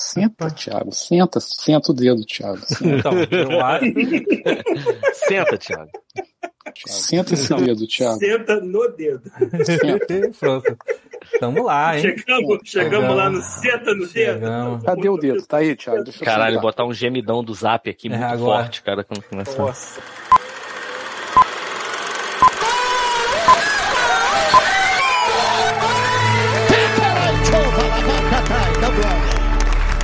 Senta, Thiago, senta, senta o dedo, Thiago. Senta, Então, eu acho. Senta, Thiago. senta esse Então, dedo, Thiago. Senta no dedo. Pronto. Tamo lá, hein? Chegamos, chegamos lá no senta no Chegamos. dedo. Cadê o dedo? Tá aí, Thiago. Deixa eu Caralho, sondar. botar um gemidão do zap aqui É, muito agora. forte, cara, quando começa. Nossa.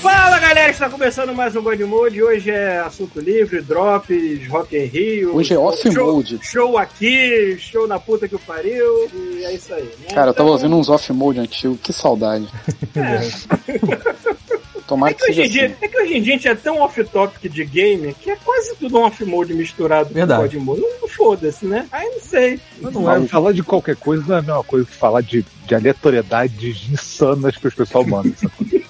Fala galera, está começando mais um Band Mode. Hoje é assunto livre, drops, Rock in Rio. Hoje é off show, mode. Show aqui, show na puta que o pariu. E é isso aí. né? Cara, eu tava Então, ouvindo uns off mode antigo, que saudade. Tomara É que que, hoje seja em assim. dia, é que hoje em dia a gente é tão off-topic de game que é quase tudo um off-mode misturado Verdade. com mod mode. Não foda-se, né? Aí não sei. Mas não é, falar de qualquer coisa não é a mesma coisa que falar de, de aleatoriedades insanas para os pessoal humano.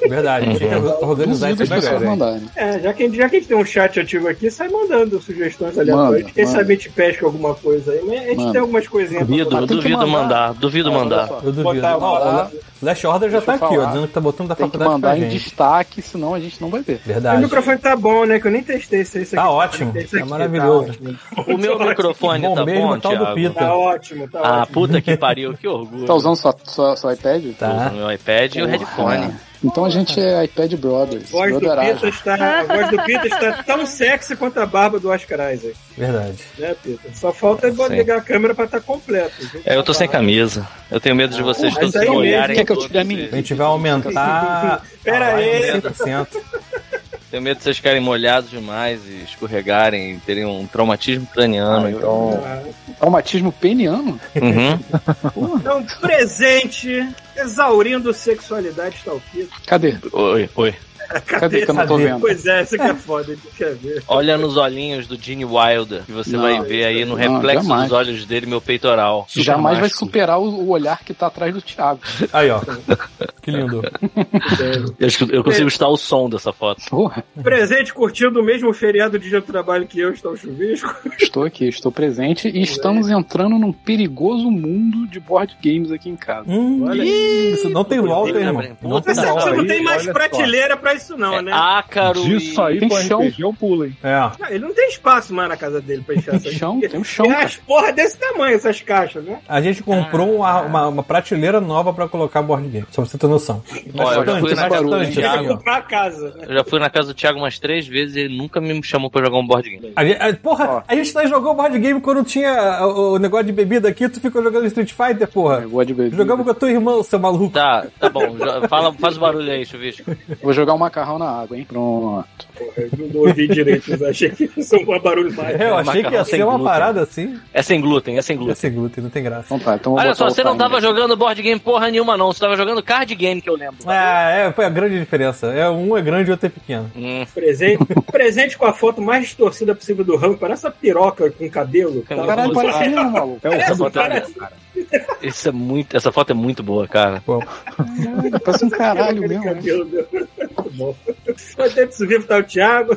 Verdade, tem que organizar Duvido isso as melhor. pessoas hein? mandarem. É, já que, a gente- já que a gente tem um chat ativo aqui, sai mandando sugestões aleatórias. Manda, Quem manda. sabe a gente pesca alguma coisa aí, mas a gente Manda. tem algumas coisinhas pra Duvido, Mas tem que duvido mandar. mandar, duvido Olha mandar. só, Eu duvido. Botar- Ó, botar- o Last Order já Deixa tá eu aqui, ó, falar. dizendo que tá botando da Tem que faculdade mandar pra em gente. destaque, senão a gente não vai ver. O Verdade. microfone tá bom, né? Que eu nem testei se é isso aqui. Tá ótimo, Esse tá aqui maravilhoso. Tá ótimo, O meu microfone Bom tá mesmo, bom, tal do Thiago. Pita. tá ótimo. Tá Ah, ótimo. puta que pariu, que orgulho. Tá usando sua, sua, seu iPad? Tô Tá. usando meu iPad e o headphone. Ah, então a gente é iPad Brothers. A voz, do Pita Brotheragem. está, a voz do Pita está tão sexy quanto a barba do Oscar Isaac, Verdade. né, Pita? Só falta ele Sim. ligar a câmera pra estar completo. É, eu tô sem camisa. Eu tenho medo de vocês Ah, todos mas aí me olharem. mesmo. Quer que eu todos tire a minha? A e- gente vai aumentar. Pera a live aí. em 100%. Tenho medo de vocês ficarem molhados demais e escorregarem e terem um traumatismo craniano. então... Ah, Traumatismo peniano? Uhum. Então, presente, exaurindo sexualidade, está o Pita. Cadê? Oi, oi. Cadê que eu não tô Cadê? vendo? Pois é, isso aqui é foda, a gente quer ver. Olha nos olhinhos do Gene Wilder, que você Não, vai ver aí no não, reflexo jamais. dos olhos dele, meu peitoral. Jamais vai Supermástico. superar o, o olhar que tá atrás do Thiago. Aí, ó. Que lindo. Eu, acho que eu consigo estar o som dessa foto. Porra, Presente curtindo o mesmo feriado de dia do trabalho que eu, está o chuvisco. estou aqui, estou presente e estamos entrando num perigoso mundo de board games aqui em casa. Hum, Olha ih, isso não tem volta, Puta, irmão. puta, Não tem Você sabe que volta. você não aí, tem mais olha só. prateleira pra isso, não, né? é ácaro Disso e... aí Tem pro chão. RPG é um pulo, hein? É. Não, ele não tem espaço mais na casa dele pra encher essa Tem chão, tem um chão. Tem cara. as porra desse tamanho, essas caixas, né? A gente comprou uma, uma- uma prateleira nova pra colocar board game. Só pra você ter noção. Olha, eu já fui Bastante, na barulho, bastante. hein, assim, ó. Pra casa. né? Eu já fui na casa do Thiago umas três vezes e ele nunca me chamou pra jogar um board game. A gente- a- porra, a gente tá, jogou board game quando tinha uh, o, o negócio de bebida aqui, tu ficou jogando Street Fighter, porra. Eu gosto de bebida. Jogamos com a tua irmã, seu maluco. Tá, tá bom. jo- Fala, faz o barulho aí, chuvisco. Vou jogar um macarrão na água, hein? Pronto. Eu não ouvi direito, mas achei que isso é um barulho mais. Eu achei macarrão que ia sem ser uma glúten. parada assim. É sem glúten, é sem glúten. Ia ser glúten, não tem graça. Então tá, então eu vou Olha botar só, o você não timer. tava jogando board game porra nenhuma, não. Você tava jogando card game, que eu lembro. Ah, é, foi a grande diferença. É, um é grande e o outro é pequeno. Hum, Presente, presente com a foto mais distorcida possível do ramo, parece essa piroca com cabelo. Cabelo. Caralho, Você- parecia, maluco. É o Parece, Rambo. parece. isso é muito, essa foto é muito boa, cara. Caralho, Parece um caralho Aquele mesmo. né? cabelo meu. Muito bom. Mas dentro do vivo tá o Thiago.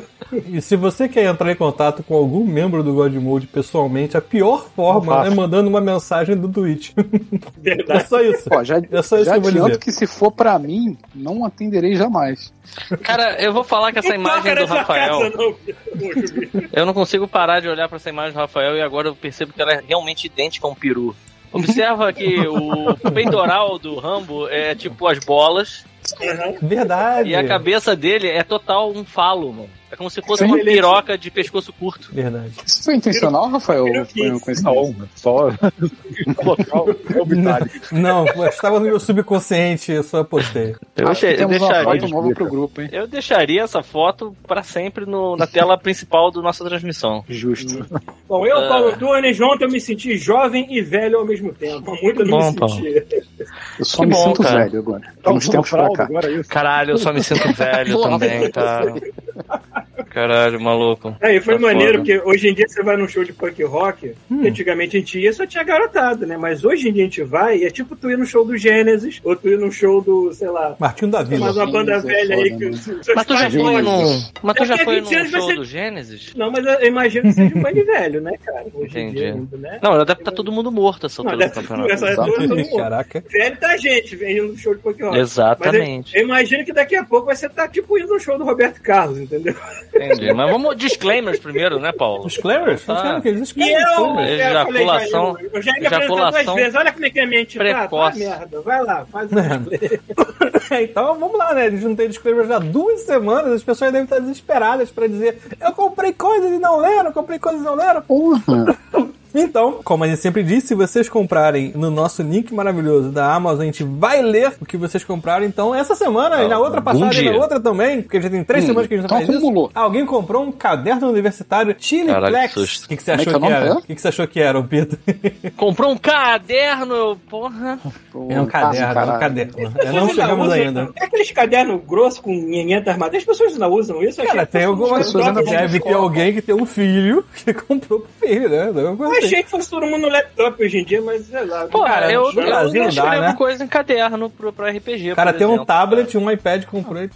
E se você quer entrar em contato com algum membro do Godmode pessoalmente, a pior forma Faça. é mandando uma mensagem do Twitch. É Verdade. só isso. Ó, já, É só isso já que eu vou adianto dizer. que se for pra mim, não atenderei jamais. Cara, eu vou falar que essa imagem do Rafael. não. Poxa, bicho. Eu não consigo parar de olhar pra essa imagem do Rafael e agora eu percebo que ela é realmente idêntica a um peru. Observa que o peitoral do Rambo é tipo as bolas Aham. Verdade. e a cabeça dele é total um falo, mano. É como se fosse Sim. uma piroca de pescoço curto. Verdade. Isso foi intencional, Rafael? Virou Foi uma kiss. coincidência? Não, é um, só colocar o- o detalhe. Tá Não, estava no meu subconsciente, eu só postei. Eu, Acho que eu temos uma foto deixaria, nova pro grupo, hein? eu deixaria essa foto pra sempre no- na tela principal da nossa transmissão. Justo. Bom, eu, Paulo Tunes, ontem eu me senti jovem e velho ao mesmo tempo. Muito eu não Bom, me Paulo. senti. Eu só Que me bom, sinto cara. velho agora. Tá Tem uns tempos pra cá. agora isso. Caralho, eu só me sinto velho também, cara. Caralho, maluco. Aí É, foi Tá maneiro, foda. Hum. porque hoje em dia você vai num show de punk rock, que antigamente a gente ia só tinha garotada, né? Mas hoje em dia a gente vai e é tipo tu ir no show do Gênesis, ou tu ir num show do, sei lá, Martinho da Vila. mais uma banda Gênesis é velha aí foda, que né? os- os Mas tu já seus foi pais- num. Mas tu já Daqui a foi 20 num anos vai show ser- do Gênesis? Não, mas eu imagino que seja um band velho, né, cara? Hoje em dia Entendi. ainda, né? Não, deve estar todo mundo morto essa altura deve do tá campeonato. essa altura todo mundo. Caraca. Velho tá gente, vem no show de punk rock. Mas Exatamente. eu, eu imagino que daqui a pouco você tá tipo indo no show do Roberto Carlos, entendeu? é- Entendi. Mas vamos disclaimers primeiro, né, Paulo? Os Clammers? Tá. Os Clammers, eles E escrevem eu, tudo. eu já falei, já, Ejaculação- eu, eu já me apresentei duas ejaculação vezes, olha como é que é minha mente tá, tá uma precoce. merda. Vai lá, faz um então vamos lá, né? A gente não tem disclaimer já há duas semanas, as pessoas devem estar desesperadas pra dizer: eu comprei coisas e não leram, comprei coisas e não leram. Porra! Então, como a gente sempre diz, se vocês comprarem no nosso link maravilhoso da Amazon, a gente vai ler o que vocês compraram. Então, essa semana, e na outra passada, e na dia. outra também, porque já tem três Hum, semanas que a gente não então faz acumulou. isso. Alguém comprou um caderno universitário Caraca, Chiliplex. que susto. O que, que você Como é que é achou o que, nome era? dela? O que, que você achou que era, o Pedro? Comprou um caderno, eu. Porra. É um caderno, é um caderno. É, Não chegamos ainda. É aqueles cadernos grossos com 500 armadas, as pessoas ainda usam isso? Eu achei Cara, que É tem fosse um algumas negócio pessoas ainda de deve ter escola. alguém que tem um filho que comprou pro filho, né? Alguma coisa Eu assim. achei que fosse todo mundo no laptop hoje em dia, mas sei lá. Pô, Cara, eu, no eu, Brasil não dá, escrevo né? coisa em caderno pro, pra RPG. O cara por tem um exemplo. tablet, um iPad, comprou ele.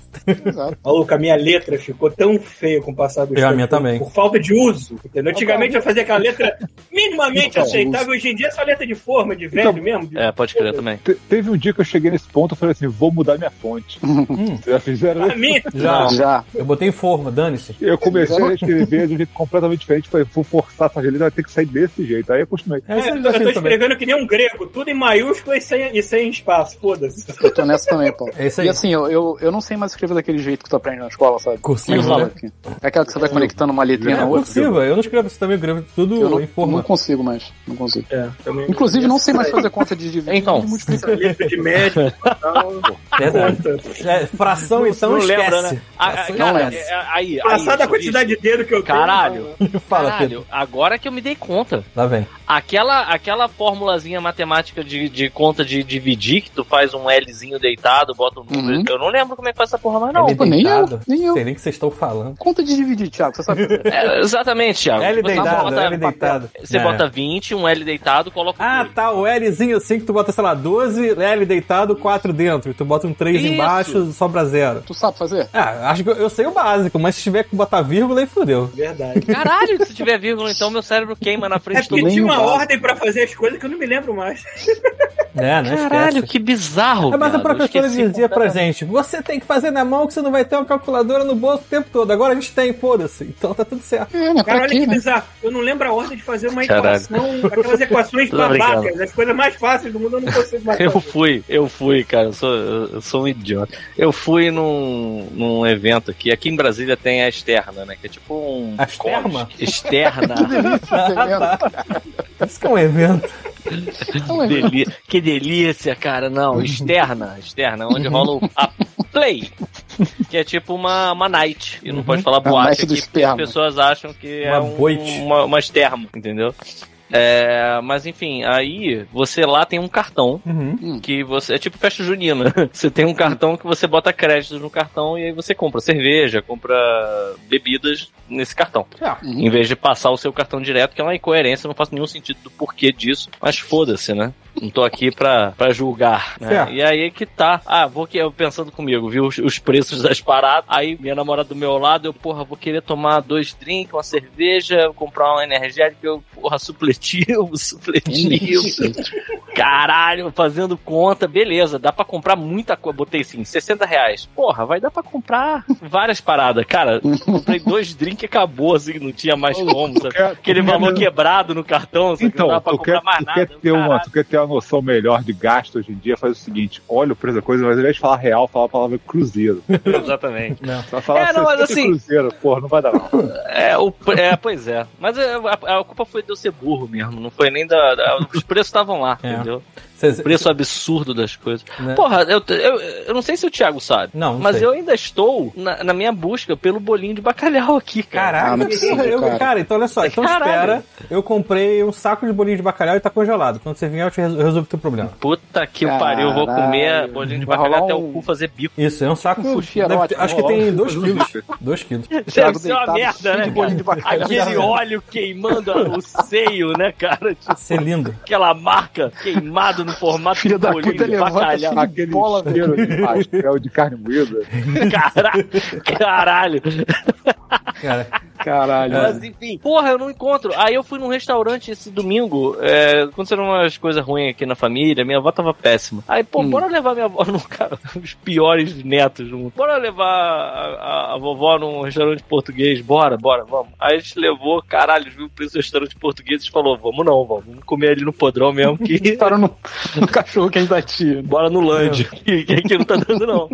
Maluco, a minha letra ficou tão feia com o passar do Eu, a tempo, minha por- também. Por falta de uso. Entendeu? Antigamente eu fazia aquela letra minimamente Então, aceitável, hoje em dia é só letra de forma, de velho mesmo. de- É, pode crer também. Te- teve um dia que eu cheguei nesse ponto e falei assim: vou mudar minha fonte. Vocês já fizeram A isso? minha, Já, Já. eu botei em forma, dane-se. Eu comecei a escrever de um jeito completamente diferente. Falei, vou forçar essa letra, vai ter que sair desse jeito. Aí eu continuei. É, isso É, eu já eu tô fiz também. escrevendo que nem um grego, tudo em maiúsculo e sem, e sem espaço, foda-se. Eu tô nessa também, Paulo. É isso aí. E assim, eu, eu, eu não sei mais escrever daquele jeito que tu aprende na escola, sabe? Cursivo, Como é né? que fala aqui? É aquela que você vai conectando uma letrinha É na outra. cursiva, eu não escrevo isso também, eu escrevo Eu tudo não, em forma. não consigo mais. Não consigo. É, também. Inclusive, não sei mais fazer conta de dividir Então. e de multiplicar. Essa letra de médico e tal. Verdade. Conta. É, fração, então, não esquece. lembra, né? Ah, Fração, cara, não é. é, é, aí, aí, Passada a isso, quantidade de dedo que eu tenho. Caralho. esquece. Fala, Pedro. Caralho, agora que eu me dei conta. Lá vem. Aquela, aquela formulazinha matemática de, de conta de dividir, que tu faz um Lzinho deitado, bota um número. Uhum. Eu não lembro como é que faz essa porra mais, não. L pô, nem eu, deitado. nem eu. Sei nem o que vocês estão falando. Conta de dividir, Thiago, você sabe fazer. É, exatamente, Thiago. L Tipo, você deitado, bota- L deitado. Você É. bota 20, um L deitado, coloca Ah, dois. tá, o Lzinho assim que tu bota, sei lá, 12, L deitado, 4 dentro. E tu bota um 3 Isso. embaixo, sobra zero. Tu sabe fazer? Ah, acho que eu, eu sei o básico, mas se tiver que botar vírgula, aí fodeu. Verdade. Caralho, se tiver vírgula, então meu cérebro queima na É frente do porque tinha uma lembro. ordem pra fazer as coisas que eu não me lembro mais. É, né? Caralho, esquece. que bizarro. É, mas a viado. professora Eu esqueci dizia pra completamente. gente: você tem que fazer na mão que você não vai ter uma calculadora no bolso o tempo todo. Agora a gente tem, foda-se. Então tá tudo certo. É, mas Cara, pra olha quê, que né? bizarro. Eu não lembro a ordem de fazer uma Caralho. equação, aquelas equações Tô babacas, brincando. as coisas mais fáceis do mundo, eu não consigo mais Eu fazer. fui, eu fui, cara, eu sou, eu sou um idiota. Eu fui num, num evento aqui, aqui em Brasília tem a externa, né? Que é tipo um. A externa? cosque- Externa. Ah, tá. Isso que é um evento. Tá Deli- que delícia, cara. Não, externa, externa, onde rola o- a Play. Que é tipo uma, uma night. E não pode falar boate Uhum. É night do aqui, porque as esperma. pessoas acham que é Uma um, boite. uma, uma externa, entendeu? É, mas enfim, aí você lá tem um cartão Uhum. que você é tipo festa junina. Você tem um cartão que você bota créditos no cartão e aí você compra cerveja, compra bebidas nesse cartão. Ah. Em vez de passar o seu cartão direto, que é uma incoerência, não faz nenhum sentido do porquê disso, mas foda-se, né? Não tô aqui pra, pra julgar. né? Certo. E aí que tá. Ah, vou que eu pensando comigo, viu os, os preços das paradas. Aí minha namorada do meu lado, eu, porra, vou querer tomar dois drinks, uma cerveja, comprar um energético, eu, porra, supletivo, supletivo. Caralho, fazendo conta, beleza, dá pra comprar muita coisa. Botei sim, 60 reais. Porra, vai dar pra comprar várias paradas. Cara, comprei dois drinks e acabou, assim, não tinha mais como, sabe? quer- Aquele tu valor quer- quebrado no cartão, sabe? não Então, dá pra tu comprar quer, mais tu, quer nada. ter uma, Caralho. tu quer ter uma noção melhor de gasto hoje em dia, faz o seguinte: olha o preço da coisa, mas ao invés de falar real, fala a palavra cruzeiro. Exatamente. Vai falar É, não, mas 60 assim- cruzeiro, porra, não vai dar não. É, o, é, pois é. Mas é, a, a culpa foi de eu ser burro mesmo, não foi nem da. da- os preços estavam lá, É. entendeu? Cê- O preço absurdo das coisas. Né? Porra, eu, eu, eu não sei se o Thiago sabe. Não, não mas sei. eu ainda estou na, na minha busca pelo bolinho de bacalhau aqui, cara. Caraca, Ah, não é porra, possível, eu- cara. cara. então olha só, então Caralho. espera. Eu comprei um saco de bolinho de bacalhau e tá congelado. Quando você vier, eu te resolvo, resolvo o teu problema. Puta que eu pariu, eu vou Caralho. comer bolinho de Vai bacalhau rolar até o um- cu fazer bico. Isso, é um saco. Um sushi deve ter- erótico. acho que tem 2 quilos. 2 quilos. Deve Thiago ser uma deitado, merda, cheio né? de bolinho cara? de bacalhau. Aquele óleo queimando o seio, né, cara? Tipo, Isso é lindo. aquela marca queimado no formato Filha de da bolinho puta, de levanta bacalhau. assim, Aquele bola cheiro de pastel É de carne moída. Caralho, caralho. Cara, Caralho. Mas enfim, porra, eu não encontro. Aí eu fui num restaurante esse domingo. É, aconteceram umas coisas ruins aqui na família. Minha avó tava péssima. Aí, pô, bora levar minha avó num cara, os piores netos do mundo. Bora levar a, a- a vovó num restaurante português. Bora, bora, vamos. Aí a gente levou, caralho, viu o preço do restaurante português e falou: vamos não, vamos, vamos comer ali no podrão mesmo que. Estoura no, no cachorro que a gente dá tiro. Bora no Land. Que, que aqui não tá dando, não.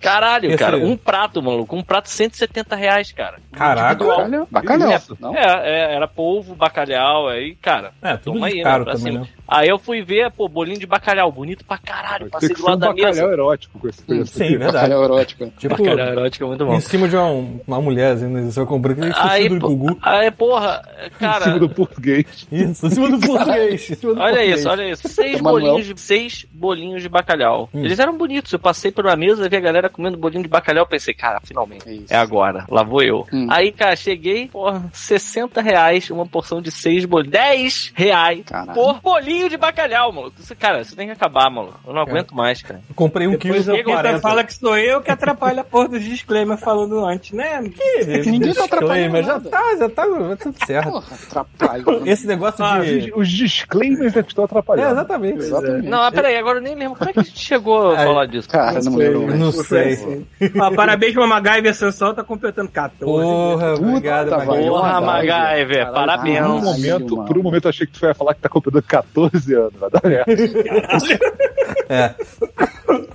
Caralho, Esse cara. aí. Um prato, maluco. Um prato 170 reais, cara. caraca. Bacalhau. Bacalhau. Não? É, é, era polvo, bacalhau, aí, cara. É, tudo Toma de aí, caro né, pra também, cima. né? Aí eu fui ver, pô, bolinho de bacalhau, bonito pra caralho. Tem Passei que do ser um lado da bacalhau mesa. erótico com esse preço. Sim, verdade. Bacalhau é erótico. Tipo, Bacalhau erótico é muito bom. em cima de uma, uma mulher, assim, né? Você vai comprar aquele Aí, sushi do pô, Gugu. aí, porra, Em cima cara. do português. Isso, em cima do português. em cima do Olha português. isso, olha isso. Seis Manuel. bolinhos, de, seis bolinhos de bacalhau. Hum. Eles eram bonitos. Eu passei por uma mesa e vi a galera comendo bolinho de bacalhau. Pensei, cara, finalmente. É isso. É agora, lá vou eu. Hum. Aí, cara, cheguei, porra, 60 reais, uma porção de seis bolinhos. 10 reais Ah. Caralho. por bolinho de bacalhau, maluco. Isso, cara, isso tem que acabar, maluco. É. Eu não aguento mais, cara. Comprei um quilo Depois e que quarenta. é, fala que sou eu que atrapalha a porra dos disclaimer falando antes, né? Ninguém tá atrapalhando Mas já nada. tá, já tá, já tá tudo certo. Porra, atrapalha. Esse negócio Ah, de... Os disclaimers é que estão É, atrapalhando. exatamente. Exatamente. Não, mas peraí, agora eu nem lembro. Como é que a gente chegou a Ai, falar disso? Cara, número um. Eu não sei. Ó, parabéns pra MacGyver Sansol, tá completando 14. Porra, obrigado, Puta, Magalhães. valeu, Porra, Caralho, MacGyver, Por um, parabéns. Caralho, momento, mano. por um momento eu achei que tu ia falar que tá completando 14 anos. Vai dar merda. É.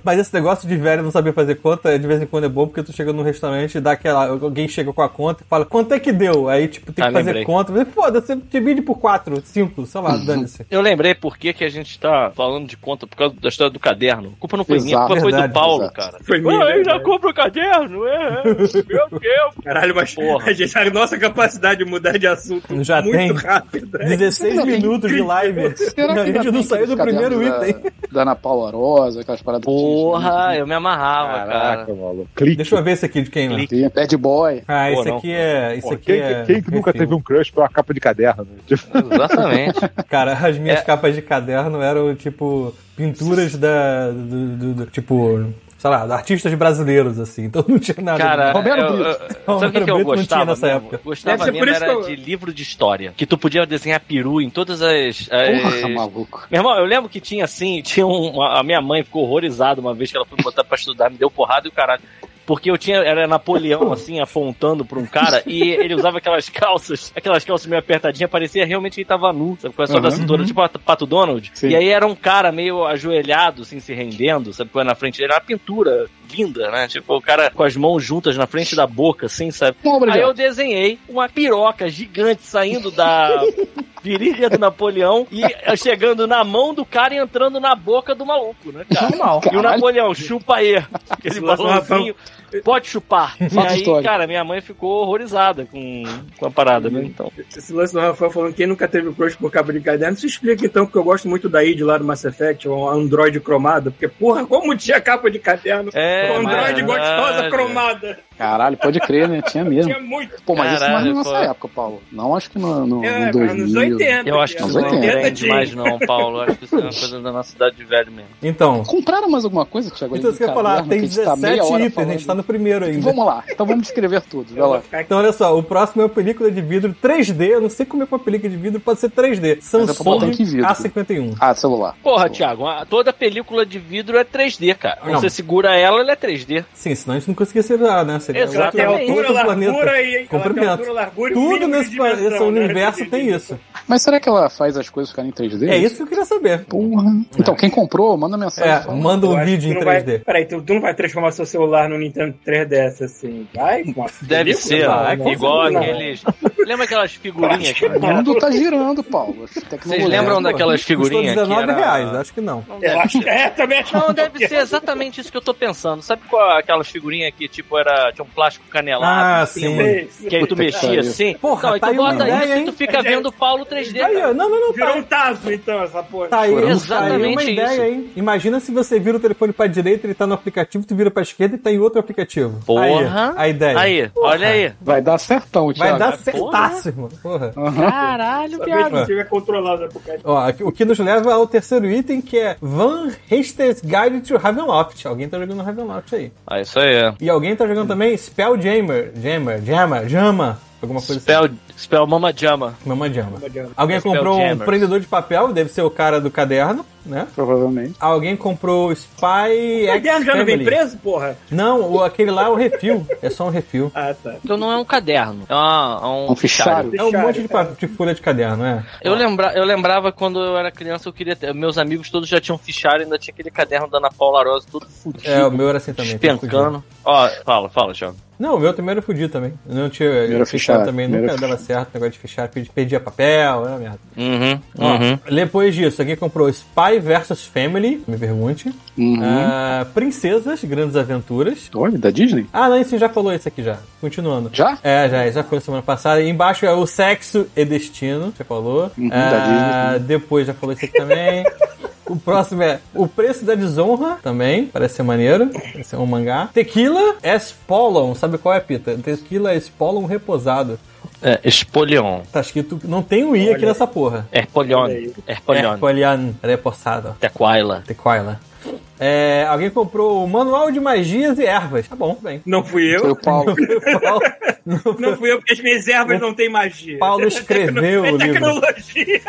Mas esse negócio de velho não saber fazer conta, de vez em quando é bom, porque tu chega num restaurante e dá aquela. Alguém chega com a conta e fala, quanto é que deu? Aí, tipo, tem que Ah, fazer lembrei. conta. Mas, Foda-se, divide por 4, 5, sei lá, dane-se. Eu lembrei por que, que a gente tá falando de conta por causa da história do caderno. A culpa não foi minha, a culpa Exato, foi do verdade, Paulo, exato. cara. Foi né, minha, Ah, eu verdade. já compro o caderno, é, é. Meu Deus. Caralho, mas Porra. a, gente, a nossa capacidade de mudar de assunto Já muito né? tem. rápida. 16 minutos de live. tá Será que a ainda gente tem não saiu do aqueles primeiro cadernos item. Da, da Ana Paula Rosa, aquelas paradas. Porra, eu me amarrava, cara. Caraca, maluco. Clique. Deixa eu ver esse aqui de quem, né? Clique. Tem Bad É Boy. Ah, Pô, esse não. aqui é. Esse Pô, aqui quem, é. quem que nunca refil. teve um crush pra uma capa de caderno? Né? Tipo, Exatamente. Cara, as minhas É. capas de caderno eram, tipo, pinturas da. do- do- do- tipo. Sei lá, artistas brasileiros, assim. Então não tinha nada. Cara, Romero eu- Brito. eu- sabe o que, Romero que eu Brito não gostava tinha nessa mesmo? época. Gostava Deve ser por mesmo isso era que de eu- livro de história, que tu podia desenhar peru em todas as... as- Porra, maluco. Meu irmão, eu lembro que tinha assim, tinha um, a minha mãe ficou horrorizada uma vez que ela foi botar pra estudar, me deu porrada e o caralho. Porque eu tinha, era Napoleão, assim, apontando pra um cara, e ele usava aquelas calças, aquelas calças meio apertadinhas, parecia realmente que ele tava nu, sabe? Foi só da Uhum. cintura, tipo a Pato Donald. Sim. E aí era um cara meio ajoelhado, assim, se rendendo, sabe? Foi na frente dele, era uma pintura linda, né? Tipo, o cara com as mãos juntas na frente da boca, assim, sabe? Uma obra de Aí eu arte. desenhei uma piroca gigante saindo da virilha do Napoleão e eh, chegando na mão do cara e entrando na boca do maluco, né, cara? Normal. E o Caralho. Napoleão, chupa aí. Aquele Nossa, balãozinho. Pode chupar. E Fato aí, histórico. cara, minha mãe ficou horrorizada com, com a parada, né? Então. Esse lance do Rafael falando que quem nunca teve crush por capa de caderno, se explica então, porque eu gosto muito da ID lá do Mass Effect, um Android cromado, porque porra, como tinha capa de caderno? É, com mas- Android é, gostosa cromada. Caralho, pode crer, né? Tinha mesmo. Tinha muito. Pô, mas isso não é Caralho, na nossa pô. época, Paulo. Não acho que no, no, no É, cara, 2000. anos 80. Eu acho que isso Mas não é. é grande tinha. mais, não, Paulo. Eu acho que isso é uma coisa da nossa idade de velho mesmo. Então. Compraram mais alguma coisa, Thiago? Então além do você quer falar, caderno, tem que a gente tá meia 17 hora itens, a gente falando? tá no primeiro ainda. Vamos lá, então vamos descrever tudo. Vai lá. Então olha só, o próximo é uma película de vidro 3D. Eu não sei como é que uma película de vidro pode ser 3D. pra botar Samsung em que vidro? A51. Ah, celular. Porra, Thiago, a- toda película de vidro é 3D, cara. Quando Não. você segura ela, ela é 3D. Sim, senão a gente não conseguia ser ah, né? Seria Exato, outro- Ela tem Exatamente. outro é altura, largura planeta. e ela tem Comprimento. altura, largura e um Tudo mínimo de nesse planeta, dimensão, né? universo tem isso. Mas será que ela faz as coisas ficarem em 3D? É isso que eu queria saber. Porra. Então, quem comprou, manda mensagem. É, fala. manda Eu um acho vídeo que em tu não vai- 3D. Peraí, tu, tu não vai transformar seu celular no Nintendo 3DS assim, vai? com uma Deve película? ser, vai, ó, com igual certeza. aqueles. Lembra aquelas figurinhas? O mundo tá girando, Paulo. Essa Vocês tecnologia. lembram daquelas Custou figurinhas? 19 que era- Tá reais, acho que não. Não Eu deve acho que é, também acho que Não, deve ser exatamente isso que eu tô pensando. Sabe qual aquelas figurinhas que, tipo, era. Tinha um plástico canelado? Ah, Sim, sim. sim. Que aí tu Puta que mexia pariu. assim. Porra, não, aí tá tu aí uma bota ideia, isso e hein? tu fica Gente, vendo o Paulo 3D. Aí, cara. ó, não, não, não. Virou Tá, um taso, então, essa porra. tá aí, Foram tá aí exatamente uma ideia, hein? Imagina se você vira o telefone pra direita, ele tá no aplicativo, tu vira pra esquerda e tá em outro aplicativo. Porra. Aí, a ideia. Aí, olha aí. Vai dar certão, Vai Thiago. dar certaço, irmão. Porra. Aham. Caralho, tá Sabia viado. que você vai controlar o aplicativo. Ó, aqui- o que nos leva ao terceiro item, que é Van Hester's Guide to Ravenloft. Alguém tá jogando Ravenloft aí. Ah, isso aí. é. E alguém tá jogando também Spelljammer. Jammer, Jammer, Jama. Alguma coisa Spell, spell Mama Jama. assim. Mama Jama. Jama. Alguém comprou um Spelljammers. prendedor de papel, deve ser o cara do caderno, né? Provavelmente. Alguém comprou Spy O X Tá Guerra já não vem Family. preso, porra? Não, o- aquele lá é o refil. É só um refil. Ah, tá. Então não é um caderno. É, uma- é um, Um fichário. É um monte de, pa- de folha de caderno, é. Eu, lembra, eu lembrava quando eu era criança, eu queria ter. Meus amigos todos já tinham um fichário, ainda tinha aquele caderno da Ana Paula Rosa, todo fudido, É, o meu era assim também. tá fudido. despencando. Ó, fala, fala, Thiago. Não, o meu também era fudido também. Eu não tinha. eu era fichário fichário, também, meu era nunca dava certo o negócio de fichário, perdi- perdia papel, era merda. Uhum, Ó, uhum. Depois disso, aqui comprou Spy vs Family, me pergunte. Uhum. Ah, Princesas, Grandes Aventuras. Olha, da Disney? Ah, não, isso já falou isso aqui já. Continuando. Já? É, já, já foi semana passada. E embaixo é o Sexo e Destino, já falou. Uhum, da Ah, depois já falou isso aqui também. O próximo é O Preço da Desonra, também. Parece ser maneiro. Esse é um mangá. Tequila Espolon. Sabe qual é, Pita? Tequila Espolon Reposado. É, Espolion. Tá escrito... Não tem um I aqui nessa porra. Erpolion. Olha aí. Erpolion. Erpolian Reposado. Tequila. Tequila. É, alguém comprou o Manual de Magias e Ervas. Tá bom, bem. Não fui eu. Foi o Paulo. Não fui eu, porque as minhas Um ervas não têm magia. Paulo escreveu o É livro tecnologia.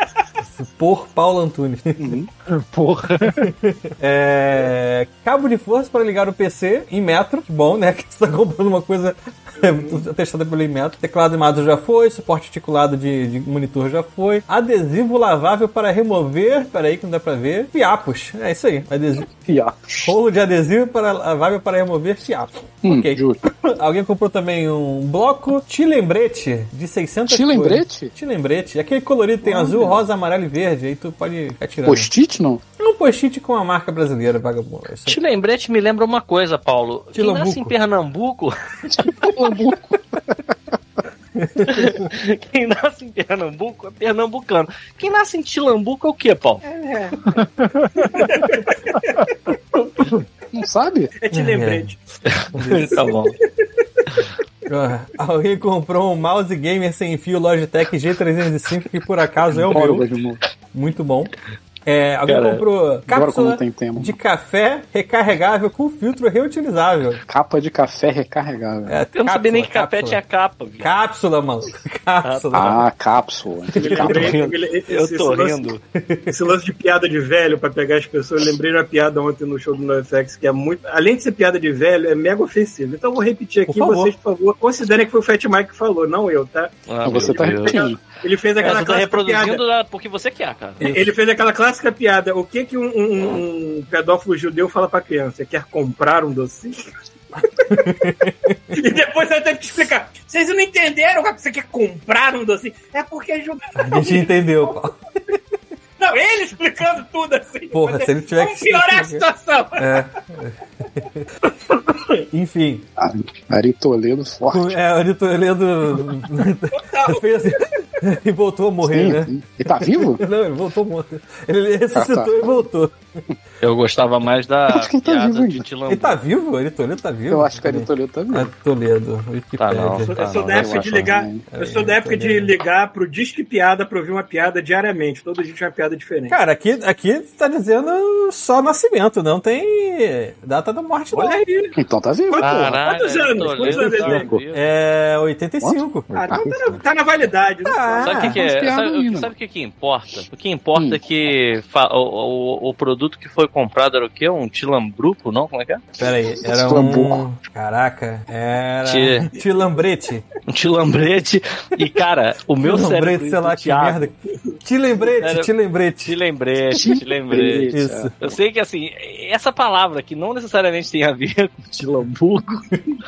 por Paulo Antunes. Uhum. Porra. É, cabo de força para ligar o PC em metro, que bom, né? Que você está comprando uma coisa Uhum. é, testada pelo Inmetro. Teclado e mouse já foi, suporte articulado de, de monitor já foi. Adesivo lavável para remover, peraí que não dá para ver. Fiapos, é isso aí. Adesivo, Fiapos. rolo de adesivo para lavável para remover fiapos. Hum, ok. justo. Alguém comprou também um bloco te lembrete de 600 Te lembrete? cores. Te lembrete. Aquele colorido tem azul, rosa, amarelo e verde. Aí tu pode ficar tirando. Post-it, não? É um post-it com a marca brasileira, vagabundo. Isso aí. Tipo. Te lembrete me lembra uma coisa, Paulo. Quem nasce Tilambuco. em Pernambuco. Quem nasce em Pernambuco é pernambucano. Quem nasce em Tilambuco é o quê, Paulo? Não sabe? É te lembrete. tá bom. Ah, Alguém comprou um mouse gamer sem fio Logitech G305, que por acaso é o Adoro meu. Gosmo. Muito bom. É, alguém Cara, comprou Adoro cápsula como tem tema. de café recarregável com filtro reutilizável. Capa de café recarregável. É, Eu não sabia nem que café cápsula. tinha tá. capa, viu? Cápsula, mano. Cápsula. Ah, cápsula. Entendi, cápsula. Eu tô rindo. Esse lance de piada de velho pra pegar as pessoas, eu lembrei de uma piada ontem no show do NoFX, que é muito. Além de ser piada de velho, é mega ofensivo. Então eu vou repetir aqui, Por favor. vocês, por favor, considerem que foi o Fat Mike que falou, não eu, tá? Ah, Não, você meu tá Deus. repetindo. Ele fez Mas aquela você tá clássica reproduzindo piada. lá porque você quer, cara. Ele fez aquela clássica piada. O que que um, um- um pedófilo judeu fala pra criança? Quer comprar um docinho? e depois ela teve que explicar. Vocês não entenderam que você quer comprar um docinho? É porque é judeu. A gente entendeu, Paulo. Não, ele explicando tudo assim. Porra, se ele tiver Vamos que- piorar a situação. É. Enfim, Ah, Ari Toledo forte. é, o Toledo fez assim, e voltou a morrer, né? Sim, sim. Ele tá vivo? Não, ele voltou morto. Ele ressuscitou Ah, tá. e voltou. Eu gostava mais da Acho que ele tá piada vivo ainda. de Tilambuco. Ele tá vivo? Ele Toledo tá vivo? Eu acho que Ari Toledo tá vivo. É Toledo, Tá, não. Wikipedia. Eu sou não, da eu época de acho ligar. ruim. É, Eu sou da época de ligar pro Disque Piada pra ouvir uma piada diariamente. Todo dia tinha uma piada diferente. Cara, aqui, aqui tá dizendo só nascimento, não tem data da morte, não. Olha aí. Então tá vivo. Caralho, Quantos anos? Toledo Quantos anos ele tá tem? vivo. É 85. Ah, então tá, na, tá na validade. né? Ah. Sabe o que, que Vamos é? piada Sabe, o que- ainda. sabe o que, que importa? O que importa Hum. é que fa- o, o- o produto que foi comprado era o quê? Um tilambruco, não? Como é que é? Pera aí, era um. Tilambuco. Caraca, era. Ti- Tilambrete. Um tilambrete. E, cara, o meu Tilambrete, cérebro... sei lá do que Thiago- merda. Tilambrete, Era- tilambrete. Tilambrete, tilambrete. Isso. Eu sei que, assim, essa palavra que não necessariamente tem a ver com tilambuco,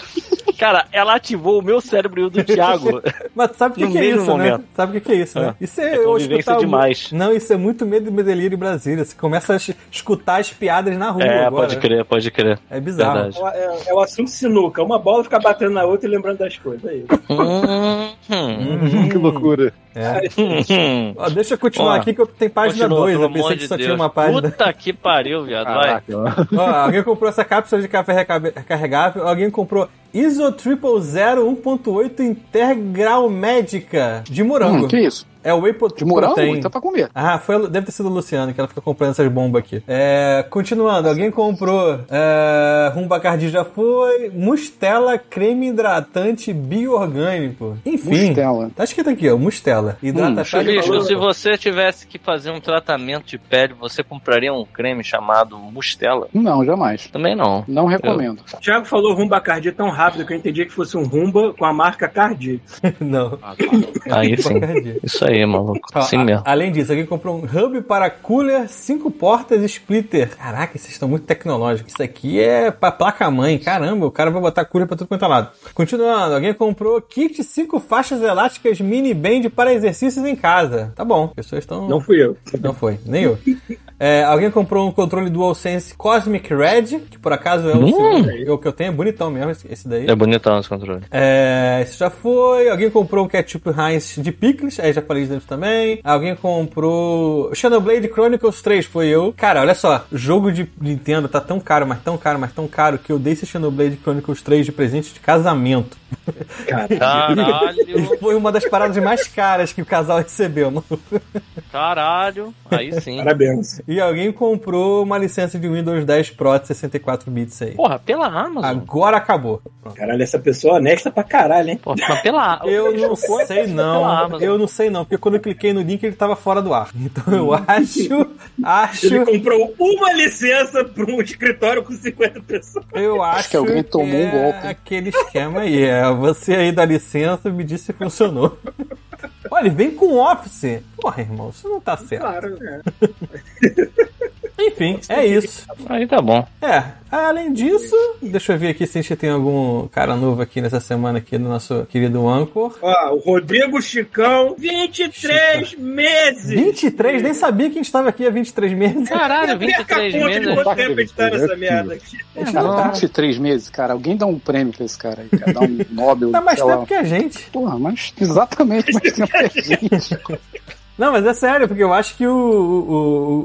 Cara, ela ativou o meu cérebro e o do Thiago. Mas sabe o que, No que é mesmo isso, né? momento. Sabe o que, que é isso, né? É. Isso É é, eu convivência escutar... demais. Não, isso é muito medo e medelírio em Brasília. Você começa a es- escutar as piadas na rua é, agora. pode crer, pode crer. É bizarro. Verdade. É, o- é, é o assunto sinuca. Uma bola fica batendo na outra e lembrando das coisas. É isso. Hum, hum, que loucura. Uhum. É. hum. Ó, deixa eu continuar Ó, aqui que eu tenho página Continua, 2. pelo Eu pensei amor que de só tinha Deus. uma página. Puta que pariu, viado. Vai. Caraca, mano. Ó, alguém comprou essa cápsula de café recabe- recarregável. Alguém comprou ISO 000 1.8 Integral Médica de morango. Hum, que isso? É o Whey pro- De morango? Protein. Então é pra comer. Ah, foi, a Lu- deve ter sido a Luciana que ela fica comprando essas bombas aqui. É, continuando, alguém comprou é, Rumbacardi já foi, Mustela creme hidratante bioorgânico. Enfim, Mustela. tá escrito aqui, ó, Mustela. Hidrata Hum, a pele excelente. Bicho, valor- se você tivesse que fazer um tratamento de pele, você compraria um creme chamado Mustela? Não, jamais. Também não. Não recomendo. O Thiago falou rumba cardi tão rápido que eu entendi que fosse um rumba com a marca cardi. Não. Aí sim. Bacardi. Ah, Isso aí, maluco. Ó, Assim a- mesmo. além disso, alguém comprou um hub para cooler, cinco portas e splitter. Caraca, vocês estão muito tecnológicos. Isso aqui é pra placa-mãe. Caramba, o cara vai botar cooler pra tudo quanto é lado. Continuando, alguém comprou kit cinco faixas elásticas mini band para exercícios em casa. Tá bom, as pessoas estão... Não fui eu. Não foi, nem eu. É, alguém comprou um controle DualSense Cosmic Red, que por acaso é o, Hum. é o que eu tenho, é bonitão mesmo esse- esse daí. É bonitão esse controle. É, isso já foi. Alguém comprou o ketchup Heinz de Pickles, aí já falei disso também. Alguém comprou Xenoblade Chronicles 3, foi eu. Cara, olha só, jogo de Nintendo tá tão caro, mas tão caro, mas tão caro, que eu dei esse Xenoblade Chronicles 3 de presente de casamento. E Caralho, foi uma das paradas mais caras que o casal recebeu. mano. caralho. Aí sim. Parabéns. E alguém comprou uma licença de Windows 10 Pro de 64 bits aí. Porra, pela Amazon. Agora acabou. Caralho, essa pessoa é honesta pra caralho, hein? Porra, mas pela Eu não sei pela não, Amazon. eu não sei não, porque quando eu cliquei no link ele tava fora do ar. Então eu acho, Ele acho, comprou uma licença pra um escritório com 50 pessoas. eu acho, que alguém tomou um é golpe. Aquele esquema aí, é, você aí dá licença, me disse se funcionou. Olha, ele vem com Office. Porra, irmão, isso não tá certo. Claro, né? Enfim, é isso. Aí tá bom. É, além disso, deixa eu ver aqui se a gente tem algum cara novo aqui nessa semana aqui no nosso querido Anchor. Ó, o Rodrigo Chicão, 23 meses. 23, nem sabia que a gente tava aqui há 23 meses. Caralho, 23 Perca a conta de meses. quanto tempo a gente tá nessa É merda aqui. Cara, tá, 23 meses, cara. Alguém dá um prêmio pra esse cara aí. Cara. Dá um Nobel. Tá mais sei lá. tempo que a gente. Porra, mas exatamente mais tempo que a gente. Não, mas é sério, porque eu acho que o, o,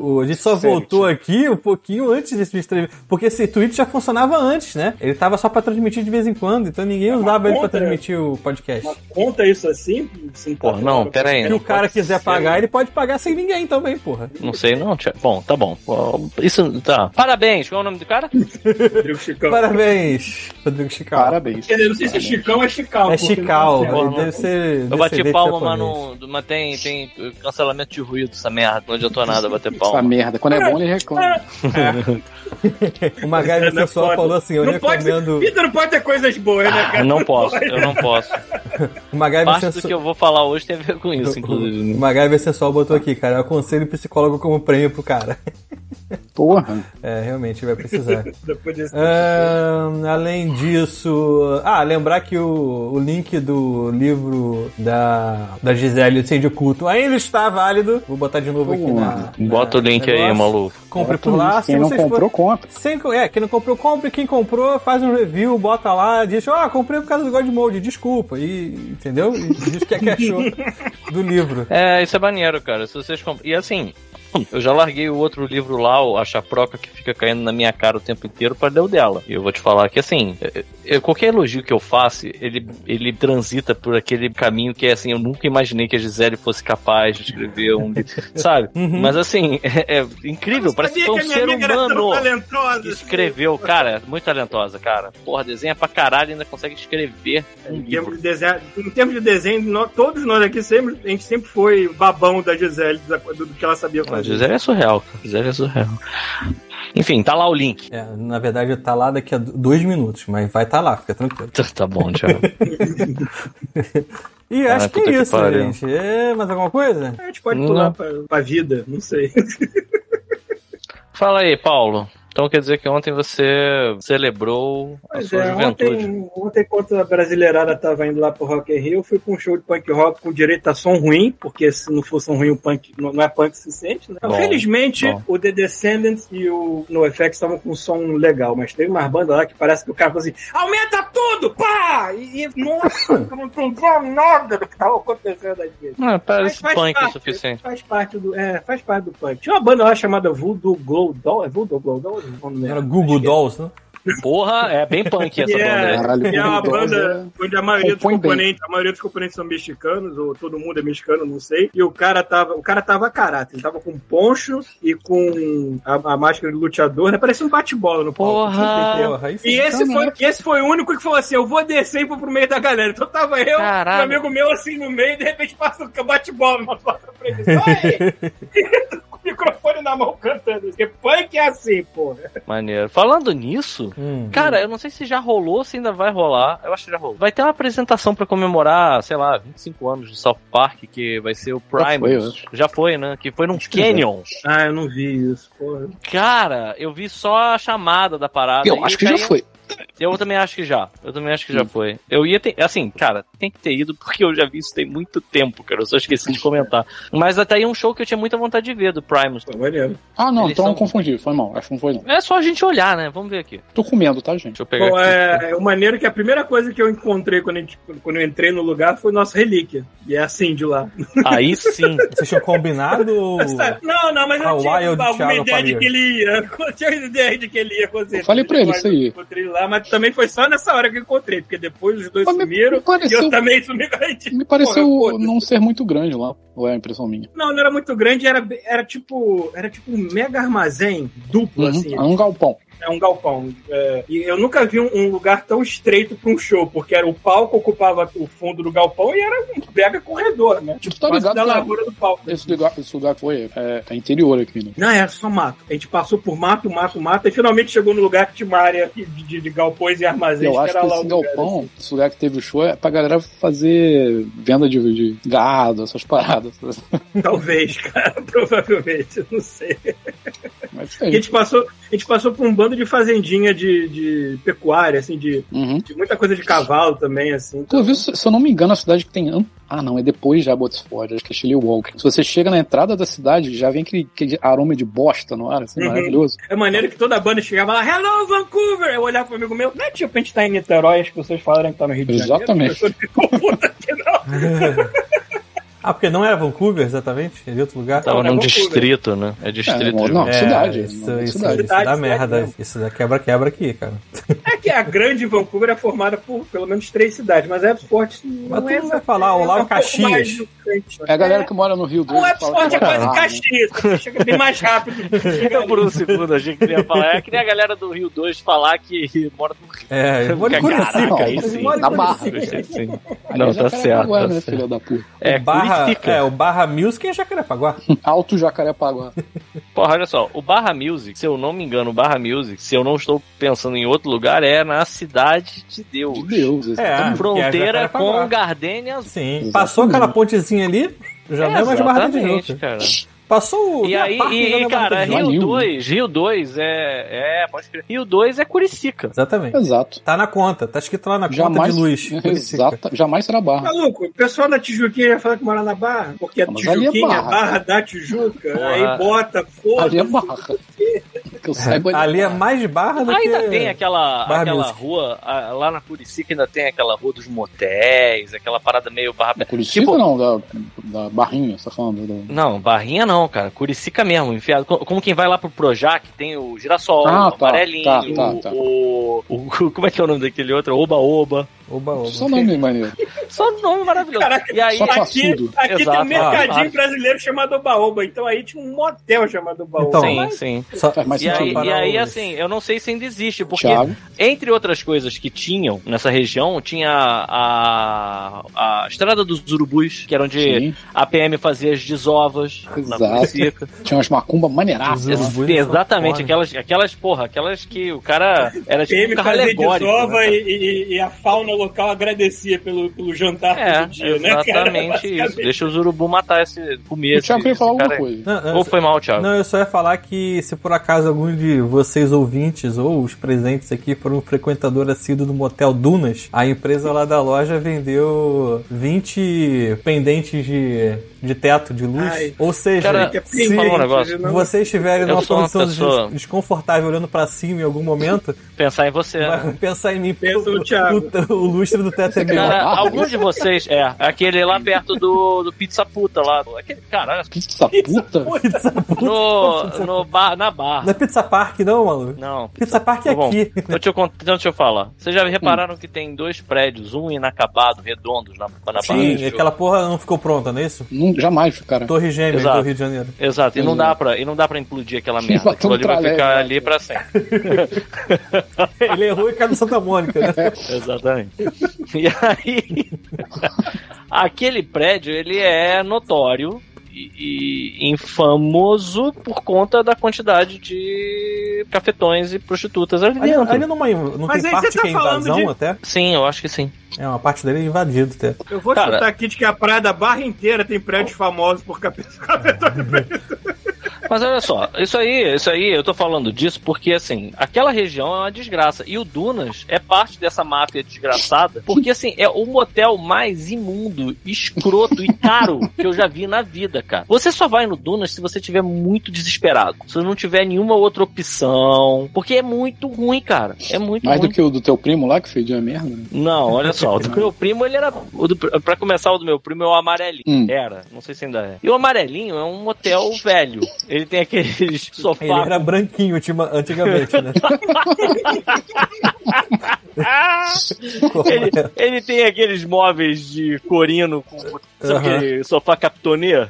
o- o- a gente só Sério, voltou aqui um pouquinho antes desse stream. Porque esse Twitch já funcionava antes, né? Ele tava só pra transmitir de vez em quando, então ninguém usava ele pra conta, né? transmitir o podcast. Mas conta isso assim? assim Porra, não, pera aí. Se o cara quiser pagar, ele pode pagar sem ninguém também, porra. Não sei não, Thiago. Bom, tá bom. Isso tá. Parabéns, qual é o nome do cara? Rodrigo Chicão. Parabéns, Rodrigo Chical. Parabéns. Eu não sei se é Chicão é Chicão. É Chical, Porra, ele deve ser. Eu bati descendente palma, mas, japonês. não, mas tem, tem cancelamento de ruído, essa merda. Não adiantou nada bater Essa palma. merda. Quando é bom, ele reclama. O Magali Não é Pessoal foda. falou assim: eu não pode, recomendo. Vida não pode ter coisas boas, né, cara? Eu Ah, não posso, eu não posso. O Magali Parte do Pessoal. que eu vou falar hoje tem a ver com isso, inclusive. né? O MacGyver Sensual botou aqui, cara. Eu aconselho o psicólogo como prêmio pro cara. Porra. É, realmente, vai precisar. Depois desse- É. Ahn, além disso. Ah, lembrar que o, o link do livro da, da Gisele Incêndio Culto ainda está válido. Vou botar de novo aqui na. Bota o link aí, negócio. maluco. Compre por lá. Se Quem não vocês for- comprou, compra. sem, é, quem não comprou, compre. Quem comprou, faz um review, bota lá, diz, ó, comprei por causa do God Mode, desculpa. E, entendeu? E diz o que é que achou do livro. É, isso é maneiro, cara. Se vocês comp... E assim, eu já larguei o outro livro lá, o A Chaproca, que fica caindo na minha cara o tempo inteiro, pra ler o dela. E eu vou te falar que, assim, é- é- qualquer elogio que eu faça, ele, ele transita por aquele caminho que é assim, eu nunca imaginei que a Gisele fosse capaz de escrever um livro, sabe? Mas assim, é, é incrível, Eu parece que sabia foi um a minha ser amiga era tão humano que talentosa. assim. escreveu. Cara, muito talentosa, cara. Porra, desenha pra caralho e ainda consegue escrever um assim. Em livro. termos de desenho, em termos de desenho, nó- todos nós aqui sempre, a gente sempre foi babão da Gisele, da- do, do que ela sabia A fazer. Gisele é surreal, cara. A Gisele é surreal. Enfim, tá lá o link. É, na verdade, tá lá daqui a do- dois minutos, mas vai tá lá, fica tranquilo. Tá, Tá bom, Thiago. E Ah, acho que puta que é isso, pariu. gente. É, mais alguma coisa? A gente pode Não. pular pra, pra vida, não sei. Fala aí, Paulo. Então quer dizer que ontem você celebrou a Pois sua é, juventude. ontem, ontem, enquanto a brasileirada tava indo lá pro Rock in Rio, eu fui pra um show de punk rock com direito a som ruim, porque se não for som ruim, o punk não não é punk suficiente, né? Bom, Felizmente, bom. o The Descendants e o NoFX estavam com um som legal, mas teve umas bandas lá que parece que o cara falou assim, aumenta tudo, pá! E, e nossa, eu não entendia nada do que tava acontecendo às vezes. Não, é, Mas parece faz punk o parte, suficiente. Faz parte do, é, faz parte do punk. Tinha uma banda lá chamada Voodoo Glow Doll, é Voodoo Glow Doll? Não lembro. Era Google Dolls, né? Porra, é bem punk essa Yeah. banda. né? Caralho, E é uma Bulldog banda onde a maioria, dos compõe bem. componentes, a maioria dos componentes são mexicanos, ou todo mundo é mexicano, não sei. E o cara tava, o cara tava a caráter, ele tava com poncho e com a, a máscara de luteador, né? Parecia um bate-bola no palco. Porra! Porra, aí é. E sim. esse foi, esse foi o único que falou assim: eu vou descer e vou pro meio da galera. Então tava eu, Caralho. um amigo meu assim no meio, e de repente passa um bate-bola na porta pra ele. Oi! Com o microfone na mão cantando. Porque punk é assim, porra. Maneiro. Falando nisso, Hum. Cara, eu não sei se já rolou, se ainda vai rolar. Eu acho que já rolou. Vai ter uma apresentação pra comemorar, sei lá, 25 anos do South Park, que vai ser o Já foi, eu Primus. acho. Já foi, né? Que foi num que já. Canyon. Ah, eu não vi isso, porra. Cara, eu vi só a chamada da parada. Eu e acho que já daí- foi. Hum. Eu também acho que já. Eu também acho que já foi. Eu ia ter. Assim, cara, tem que ter ido porque eu já vi isso tem muito tempo, cara. Eu só esqueci de comentar. Mas até aí é um show que eu tinha muita vontade de ver do Primus. Pô, maneiro. Ah, não, Eles então são- eu confundi. Foi mal. Acho que não foi, não. É só a gente olhar, né? Vamos ver aqui. Tô comendo, tá, gente? Deixa eu pegar Bom, aqui. é, é o maneiro que a primeira coisa que eu encontrei quando, a gente- quando eu entrei no lugar foi nossa relíquia. E é a Cindy lá. Aí sim. Vocês tinham combinado. Não, não, mas eu Hawaii tinha ou de alguma Thiago ideia de Faria? que ele ia. Eu tinha ideia de que ele ia fazer. Eu falei pra ele isso aí. Encontrei lá, mas também foi só nessa hora que eu encontrei, porque depois os dois Mas me- sumiram me pareceu- e eu também sumi com a gente. Me pareceu Porra, foda-se. não ser muito grande lá. Ou é a impressão minha? Não, não era muito grande, era, era tipo. Era tipo um mega armazém duplo, Uhum, assim. É um galpão. É um galpão. É, e eu nunca vi um, um lugar tão estreito pra um show, porque era o palco ocupava o fundo do galpão e era um mega corredor, né? Tu tá quase ligado, da cara? largura do palco. Esse lugar, esse lugar que foi é, é interior aqui, né? Não, era só mato. A gente passou por mato, mato, mato, e finalmente chegou no lugar que tinha uma área de, de- de galpões e armazéns. Eu acho que era lá um assim. esse o galpão, esse lugar que teve o show, é pra galera fazer venda de, de gado, essas paradas. lugar. Talvez, cara, provavelmente, não sei. Mas é isso A aí. gente passou, a gente passou por um bando de fazendinha de, de pecuária, assim, de, Uhum. de muita coisa de cavalo também, assim. Inclusive, se se eu não me engano, a cidade que tem. Am- Ah, não, é depois de Abbotsford, acho que é Chile Walker. Se você chega na entrada da cidade, já vem aquele, aquele aroma de bosta no ar, assim, Uhum. maravilhoso. É maneiro que toda a banda chegava lá, Hello Vancouver! Eu olhava pro amigo meu, não é tipo a gente tá em Niterói e as pessoas falarem que tá no Rio de Janeiro. Exatamente. As pessoas ficam puta que não. Ah, porque não era Vancouver, exatamente? Era de outro lugar? Tava Não, num é loucura. distrito, né? É É, distrito. não, não, É, cidade. Isso, não, isso, cidade. isso dá Cidade, merda. cidade Isso dá quebra-quebra aqui, cara. É que a grande Vancouver é formada por pelo menos três cidades, mas Epsport não Mas tu é não essa- vai falar, olá, é um o pouco Caxias. mais né? do canto. É a galera que mora no Rio do O Sul. fala Epsport que é quase mora lá, né? Caxias, você chega bem mais rápido. Eu por um segundo achei que ele ia falar. É que nem a galera do Rio 2 falar que mora no Rio. É, eu vou de Caraca, Curitiba, cara. aí Eu sim, moro em na Curitiba. Barra. Ali Não, é tá certo. Jacarepaguá, tá né, certo. filha da puta? É, Barra, Curitiba. é, o Barra Music é Jacarepaguá. Alto Jacarepaguá. Porra, olha só. O Barra Music, se eu não me engano, o Barra Music, se eu não estou pensando em outro lugar, é na Cidade de Deus. De Deus. isso. É. Tá Fronteira que é com Jacarepaguá. Gardênia Azul. Sim. Exatamente. Passou aquela pontezinha ali, já não é mais Barra de Exatamente, Juca. cara. Passou o E aí, Parque, já e, não é Barra cara, de Juca. Rio Juca. 2, Rio 2 é. É, pode crer. Rio 2 é Curicica. bom. Exatamente. um Exato. Tá na conta, tá escrito lá na conta Jamais, de luz. Exata, jamais será barra. Maluco, o pessoal da Tijuquinha ia falar que mora na Barra, porque a Mas ali é Tijuquinha, a Barra, Barra da Tijuca, Porra. aí bota, Ali é foda-se. barra. Que eu saiba ele Ali é barra. mais barra do que... é Ainda tem aquela, Barra aquela Music. rua, a- lá na Curicica ainda tem aquela rua dos motéis, aquela parada meio barra. É Curitiba Tipo- não, da, da barrinha, você tá falando? da- Não, barrinha não, cara. Curicica mesmo, enfiado. Co- Como quem vai lá pro Projac, tem o girassol, Ah, o tá, amarelinho, tá, tá, tá. O, o- Como é que é o nome daquele outro? Oba-oba. Oba, oba. Só nome maneiro. Só nome maravilhoso. Caraca, E aí, só pra- Aqui, Assudo. aqui tem Exato. um mercadinho Ah, brasileiro chamado Obaoba, então aí tinha um motel chamado Obaoba. Então, sim, sim. Só- Faz mais E aí, sentido. para e aí, os- assim, eu não sei se ainda existe, porque tipo Thiago. Entre outras coisas que tinham nessa região, tinha a, a, a Estrada dos Urubus, que era onde Sim. a PM fazia as desovas na Exato. Curicica. Tinha umas macumbas maneiraças. Os urubus são Exatamente, foda. aquelas, aquelas, porra, aquelas que o cara era tipo um PM carro fazia alegórico. desova né? e, e- e a fauna local agradecia pelo, pelo jantar É, todo dia, né, cara? exatamente isso. Basicamente. Deixa os urubu matar esse. comer o esse. Thiago queria esse falar alguma cara aí. coisa. Não, não, Ou foi mal, Thiago? Não, eu só ia falar que se por acaso algum de vocês ouvintes ou os presentes aqui foram um frequentador assíduo do Motel Dunas, a empresa lá da loja vendeu 20 pendentes de, de teto de luz. Ai. Ou seja, Cara, Que é se falar um negócio. não- vocês estiverem Eu numa sou uma posição pessoa- des- desconfortável olhando pra cima em algum momento, Pensar em você. né? vai pensar em mim porque Pensa no o- Thiago. o, o lustre do teto é meu. Cara, algum de vocês, é, aquele lá perto do, do Pizza Puta lá. Aquele, cara, olha só. Pizza puta? Pizza Park. no, no bar, na barra. Não é Pizza Park, não, maluco? Não. Pizza Park é Tá bom. aqui. Então deixa, eu, cont- então deixa eu falar. Vocês já repararam que tem dois prédios, um inacabado, redondos na, na Sim, Barra? aquela porra não ficou pronta, não é isso? Não, jamais, cara. Torre Gêmea Exato. do Rio de Janeiro. Exato, e não, dá pra, e não dá pra implodir aquela merda. Bota um Aquilo ali vai tralé, ficar né? ali pra sempre. Ele errou e caiu no Santa Mônica, né? Exatamente. E aí, aquele prédio, ele é notório e, e infamoso por conta da quantidade de cafetões e prostitutas ali Ali, dentro. ali numa, inv- não Mas tem aí parte você tá que é falando invasão de- até. Sim, eu acho que sim. É, uma parte dele é invadido até. Eu vou Cara- chutar aqui de que a praia da barra inteira tem prédios famosos por capeta. Mas olha só, isso aí, isso aí, eu tô falando disso porque, assim, aquela região é uma desgraça. E o Dunas é parte dessa máfia desgraçada, porque, assim, é o motel mais imundo, escroto e caro que eu já vi na vida, cara. Você só vai no Dunas se você tiver muito desesperado. Se não tiver nenhuma outra opção. Porque é muito ruim, cara. É muito Mais ruim. do que o do teu primo lá, que fez de merda. né? Não, olha só, o do meu primo ele era. O do, pra começar, o do meu primo é o amarelinho. Hum. Era, não sei se ainda é. E o amarelinho é um motel velho. Ele tem aqueles sofá. Ele era branquinho ultima- antigamente, né? Ah! Como Ele, é? ele tem aqueles móveis de corino com sabe Aham. Uhum. aquele sofá capitonier?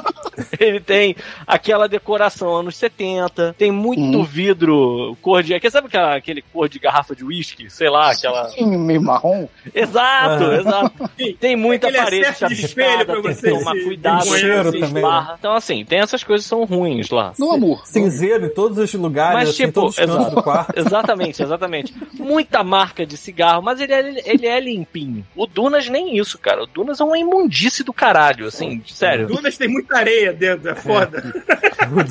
Ele tem aquela decoração anos 70, tem muito Uhum. vidro cor de. Sabe aquela, aquele cor de garrafa de uísque? Sei lá, Ah, aquela. Sim, meio marrom. Exato, Aham. exato. Tem muita Aquele parede excesso de chapiscada, espelho pra tem que você tomar se- né? cuidado, tem cheiro se também, esbarra. Então, assim, tem essas coisas que são ruins lá. No amor. Cinzeiro em todos os lugares, Mas, assim, em tipo, todos os cantos exato. do quarto. Exatamente, exatamente. Muita marca de cigarro, mas ele é, ele é limpinho. O Dunas nem isso, cara. O Dunas é uma imundície do caralho, assim, sério. Dunas tem muita areia dentro, é foda.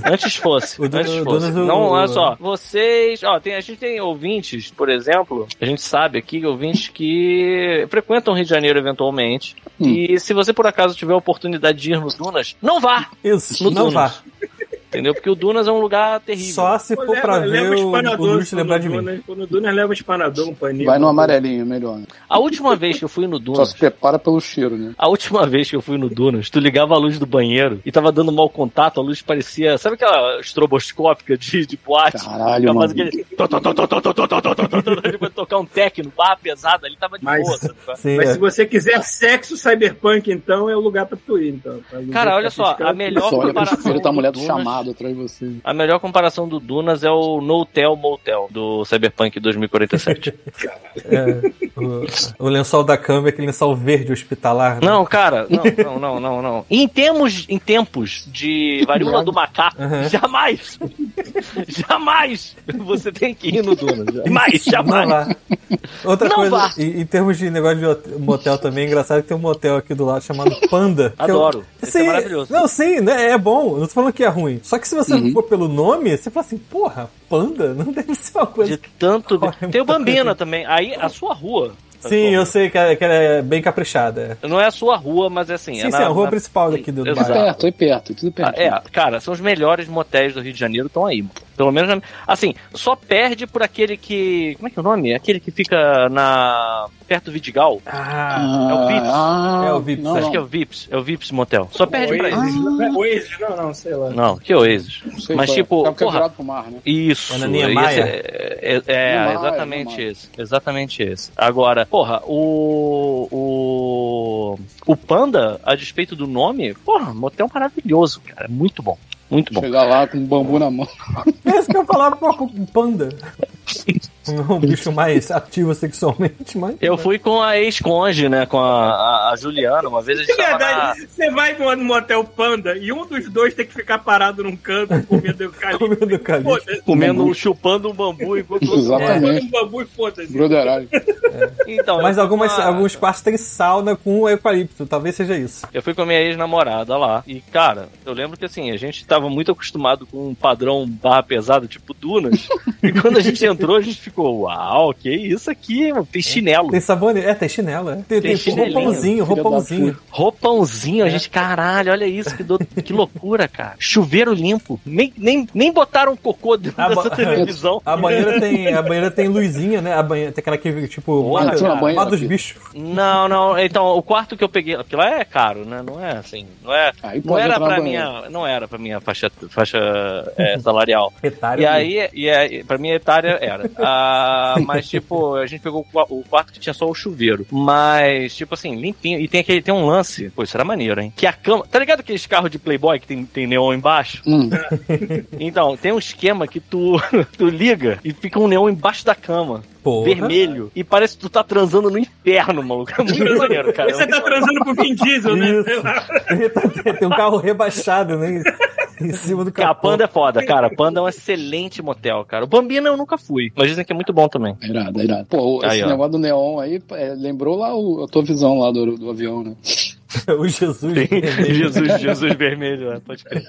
Antes fosse. O Du- antes o fosse. Dunas, o- Não, olha só. Vocês. Ó, tem, a gente tem ouvintes, por exemplo. A gente sabe aqui ouvintes que frequentam o Rio de Janeiro eventualmente. Hum. E se você por acaso tiver a oportunidade de ir no Dunas, não vá! Isso, No não vá. Dunas. Entendeu? Porque o Dunas é um lugar terrível. Só se for pra ver o, o Luxo lembrar de mim. Dunas, quando o Dunas leva o espanador, um paninho. Vai no amarelinho, melhor. né? A última vez que eu fui no Só Dunas. se prepara pelo cheiro, né? A última vez que eu fui no Dunas, tu ligava a luz do banheiro e tava dando mau contato, a luz parecia. Sabe aquela estroboscópica de, de boate? Caralho, Tava mano. fazendo aquele. tó, tó, tó, tó, tó, tó, tó, tó, tó, tó, tó, tó, Tipo, tocar um techno, barra pesada ali, tava de Mas- boa. sabe qual é? Sim, Mas é. se você quiser sexo cyberpunk, então é o lugar pra tu ir. Então. Pra luz Cara, olha só, ficar a melhor Só olha pro comparação. espelho, tá a mulher do Dunas- chamado atrás de você. A melhor comparação do Dunas é o Notel Motel do Cyberpunk 2047. É. O, o lençol da cama é aquele lençol verde hospitalar. né? Não, cara, não, não, não, não, não. Em termos, em tempos de varíola do macaco, Uhum. jamais, jamais você tem que ir no dono. Jamais, Não jamais. vá. Outra Não coisa, vá. E, em termos de negócio de hotel- motel também, é engraçado que tem um motel aqui do lado chamado Panda. que Adoro. Eu, Esse sim, é maravilhoso. Uhum. Não, sim, né, é bom. Eu Não tô falando que é ruim. Só que se você for pelo nome, você fala assim, porra, Panda? Não deve ser uma coisa... De tanto. Corre Tem o Bambina também. Aí a sua rua. tá Sim, eu sei que ela, que ela é bem caprichada. Não é a sua rua, mas é assim. Sim, é sim, na- é a rua na- principal daqui do do Tudo Exato. bairro. perto, aí perto, tudo Ah, perto. É, cara, são os melhores motéis do Rio de Janeiro, estão aí. Pelo menos, na- assim, só perde por aquele que. Como é que é o nome? Aquele que fica na. perto do Vidigal. Ah, Ah, é o Vips. Ah, É o Vips, Não, Acho não, que é o Vips. É o Vips Motel. Só perde pra isso. Oasis, né? Oasis, não, não, sei lá. Não, que Oasis. não sei Mas, qual é. tipo, Sabe que é porra. virado pro mar, né? Isso. Era Niemeyer? esse É, é- é, Niemeyer, exatamente Niemeyer. esse. Exatamente esse. Agora, porra, o. O. O Panda, a despeito do nome, porra, motel maravilhoso, cara. Muito bom. Muito bom. Chegar lá com um bambu na mão. é isso que eu falava, pô, com Panda. um bicho mais ativo sexualmente, mas. Eu fui com a ex-conge, né? Com a, a- a Juliana, uma vez a gente De tava na... verdade, você vai no no motel panda e um dos dois tem que ficar parado num canto comendo eucalipto. Comendo eucalipto. Foda-se. comendo, chupando um bambu enquanto... É, né? Exatamente. Um bambu e É. foda-se. Broderagem. Então, Mas eu fui algumas, com a- alguns quartos têm sauna com eucalipto, talvez seja isso. Eu fui com a minha ex-namorada lá. E, cara, eu lembro que assim, a gente tava muito acostumado com um padrão barra pesada, tipo Dunas. e quando a gente entrou, a gente ficou, uau, que isso aqui, mano? Tem chinelo. É. Tem sabonete, é, tem chinelo, é. Tem, tem, chinelinho, roupãozinho, filha da roupãozinho. Roupãozinho, É. a gente, caralho, olha isso, que, do- que loucura, cara. Chuveiro limpo. Nem, nem, nem botaram cocô dentro Ah, dessa bo- televisão. A banheira tem, a banheira tem luzinha, né? A banheira tem aquela que tipo Porra, mata, cara. mata os Banheira, bichos. Não, não, então, o quarto que eu peguei, porque lá é caro, né? Não é assim, não é. Aí Não pode era, entrar pra no banheiro. minha, não era pra minha faixa, faixa é, salarial. Etário, E aí, e aí, pra minha etária era. Ah, mas, tipo, a gente pegou o qua- o quarto que tinha só o chuveiro. Mas, tipo assim, limpinho. E tem aquele, tem um lance. Pô, isso era maneiro, hein? Que a cama. Tá ligado aqueles carros de Playboy que tem, tem neon embaixo? Hum. Então, tem um esquema que tu, tu liga e fica um neon embaixo da cama. Porra. Vermelho. E parece que tu tá transando no inferno, maluco. É muito maneiro, cara. Você tá transando com o Vin Diesel, né? Isso. Sei lá. tem um carro rebaixado, né? Em cima do Cara, a capô. Panda é foda, cara. A Panda é um excelente motel, cara. O Bambina eu nunca fui, mas dizem que é muito bom também. É Irado, é irado. Pô, Aí, esse ó. negócio do neon aí é, lembrou lá o- a tua visão lá do, do avião, né? O Jesus. Jesus, Jesus vermelho, né? Pode crer.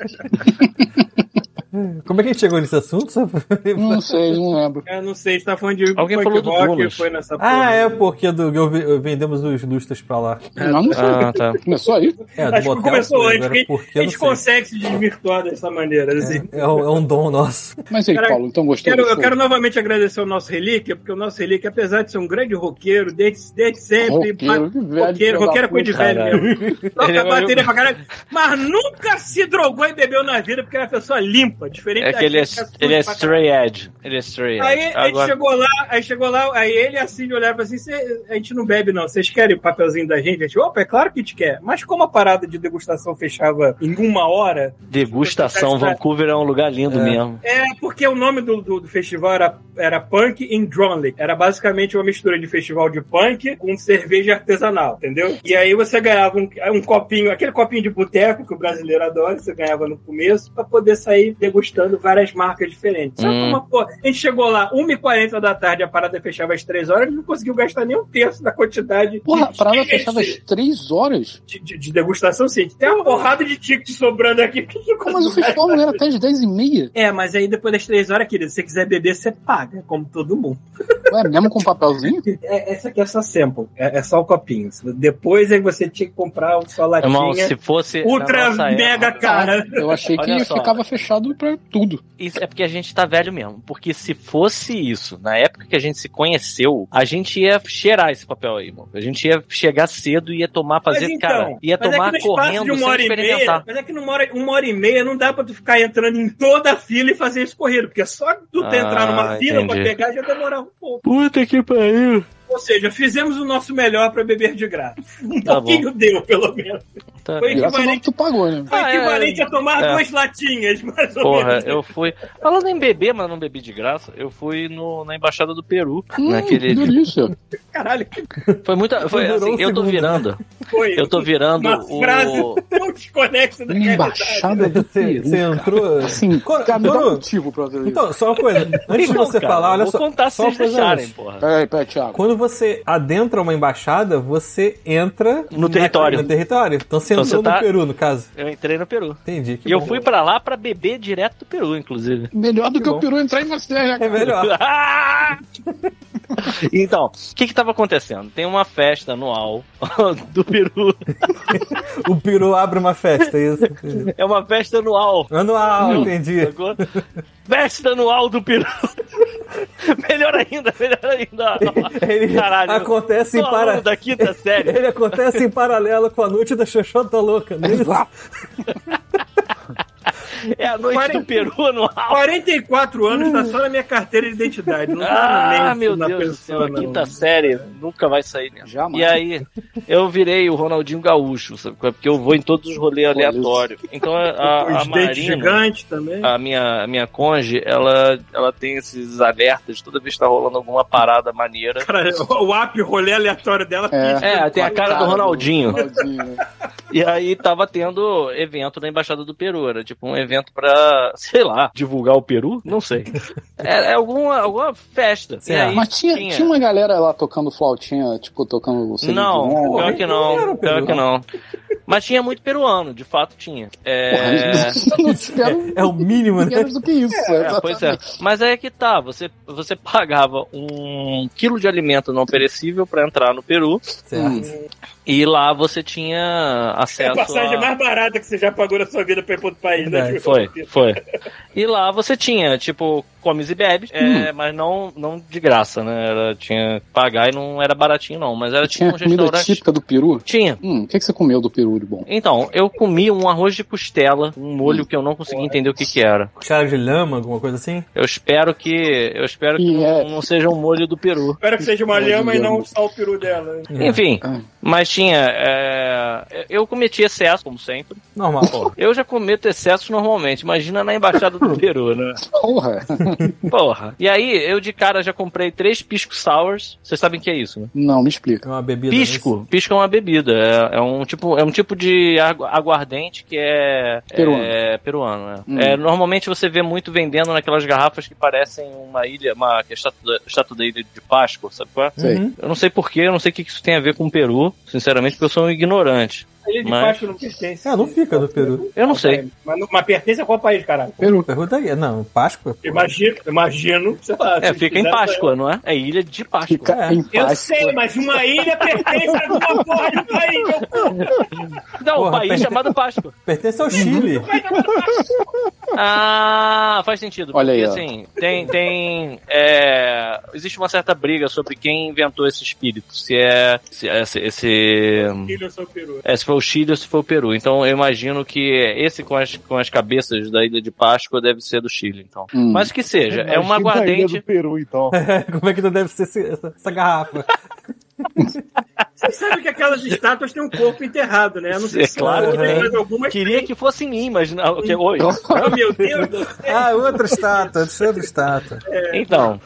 Como é que a gente chegou nesse assunto? sabe? Hum. Não sei, não lembro. Eu não sei, você tá falando de Alguém punk falou do rock, Dunas. foi nessa Ah, porra. é porque do, eu ve- eu vendemos os lustres pra lá. É, Não, não sei. Ah, tá. Começou aí? É, do Acho que motel, começou agora antes, por que quê, a eu não gente sei. consegue se desvirtuar dessa maneira, assim. É um, é um dom nosso. Mas e aí, Cara, Paulo, então gostou Quero- do eu show? quero novamente agradecer o nosso Relíquia, porque o nosso Relíquia, apesar de ser um grande roqueiro, desde, desde sempre, Roqueiro, que velho, roqueiro, filho roqueiro é da coisa de puta. velho mesmo. Toca Ele- é um a bateria pra caralho, mas nunca se drogou e bebeu na vida, porque era uma pessoa limpa, diferente É que ele é, gente que suja ele é pra stray edge. Ele é stray edge. tá Aí a gente chegou lá, aí chegou lá, aí ele e a Cindy olharam assim, "Cê- a gente não bebe não, vocês querem o papelzinho da gente? A gente, opa, é claro que a gente quer. Mas como a parada de degustação fechava em uma hora, Tá, Degustação Vancouver é um lugar lindo mesmo. é porque o nome do, do, do festival era, era Punk in Dronley. Era basicamente uma mistura de festival de punk com cerveja artesanal, entendeu? E aí você ganhava um, um copinho, aquele copinho de boteco que o brasileiro adora, você ganhava no começo, pra poder sair degustando várias marcas diferentes. Sabe Hum. como, pô, a gente chegou lá 1h40 da tarde, a parada fechava às 3 horas, a gente não conseguiu gastar nem um terço da quantidade Porra, a de, parada tickets fechava às três horas? de, de- de degustação, sim. Tem uma porrada de ticket sobrando aqui. que a gente não Como, assim? mas o conseguiu festival não era até às dez e meia? é, mas aí depois das três horas, querido, se você quiser beber, você paga, como todo mundo. Ué, mesmo com papelzinho? É, essa aqui é só sample, é, é só o copinho. Depois aí você tinha que comprar sua latinha Irmão, se fosse. na ultra nossa mega época- cara. Eu achei Olha que só. ficava fechado pra tudo. Isso é porque a gente tá velho mesmo. Porque se fosse isso, na época que a gente se conheceu, a gente ia cheirar esse papel aí, irmão. A gente ia chegar cedo e ia tomar, fazer, mas então, cara, ia mas tomar é que no espaço de correndo uma sem hora e meia, experimentar. mas é que numa hora, uma hora e meia não dá pra tu ficar entrando em toda a fila e fazer isso corrido, porque é só tu Ah, entrar numa fila pra entendi. pegar já demorava um pouco. Puta que pariu. Ou seja, fizemos o nosso melhor pra beber de graça. Um Tá bom. pouquinho deu, pelo menos. Tá Foi bem. Graças a Deus equivalente- que tu pagou, né? Foi Ah, é, equivalente a tomar é. duas latinhas, mais ou Porra, menos. eu fui. Falando em beber, mas não bebi de graça, eu fui no- na Embaixada do Peru. Hum, naquele. que delícia. Caralho, que Foi muita. Foi Durou assim, um eu tô segundo. virando. foi. Eu tô virando Uma o. Então, frase tão desconexa da realidade. Embaixada do Você, Peru. você entrou. Assim, Quando- cara, me dá quando- um motivo pra fazer isso. Então, só uma coisa. Antes de Não, você cara, falar, olha vou só. contar se só uma vocês coisa deixarem, antes. porra. Peraí, peraí, Thiago. Quando você adentra uma embaixada, você entra No território. No território. Então você Então entrou você tá- no Peru, no caso. Eu entrei no Peru. Entendi. que E eu bom. fui pra lá pra beber direto do Peru, inclusive. Melhor Tá do que, bom. o peru entrar em você, né? É cara? melhor. Ah! Então, o que que tava acontecendo? Tem uma festa anual do Peru. O Peru abre uma festa, isso. É uma festa anual. Anual, entendi. Sacou? Festa anual do Peru. melhor ainda, melhor ainda. Ele Caralho. acontece em Sou aluno para... da quinta série. Ele tá acontece em paralelo com a noite da Xoxota Louca. né? É a noite Quarenta- do peru anual. 44 anos tá só na minha carteira de identidade. Não tá no Ah, lenço meu da Deus do céu, pessoa, a não. quinta série nunca vai sair dentro. Jamais. E aí, eu virei o Ronaldinho Gaúcho, sabe? qual é? Porque eu vou em todos os rolês Olha isso. aleatórios. Então a, a, a Os dentes Marina, gigantes também. a minha, a minha conge, ela, ela tem esses alertas toda vez que tá rolando alguma parada maneira. Cara, o app, o rolê aleatório dela. É. É, tem a cara do Ronaldinho. Ronaldinho. E aí tava tendo evento na Embaixada do Peru. Era tipo um evento pra, sei lá, divulgar o Peru? Não sei. É, é alguma, alguma festa. E Certo. aí Mas tinha, tinha uma galera lá tocando flautinha, tipo, tocando... sei lá, Não, né? pior que não era não, o pior peru. que não. Mas tinha muito peruano, de fato tinha. É, Porra, não espero É o mínimo, né? menos do que isso. é, pois é. Mas aí é que tá, você, você pagava um quilo de alimento não perecível pra entrar no Peru Certo. Hum, e lá você tinha É a acesso passagem a... mais barata que você já pagou na sua vida pra ir pro outro país, né, Verdade. É, Ju? Foi, foi. E lá você tinha, tipo, comes e Hum. bebes, é, mas não, não de graça, né? Era, tinha que pagar e não era baratinho, não. Mas era tipo Tinha um comida restaurante. típica do Peru? Tinha. Hum, o que, que você comeu do Peru de bom? Então, eu comi um arroz de costela, um Hum. molho que eu não consegui entender o que que era. Cara de lama, alguma coisa assim? Eu espero que, eu espero que E é- não, não seja um molho do Peru. Espero que seja uma Olha, lhama e não um digamos. só o peru dela. né? Enfim, Ah. mas tinha. é, eu cometi excesso, como sempre. Normal. Eu já cometo excessos normalmente. Imagina na embaixada do Peru, né? Porra! Porra. E aí, eu de cara já comprei três pisco sours. Vocês sabem o que é isso, né? Não, me explica. É uma bebida. Pisco. Pisco é uma bebida. É, é um, tipo, é um tipo de agu- aguardente que é. Peruano. É, peruano, né? Hum. É, normalmente você vê muito vendendo naquelas garrafas que parecem uma ilha, uma que é a estátua, da- estátua da ilha de Páscoa, sabe qual é? né? Sei. Uhum. Eu não sei porquê, eu não sei o que que isso tem a ver com o Peru, sinceramente, porque eu sou um ignorante. Ele de Mas- baixo não pertence. Ah, não fica do Peru. Eu não sei. Mas, não- mas pertence a qual país, caralho? Peru. Pergunta aí. Não, Páscoa? pô. Imagino, imagino, sei lá. É, se fica em quiser- Páscoa, não é? É ilha de Páscoa. Fica em Eu paz. sei, mas uma ilha pertence a uma porra de um país. meu cu. Não, um Porra, país pera- chamado Páscoa. Pertence Uhum. ao Chile. é Ah, faz sentido. Olha porque, aí, ó. assim, tem. tem é, existe uma certa briga sobre quem inventou esse espírito. Se é. Se é esse, esse, Ilha só peru. é, se foi o Chile ou se foi o Peru. Então eu imagino que esse com as, com as cabeças da ilha de Páscoa deve ser do Chile, então. Hum. Mas que seja, é uma Imagina a ilha aguardente. do Peru, então. Como é que não deve ser esse- essa, essa garrafa? Você sabe que aquelas estátuas têm um corpo enterrado, né? Eu não sei É se claro, tem né? mais algumas. Queria que fosse em mim, mas não. que- é oi. Então. Oh, meu Deus do céu. Ah, outra estátua. Outra estátua. Então.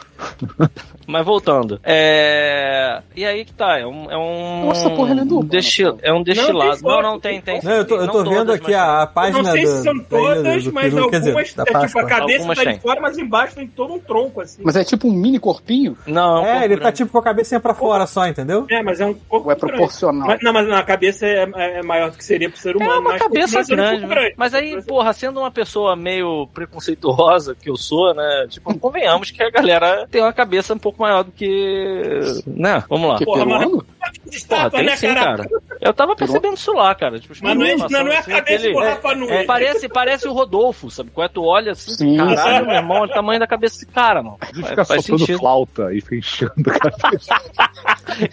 Mas voltando. É. E aí que tá. É um. É um Nossa, porra, ele é do urbano, desti- pô. É um destilado. foto, Não, não, tem, tem. Não, eu tô, eu Não tô todas, vendo aqui mas a, a Eu página não sei do, se são da ilha do- todas, do mas Peru, quer algumas, dizer, da é, tipo, a Páscoa. cabeça Algumas tá de tem. fora, mas embaixo tem todo um tronco, assim. Mas é tipo um mini corpinho? tem. Não, É, ele tá procurando. tipo com a cabecinha pra fora só, entendeu? É, mas é um corpo Ou é grande. proporcional? Mas, não, mas não, a cabeça é, é- é maior do que seria pro ser humano. É uma mas cabeça continua sendo um grande, corpo né? Mas aí, porra, sendo uma pessoa meio preconceituosa que eu sou, né? Tipo, convenhamos que a galera tem uma cabeça um pouco maior do que. Né? Vamos lá. Que é Porra, mas- peruano? De Porra, estátua, tem né, sim, cara. caralho? Eu tava percebendo isso lá, cara. Tipo, os Mas não é, caras não é a passando, assim, cabeça aquele- do Rafa Nui. É, parece, parece o Rodolfo, sabe? Quando tu olha assim, Sim. caralho, meu irmão, olha o tamanho da cabeça desse cara, mano. Ele Faz, fica faz soltando sentido. flauta e fica enchendo a cabeça.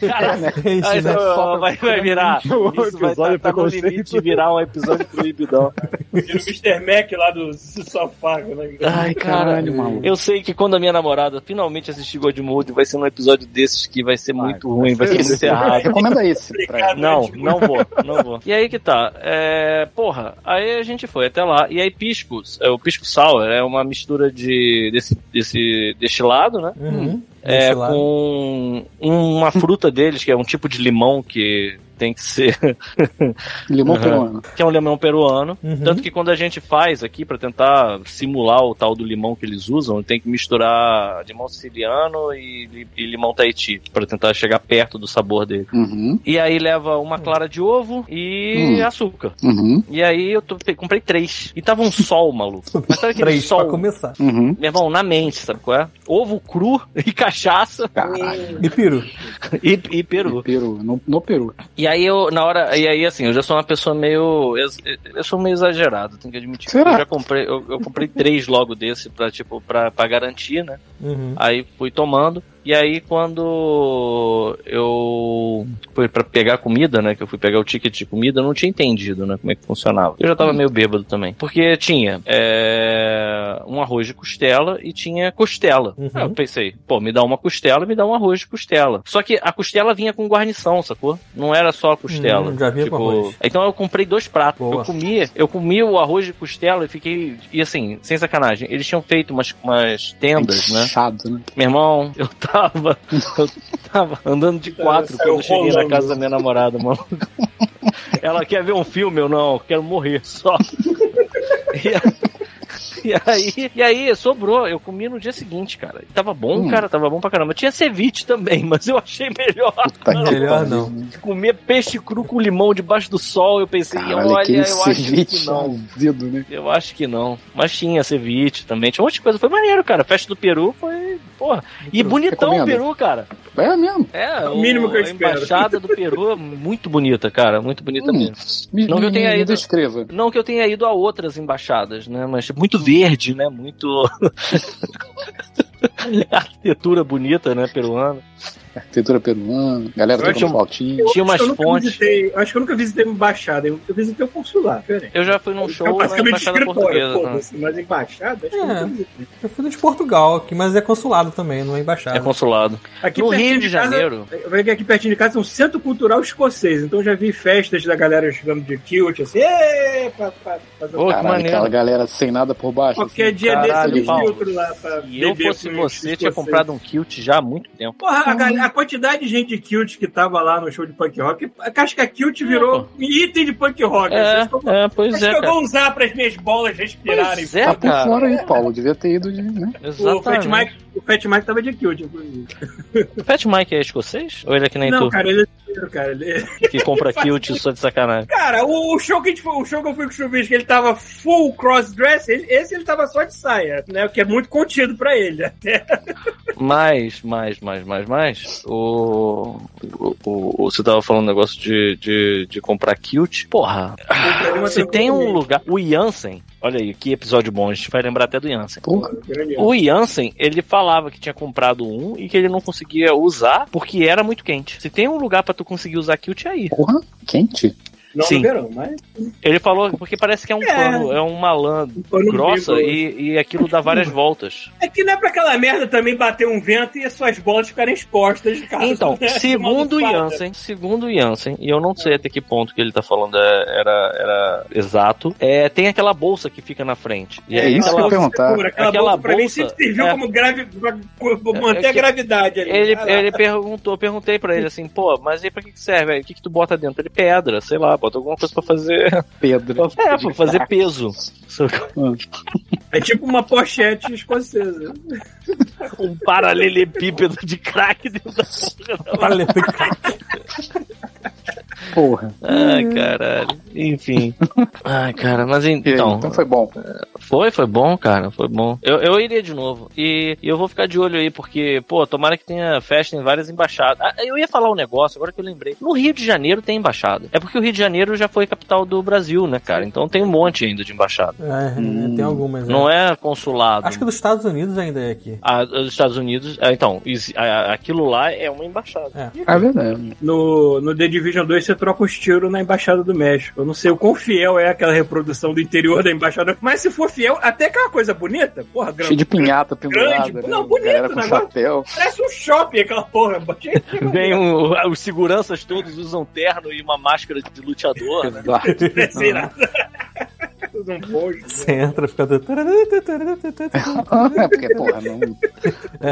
Cara, É isso, aí, né? ó, vai, vai virar. Um Isso vai tá, episódio tá no preconceito. limite de virar um episódio proibidão. E o Mr. Mac lá do Sofago, né? Ai, Caralho, caralho. maluco. Eu sei que quando a minha namorada finalmente assistir Godmode, vai ser um episódio desses que vai ser muito ruim, vai ser muito é errado. Recomenda esse. pra ela. Não, não vou, não vou. E aí que tá. É, porra, aí a gente foi até lá. E aí pisco, é, o pisco sour é uma mistura de desse, desse destilado, né? Uhum. É, Deixa lá. com uma fruta deles, que é um tipo de limão que tem que ser, Limão Aham. peruano. que é um limão peruano. Uhum. Tanto que quando a gente faz aqui pra tentar simular o tal do limão que eles usam, tem que misturar limão siciliano e, li- e limão Tahiti pra tentar chegar perto do sabor dele. Uhum, E aí leva uma Hum. clara de ovo e Hum. açúcar. uhum, E aí eu tô- pe- comprei três. E tava um sol, maluco. Mas sabe aquele Três pra sol? começar. uhum. Meu irmão, na mente, sabe qual é? Ovo cru e cachaça Caralho, E peru. e, e peru. Peru. No, no Peru. E aí eu, na hora, e aí assim, eu já sou uma pessoa meio, ex- eu sou meio exagerado, tenho que admitir. Será? Eu já comprei, eu, eu comprei três logo desse pra, tipo, pra, pra garantir, né? Uhum. Aí fui tomando. E E aí, quando eu fui pra pegar comida, né? Que eu fui pegar o ticket de comida, eu não tinha entendido, né? Como é que funcionava. Eu já tava meio bêbado também. Porque tinha é, um arroz de costela e tinha costela. Uhum. Aí eu pensei, pô, me dá uma costela e me dá um arroz de costela. Só que a costela vinha com guarnição, sacou? Não era só a costela. Hum, já vinha com arroz. Então eu comprei dois pratos. Boa. Eu comia, eu comia o arroz de costela e fiquei. E assim, sem sacanagem, eles tinham feito umas, umas tendas, né? Inchado, né? Meu irmão, eu tava. Eu tava andando de quatro saiu quando eu cheguei na rolando. casa da minha namorada, mano. Ela quer ver um filme, eu não, quero morrer só. E a- E aí, e aí, sobrou. Eu comi no dia seguinte, cara. E Tava bom, Hum. cara. Tava bom pra caramba. Tinha ceviche também, mas eu achei melhor Puta que Melhor pariu, não. né? comer peixe cru com limão debaixo do sol. Eu pensei, Caralho, olha, que eu acho que ceviche não. maldido, né? Eu acho que não. Mas tinha ceviche também. Tinha um monte de coisa. Foi maneiro, cara. Festa do Peru foi. Porra. E bonitão o Recomendo. Peru, cara. É mesmo. É, o mínimo que eu a espero. embaixada do Peru é muito bonita, cara. Muito bonita Hum. mesmo. Me, Não que eu me- tenha me ido. descreva. Não que eu tenha ido a outras embaixadas, né? Mas Hum. tipo, muito verde, né? Muito. Arquitetura bonita, né? Peruana. Arquitetura peruana, galera Eu acho tocando um- flautinha. Tinha umas eu nunca fontes. Visitei, acho que eu nunca visitei uma embaixada, eu eu visitei um consulado, peraí. Eu já fui num um show na É basicamente embaixada escritório, portuguesa. né? foda-se, mas embaixada, acho que eu É. nunca visitei. Eu fui no de Portugal aqui, mas é consulado também, não é É embaixada. consulado. Aqui No pertinho Rio de casa- Janeiro. Vai que aqui pertinho de casa é um centro cultural escocês, então eu já vi festas da galera chegando de kilt, assim, "Ê, pá, pá", fazendo- Pô, que Caralho, maneiro. aquela galera sem nada por baixo. Qualquer assim. dia caralho, desse eu Paulo. me filtro lá pra E eu beber fosse com você, os tinha escoceses. comprado um kilt já há muito tempo. Porra, a, galera- a quantidade de gente de kilt que tava lá no show de punk rock, a casca kilt virou um item de punk rock. É, assim, é, pois Acho é, que eu cara. vou usar para as minhas bolas respirarem. Pois é, Tá por cara. fora aí, Paulo. Devia ter ido de. Né? o, Fat Exatamente. Mike, o Fat Mike tava de kilt, inclusive. O Fat Mike é escocês? Ou ele é que nem Não, tu, cara, ele é dinheiro, cara. Ele... é- que compra kilt só de sacanagem? Cara, o, o show que a gente foi, o show que eu fui com o Chuvisco, ele tava full cross-dress, ele- esse ele tava só de saia, né? O que é muito contido pra ele. Até. Mas, mais, mais, mais, mais. O, o, o- o- você tava falando um negócio de, de, de comprar kilt. Porra, se tem um lugar. O Jansen, olha aí, que episódio bom, a gente vai lembrar até do Jansen. Porra. O Jansen, ele falava que tinha comprado um e que ele não conseguia usar porque era muito quente. Se tem um lugar pra tu conseguir usar kilt, é aí. Porra, quente. Não Sim. no verão, mas... Ele falou, porque parece que é um É. pano, é uma lã pano grossa bem e, e aquilo dá várias voltas. É que não é pra aquela merda também bater um vento e as suas bolas ficarem expostas de casa. Então, né? segundo o Tomando fada. Jansen, segundo o Jansen, e eu não sei até que ponto que ele tá falando é- era, era exato, é, tem aquela bolsa que fica na frente. E É aí isso que aquela- eu perguntar. Segura, Aquela, Aquela bolsa pra mim bolsa, sempre serviu é. como grave, pra pra É manter a que- gravidade ali. ele, Ah, lá. ele perguntou, eu perguntei pra ele assim, pô, mas aí pra que, que serve? aí? O que, que tu bota dentro? Ele pedra, sei lá, bota alguma coisa pra fazer. Pedra. É, pra fazer peso. É tipo uma pochete escocesa. Um paralelepípedo de crack dentro da Para ler- Porra. Ai, caralho. Enfim. Ai, cara, mas en- E aí, então. então foi bom. Foi, foi bom, cara, foi bom. Eu, eu iria de novo. E, e eu vou ficar de olho aí, porque, pô, tomara que tenha festa em várias embaixadas. Ah, eu ia falar um negócio, agora que eu lembrei. No Rio de Janeiro tem embaixada. É porque o Rio de Janeiro já foi capital do Brasil, né, cara? Então tem um monte ainda de embaixada. É, Hum. tem algumas. né? Não é consulado. Acho que dos Estados Unidos ainda é aqui. A- os Estados Unidos. ah, Então, is- a- aquilo lá é uma embaixada. É verdade. No, no The Division 2 você troca os tiros na Embaixada do México. Eu não sei o quão fiel é aquela reprodução do interior da Embaixada, mas se for fiel, até aquela coisa bonita, porra, grande. Cheio de pinhata pendurada. Grande, né? não, bonito Galera o com negócio. chapéu. Parece um shopping aquela porra. Gente, que Vem um, maneiro. o- os seguranças todos usam terno e uma máscara de luteador, né? Exato. Parece irado. Tudo um bojo, né? Você entra, fica. É porque, porra, não.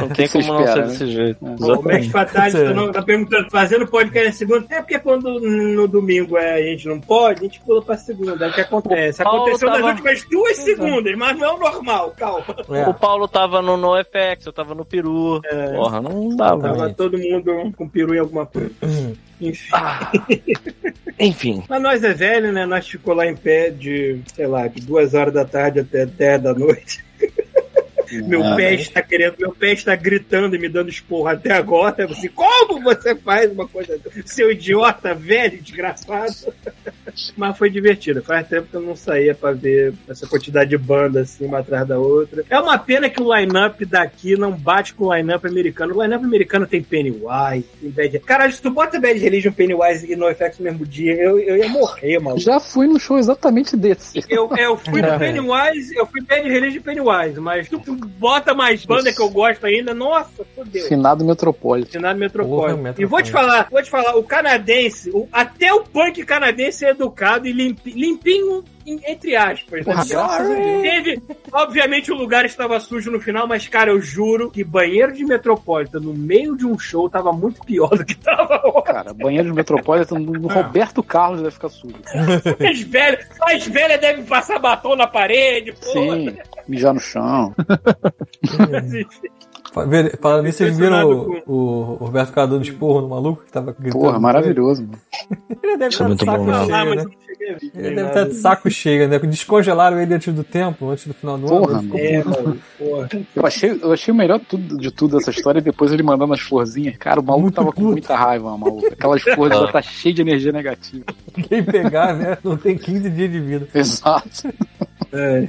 Não que tem se como não ser espera, né? desse jeito. O Max Fatality Sério. tá, não- tá perguntando, fazendo podcast na segunda? É porque quando no domingo é, a gente não pode, a gente pula pra segunda. É o que acontece. O Paulo Aconteceu nas tava- últimas duas segundas, mas não é o normal, calma. É. O Paulo tava no NoFX, eu tava no Peru. Porra, não dava. É. Tava todo mundo com peru em alguma coisa. Uhum. Enfim. Enfim. Mas nós é velho, né? Nós ficou lá em pé de, sei lá, de duas horas da tarde até 10 da noite. Meu Ah, pé está querendo, meu pé está gritando e me dando esporro até agora. Você, como você faz uma coisa dessa? Seu idiota velho, desgraçado. Mas foi divertido. Faz tempo que eu não saía pra ver essa quantidade de banda assim, uma atrás da outra. É uma pena que o line-up daqui não bate com o line-up americano. O line-up americano tem Pennywise, tem Bad Caralho, se tu bota Bad Religion, Pennywise e NoFX no mesmo dia, eu, eu ia morrer, maluco. Já fui num show exatamente desse. Eu, eu fui no Pennywise, eu fui Bad Religion e Pennywise, mas tu, tu bota mais banda que eu gosto ainda, nossa, fodeu. Finado Metropolitan. Finado Porra, Metropolitan. Metropolitan. E vou te falar, vou te falar, o canadense, o- até o punk canadense é educado e limpi- limpinho, em- entre aspas. né? Porra, graças a Deus. Teve, obviamente o lugar estava sujo no final, mas cara, eu juro que banheiro de Metropolitan no meio de um show tava muito pior do que tava hoje. Cara, banheiro de Metropolitan do É. do Roberto Carlos deve ficar sujo. As velhas, as velhas devem passar batom na parede, porra. Sim, mijar no chão. Fa- ver- Falando nisso, vocês viram o, Impressionado o Roberto Carlos dando esporro no maluco que tava gritando? Porra, maravilhoso, mano. Ele deve Isso estar é de muito saco bom, né? Ah, cheio, mas né? eu não cheguei a ver. Ele deve tá estar de saco cheio, né? Descongelaram ele antes do tempo, antes do final do Porra, ano. ele ficou É, mano, porra. Eu achei, eu achei o melhor tudo- de tudo essa história, depois ele mandando as florzinhas. Cara, o maluco Muito tava com puto. muita raiva, maluco. Aquelas flores Ah. já tá cheio de energia negativa. Quem pegar, né? Não tem 15 dias de vida. Exato.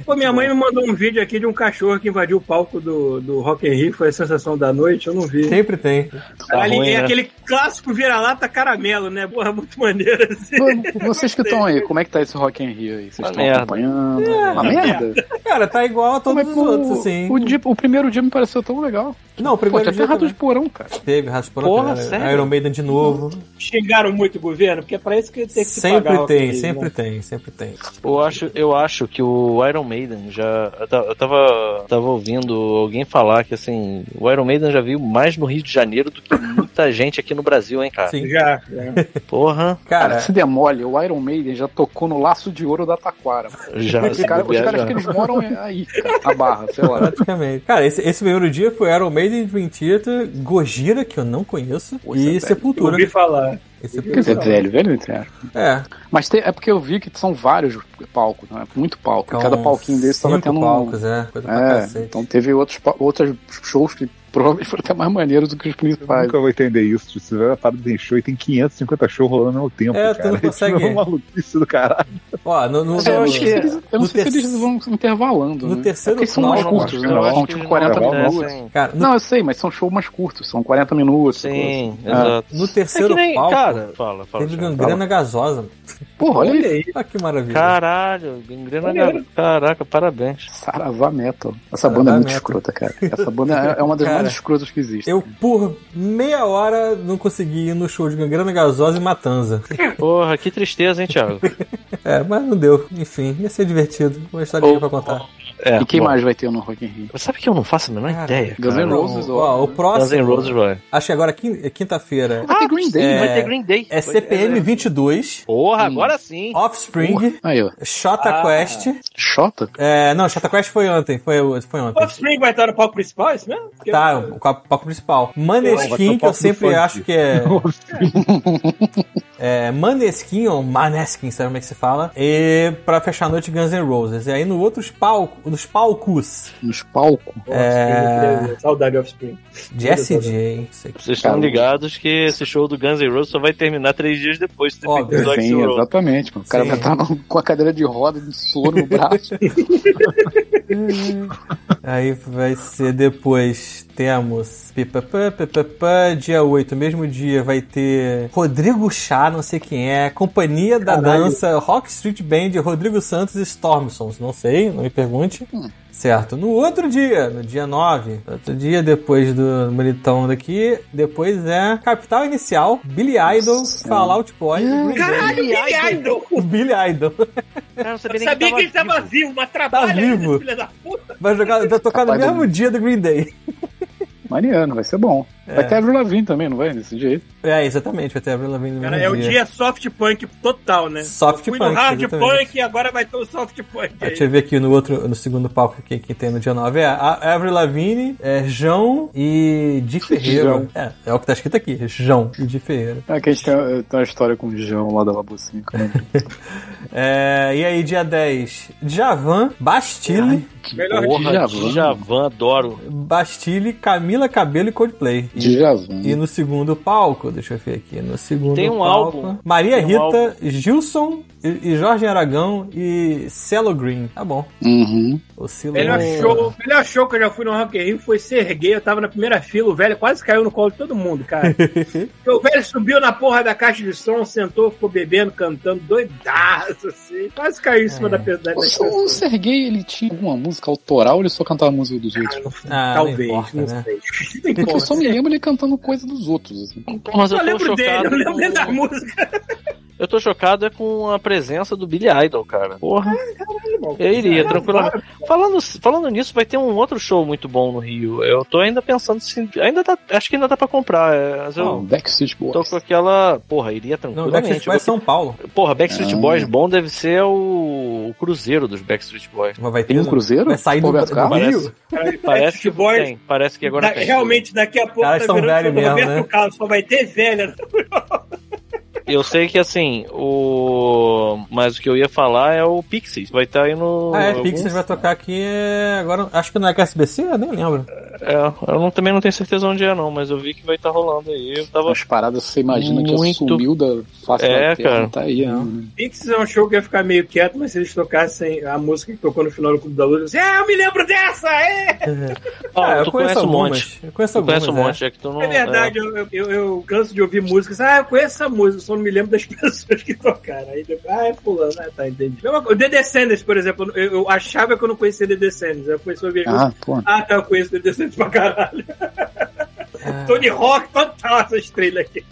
Pô, minha mãe me mandou um vídeo aqui de um cachorro que invadiu o palco do, do Rock in Rio, foi a sensação da noite, eu não vi. Sempre tem. Ali ruim, é né? aquele clássico vira-lata caramelo, né? Porra, muito maneiro assim. Pô, Vocês que estão aí, como é que tá esse Rock in Rio aí? Vocês Uma estão merda. acompanhando? Uma merda? Cara, tá igual a Como é É. todos que os o, outros, assim. o, dia- o primeiro dia me pareceu tão legal. Não, o Pô, primeiro tinha até dia rato também. de porão, cara. Teve Rato de Porão, Porra, teve sério? Iron Maiden de novo. Xingaram muito o governo, porque é pra isso que tem que se Sempre pagar, tem, ok, sempre né? tem, sempre tem. Eu acho, eu acho que o Iron Maiden já. Eu ta- eu tava, tava ouvindo alguém falar que assim, o Iron Maiden já veio mais no Rio de Janeiro do que muita gente aqui no Brasil, hein, cara? Sim. Já, já. Porra, Cara, Cara, se demole, o Iron Maiden já tocou no laço de ouro da Taquara. mano. já. Os se caras os bobear, caras já. que eles moram é aí, cara, a barra, sei lá. né? praticamente. Cara, esse, esse primeiro dia foi Iron Maiden, Dream Theater, Gojira, que eu não conheço, Poxa, é e velho. Eu Sepultura. ouvi falar. E Quer dizer, Sepultura. velho, velho, velho. É, Mas tem- é porque eu vi que são vários palcos, né? Muito palco. então, Cada palquinho desse tava cinco tendo um. palcos, é, coisa pra É, cacete. então teve outros, pa- outros shows que provavelmente foram até mais maneiros do que os Eu principais. nunca vou entender isso. Tipo, Se tiver parada tem show e tem 550 shows rolando ao mesmo tempo, É, tu cara. não consegue- Isso é uma maluquice do caralho. Ó, no, no, Mas eu, no- acho que eles, eu não no sei se eles terceiro- vão se intervalando. no né? terceiro Porque são final, mais eu curtos, acho. né? Eu São tá acho que tipo eles 40 não tá assim. minutos. acontecem. Cara, no, Não, eu sei, mas são shows mais curtos, são 40 minutos. Sim, É. exato. no É que terceiro nem, palco cara, fala, fala. teve Thiago. gangrena gasosa. mano. Porra, olha aí. aí. Ah, que é maravilha. Caralho, gangrena. gar- Caraca, parabéns. Saravá Metal. Essa Saravá banda é muito Metal. escrota, cara. Essa banda é é uma das Cara, mais escrotas que existe. Eu, por meia hora, não consegui ir no show de gangrena gasosa e matanza. Porra, que tristeza, hein, Thiago? É, mas não deu. Enfim, ia ser divertido. Uma historinha pra contar. É, e quem bom. mais vai ter no Rock in Rio? Sabe que eu não faço a menor Cara, ideia? Guns N' cara? Roses, Ó, ó, o Guns N' próximo. Roses vai. Acho que agora é quin- é quinta-feira. Vai ter Green Day, é- né? Vai ter Green Day. É CPM 22, Porra, Hum. agora sim. Offspring, Aí, ó. Shota Ah. Quest. Xota? É, não, Shota Quest foi ontem. Foi, foi O ontem. Offspring vai estar no palco principal, é isso mesmo? Porque- Tá, o palco palco principal. Vai ter Maneskin, o que eu palco do sempre funk. acho que é. É, Maneskin, ou Maneskin, sabe como é que se fala? E pra fechar a noite, Guns N' Roses. E aí no outros palco, nos palcos, Nos palcos. Offspring, Saudade Offspring. Jesse J, não sei o que. Vocês estão ligados que esse show do Guns N' Roses só vai terminar três dias depois do Óbvio. do Axl Sim, Rose. exatamente. Mano. O cara Sim. vai estar com a cadeira de roda, de soro no braço. Aí vai ser depois. Temos. pipapá, pipapá, dia 8, mesmo dia, vai ter Rodrigo Chá, não sei quem é. Companhia da Caralho. Dança, Rock Street Band, Rodrigo Santos e Stormsons. Não sei, não me pergunte. Hum. Certo. No outro dia, no dia 9, outro dia depois do bonitão daqui, depois é Capital Inicial, Billy Idol, Fallout Boy. e Green Day. Caralho, Billy Billy Idol! O Billy Idol Cara, eu não sabia Eu nem que sabia que ele tava tava vivo. vivo, mas trabalha ainda, vivo. filha da puta. vai jogar, vai tocar no Rapaz, mesmo dia do Green Day. Mariano, vai ser bom. Vai ter a Avril Lavigne também, não vai? Desse jeito. É, exatamente, vai ter Avril Lavigne no Cara, mesmo é o dia soft punk total, né? Soft Fui punk, no hard exatamente. Ah, punk e agora vai ter o soft punk. Deixa eu ver aqui no outro, no segundo palco que, que tem no dia 9. É a Avril Lavigne, é João e Di Ferreira. João. É, é o que tá escrito aqui, João e Di Ferreira. É que a gente tem, tem uma história com o João lá da né? Labucinha. É, e aí, dia 10, Javan, Bastille, Melhor Porra, Djavan. Djavan, adoro. Bastille, Camila Cabelo e Coldplay. E, Djavan. e no segundo palco, deixa eu ver aqui, no segundo Tem um palco, álbum. Maria Tem um Rita, álbum. Gilson e, e Jorge Aragão e Celo Green. Tá bom. Uhum. O Celo Melhor show, melhor show que eu já fui no Rock in Rio foi ser gay. Eu tava na primeira fila, o velho quase caiu no colo de todo mundo, cara. Porque o velho subiu na porra da caixa de som, sentou, ficou bebendo, cantando, doidaço, assim. Quase caiu em cima É. da pesada. O, o Serguei, ele tinha alguma música autoral ou ele só cantava a música dos outros? Ah, Talvez, não importa, não né? sei. Não Porque eu importa. só me lembro ele cantando coisa dos outros. assim. Então, Mas Eu, eu, tô lembro dele, eu né? chocado. lembro dele da com... música. Eu tô chocado é com a presença do Billy Idol, cara. Porra. Eu iria, tranquilamente. Falando, falando nisso, vai ter um outro show muito bom no Rio. Eu tô ainda pensando se. Ainda tá, acho que ainda dá pra comprar. é, Mas eu Ah, Backstreet tô Boys. com aquela. Porra, iria Não, tranquilamente. Backstreet tipo Boys Eu São Paulo. vou- Porra, Backstreet Ah. Boys bom deve ser o, o Cruzeiro dos Backstreet Boys. Mas vai ter Tem um né? cruzeiro? Vai sair do, Roberto do Carlos? Rio? Parece que Boys- tem. Parece que agora Da- tem. realmente, daqui a pouco tá Caras são virando velho show do mesmo, Roberto né? Carlos, só vai ter velha. Eu sei que assim, o. Mas o que eu ia falar é o Pixies. Vai estar aí no. Ah, é, algum- Pixies vai tocar aqui é, agora. Acho que não é com a SBC? Eu nem lembro. É, eu não- também não tenho certeza onde é, não, mas eu vi que vai estar rolando aí. Eu tava. Ah, As paradas que você imagina que Muito. sumiu da face É, da terra. cara. Tá aí, Não. né? Pixies é um show que ia ficar meio quieto, mas se eles tocassem a música que tocou no final do Clube da Luz, eu ia dizer, ah, eu me lembro dessa! É, Ah, É, eu tu conhece um monte. Eu conheço Tu algumas. conhece um é. monte, é que tu não. é verdade, eu, eu- eu, eu canso de ouvir músicas, ah, eu conheço essa música, só não me lembro das pessoas que tocaram. Aí depois, ah, é fulano, ah, tá, entendi. Mesma coisa, The Descendants, por exemplo, eu, eu achava que eu não conhecia The Descendants, eu comecei a ouvir as músicas, Ah, pô. ah, tá, eu conheço The Descendants pra caralho. Tony Rock, total, essa estrela aqui.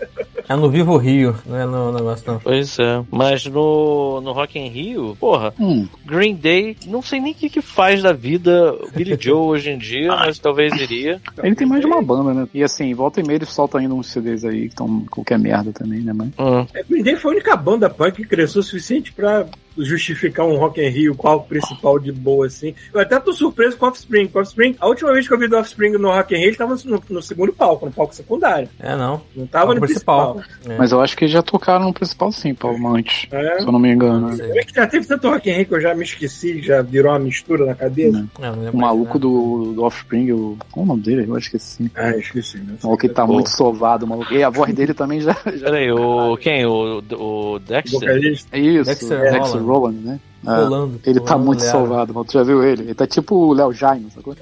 É no Vivo Rio, não é no negócio não. Pois é, mas no, no Rock in Rio, porra, Hum. Green Day, não sei nem o que, que faz da vida o Billy Joe hoje em dia, mas talvez iria. Ele tem mais de uma banda, né? E assim, volta e meia ele solta ainda uns CDs aí que estão qualquer merda também, né? Mas... Hum. É, Green Day foi a única banda punk que cresceu o suficiente pra justificar um Rock in Rio, palco principal de boa, assim. Eu até tô surpreso com o Offspring. Com o Offspring, a última vez que eu vi do Offspring no Rock in Rio, ele tava no, no segundo palco, no palco secundário. É não. Não tava Palco no principal. principal. É. Mas eu acho que eles já tocaram no principal sim, Paulo Mantes. É. Se eu não me engano. Não né? sei. Como é que já teve tanto Rock in Rio que eu já me esqueci, já virou uma mistura na cabeça? Não. É, não lembro O maluco mais, do, do Offspring, o... qual o nome dele? Eu acho que sim. Ah, esqueci, né? O maluco que tá muito sovado, o maluco. E a voz dele também já. já... Peraí, o. Quem? O, o Dexter? Vocalista. É isso, Dexter Dexter Roland. Roland, né? né? Ah, Rolando, ele tá rolando, é. muito Leandro. sovado, mano. Tu já viu ele? Ele tá tipo o Léo Jaime, sacou?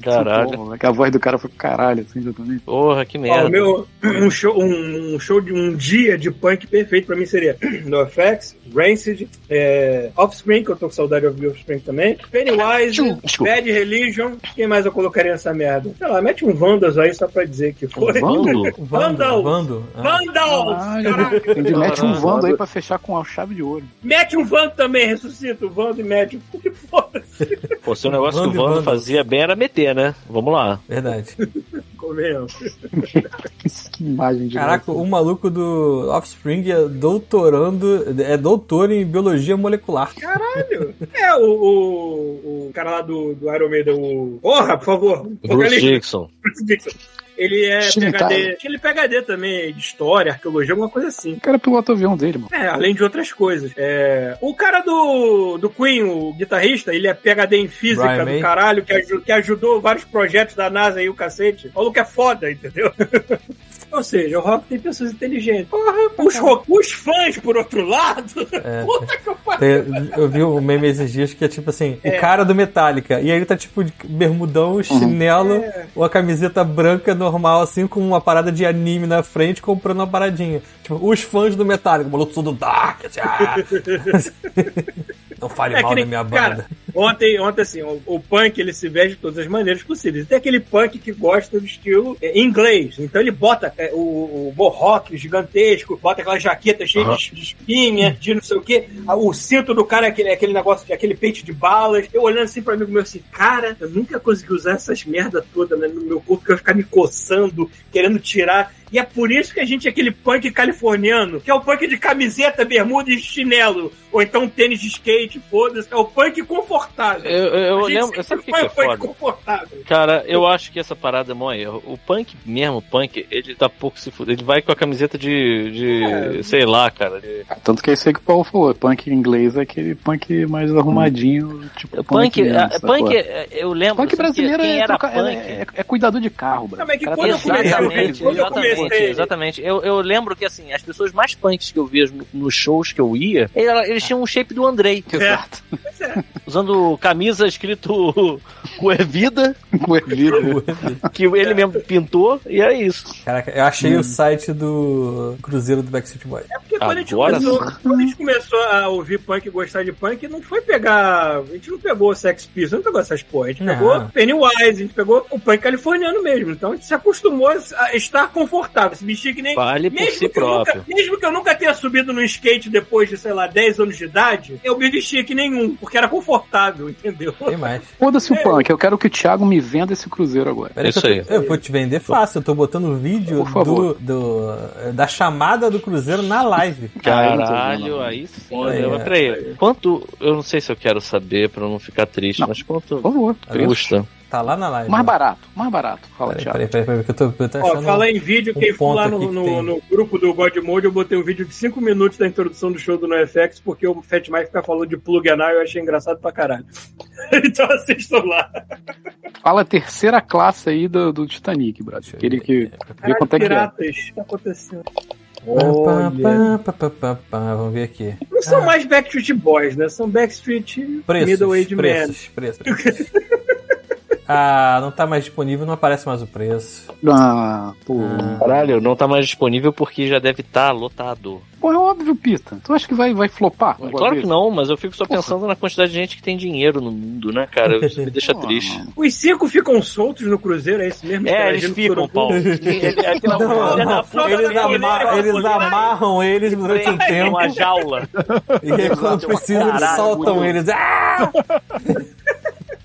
Caralho. Que a voz do cara foi pro caralho, assim, já também. Porra, que Ó, o merda. meu, um show, um, um show de um dia de punk perfeito pra mim seria NoFX, Rancid, é, Offspring, que eu tô com saudade de ouvir Offspring também, Pennywise, Tchum, desculpa. Bad Religion, quem mais eu colocaria nessa merda? Sei lá, mete um Vandals aí só pra dizer que foi. Vando? O Vando, Vandal. Vando. Ah, Vandals! Caraca, Ele mete um Caralho. vando aí pra fechar com a chave de ouro. mete um Vando também, ressuscita o Vando e mete. Que foda Pô, se o negócio Vando que e o Vando Vando. fazia bem era meter, né? Vamos lá. verdade. comemos. que imagem de Caraca, o maluco do Offspring é doutorando, é doutor em biologia molecular. Caralho! É, o, o, o cara lá do, do Iron Maiden, o. Porra, por favor! Bruce Vocalista. Dixon. Bruce Dixon. Ele é Steven PHD. Tyler. tá. Acho que ele é PHD também, de história, arqueologia, alguma coisa assim. O cara pilota o avião dele, mano. É, além de outras coisas. É, o cara do, do Queen, o guitarrista, ele é PHD em física Brian do May. caralho, que, aju- que ajudou vários projetos da NASA e o cacete. O maluco é foda, entendeu? Ou seja, o rock tem pessoas inteligentes. Os, ro- os fãs, por outro lado. É. Puta que pariu. Tem- Eu vi um meme esses dias que é tipo assim, o cara do Metallica. E aí ele tá tipo de bermudão, Uhum. chinelo, É. uma camiseta branca normal, assim, com uma parada de anime na frente, comprando uma paradinha. Tipo, os fãs do Metallica, o maluco sou do Dark, assim, ah. Não fale É mal que nem- da minha cara, banda. Ontem, ontem assim, o, o punk ele se veste de todas as maneiras possíveis. Tem aquele punk que gosta do estilo é, inglês. Então ele bota é, o, o borroque gigantesco, bota aquela jaqueta cheia de, de espinha, de não sei o quê. Ah, O cinto do cara é aquele, é aquele negócio, é aquele peito de balas. Eu olhando assim pra amigo meu assim, cara, eu nunca consegui usar essas merda toda né, no meu corpo, que eu ia ficar me coçando, querendo tirar. E é por isso que a gente é aquele punk californiano, que é o um punk de camiseta, bermuda e chinelo. Ou então tênis de skate, foda-se. É o punk confortável confortável. Eu, eu A gente lembro. sempre Sabe o que, que foi é punk foda? confortável. Cara, eu acho que essa parada é mó erro. O punk mesmo, o punk, ele tá pouco se fudendo. Ele vai com a camiseta de. É. de sei lá, cara. de- Tanto que é isso aí que o Paulo falou, punk em inglês é aquele punk mais arrumadinho, tipo Punk, mesmo, é- sacou? punk, é- eu lembro. Punk sabe brasileiro quem é, era troca- punk? é- é- é cuidador de carro, Não, brother. mas é que Cara, quando eu comecei, Exatamente, quando eu exatamente, comecei- exatamente. Eu, eu lembro que assim, as pessoas mais punks que eu via nos nos shows que eu ia, ela- eles tinham um shape do Andrei, Exato. é, usando camisa escrito Cuevida, Com ervilha. que ele mesmo pintou, e é isso. Caraca, eu achei o site do Cruzeiro do Backstreet Boys. Hum. É porque quando a, gente Agora começou, quando a gente começou a ouvir punk e gostar de punk, não foi pegar. A gente não pegou Sex Pistols, não pegou essas porra. A gente Não. pegou Pennywise, a gente pegou o punk californiano mesmo. Então a gente se acostumou a estar confortável, se vestir que nem. Vale por si Mesmo que, eu próprio. nunca, mesmo que eu nunca tenha subido no skate depois de, sei lá, 10 anos de idade, eu me vestia que nenhum, porque era confortável, entendeu? Tem mais. Foda-se o punk, eu quero que o Thiago me venda esse cruzeiro agora. Peraí Isso que eu, aí. eu vou te vender fácil, eu tô botando o vídeo Por favor. do, do- da chamada do Cruzeiro na live. Caralho, aí sim. Olha, eu- mas peraí, quanto. Eu não sei se eu quero saber pra eu não ficar triste, Não. mas Por quanto favor. custa? Tá lá na live. Mais né? barato, mais barato. Fala, Peraí, Thiago. peraí, peraí, peraí, que eu tô, eu tô Ó, achando... falar em vídeo, um quem for ponto lá aqui no, que no- tem. no grupo do God Mode, eu botei um vídeo de 5 minutos da introdução do show do NoFX, porque o Fat Mike fica falando de plug and I, eu achei engraçado pra caralho. então assistam lá. Fala a terceira classe aí do, do Titanic, brother. Aquele que. Vê quanto é que é. piratas, o que tá acontecendo? Pá, Olha. pá, pá, pá, pá, pá, Vamos ver aqui. Não são mais Backstreet Boys, né? São Backstreet Middle Preços, Age Men. preços, preços, preços. ah, não tá mais disponível, não aparece mais o preço. Ah, pô. Caralho, não tá mais disponível porque já deve estar lotado. Pô, é óbvio, Pita. Tu acha que vai, vai flopar? um Claro que negócio não, mas eu fico só Porra. pensando na quantidade de gente que tem dinheiro no mundo, né, cara? Isso me deixa desse? triste. Ah, Os cinco ficam soltos no Cruzeiro, é isso mesmo? É, Cara, eles gente, ficam, Cururu. Paulo. Ele- aquela- Não, filha não, da puta eles, da ama- mulher, eles mulher, amarram eles durante um tem tempo Uma jaula. e aí, quando Exato. precisam eles Caralho, soltam muito. eles. Ah!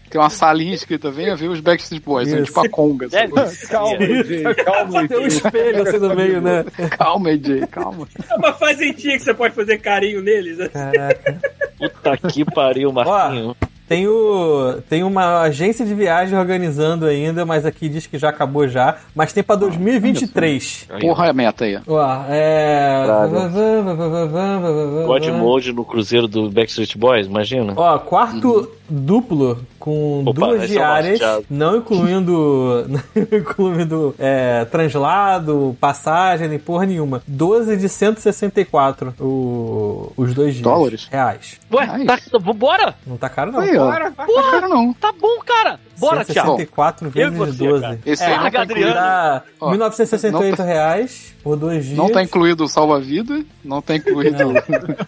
Tem uma salinha escrita, venha ver os Backstreet Boys, né? Isso. tipo a Conga. Deve sabe? Calma, gente, calma, Tem um gente. espelho assim no meio, né? Calma, EJ, calma. É uma fazentinha que você pode fazer carinho neles. né? Caraca. Puta que Tá pariu, Marquinho. Tem, o, tem uma agência de viagem organizando ainda, mas aqui diz que já acabou já. Mas tem pra 2023. Aí, Porra, é a meta aí. Ó, é. ó. God né? Mode no cruzeiro do Backstreet Boys, imagina. Ó, quarto duplo com Opa, duas esse é o diárias, Marciado. não incluindo, não incluindo é, translado, passagem, nem porra nenhuma. 12 de 164 o, os dois dias. Dólares? Reais. Ué, Nice. tá, bora! Não tá caro, não. Aí, ó. Bora, vai. Tá caro não. Tá bom, cara! Bora, Thiago! 164 Eu e vezes você, 12. cara. Esse É, aí não tá, Adriano. incluído, Dá Ó, 1.968 reais por dois dias. não tá incluído o salva-vida, não tá incluído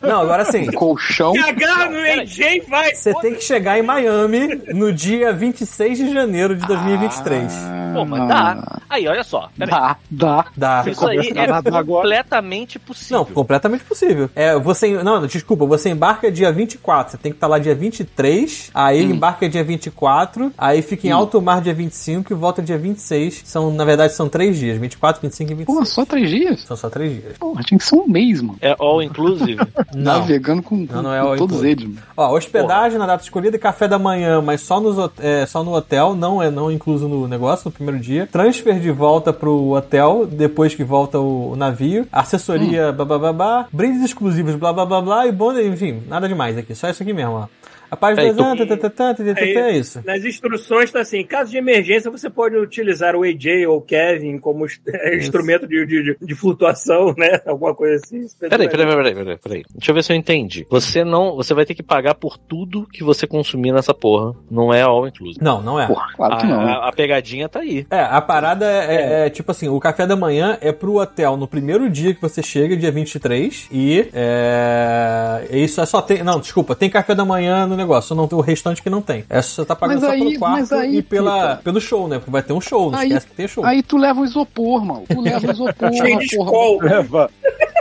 Não, agora sim. o colchão. Se agarra no AJ, vai. é um Você tem que chegar em Miami no dia 26 de janeiro de 2023. Ah, Pô, mas dá. Aí, olha só. Peraí. Dá, dá. Dá. Isso aí Começa a é nadar agora. completamente Não, possível. completamente possível. É, você. Não, desculpa, você embarca dia 24, você tem que estar lá dia 23, aí embarca dia 24, aí fica em alto mar dia 25 e volta dia 26. São, na verdade, são três dias: 24, 25 e 26. Pô, só três dias? São só três dias. Porra, tinha que ser um mês, mano. É all inclusive. Não. Navegando com, com Não, não é o todos incluso. eles, mano. Ó, hospedagem na data escolhida, café da manhã, mas só, nos, hot- é, só no hotel, não é não incluso no negócio, no primeiro dia. Transfer de volta pro hotel, depois que volta o, o navio. Assessoria, blá blá blá blá. Brindes exclusivos, blá blá blá blá. E bônus, enfim, nada demais aqui, só isso aqui mesmo, ó. A página Aí, tu- tá, tá, tá, tá, tá, tá, tá, é isso. Nas instruções está assim: em caso de emergência, você pode utilizar o AJ ou o Kevin como est- é, instrumento de, de, de flutuação, né? Alguma coisa assim. Peraí, peraí, peraí, peraí, peraí. Deixa eu ver se eu entendi. Você não. Você vai ter que pagar por tudo que você consumir nessa porra. Não é all inclusive. Não, não é. Porra, claro que A- não. a- a pegadinha tá aí. É, a parada é, é, tipo assim, o café da manhã é pro hotel no primeiro dia que você chega, dia 23, e é, isso é só tem, não, desculpa, tem café da manhã no negócio, não tem o restante que não tem. É só você tá pagando Mas só aí- pelo mas quarto aí, e pela, Pita. pelo show, né? Porque vai ter um show, não Aí- esquece que tem show. Aí tu leva o isopor, mano. Tu leva o isopor, Cheio uma de porra. escola. Leva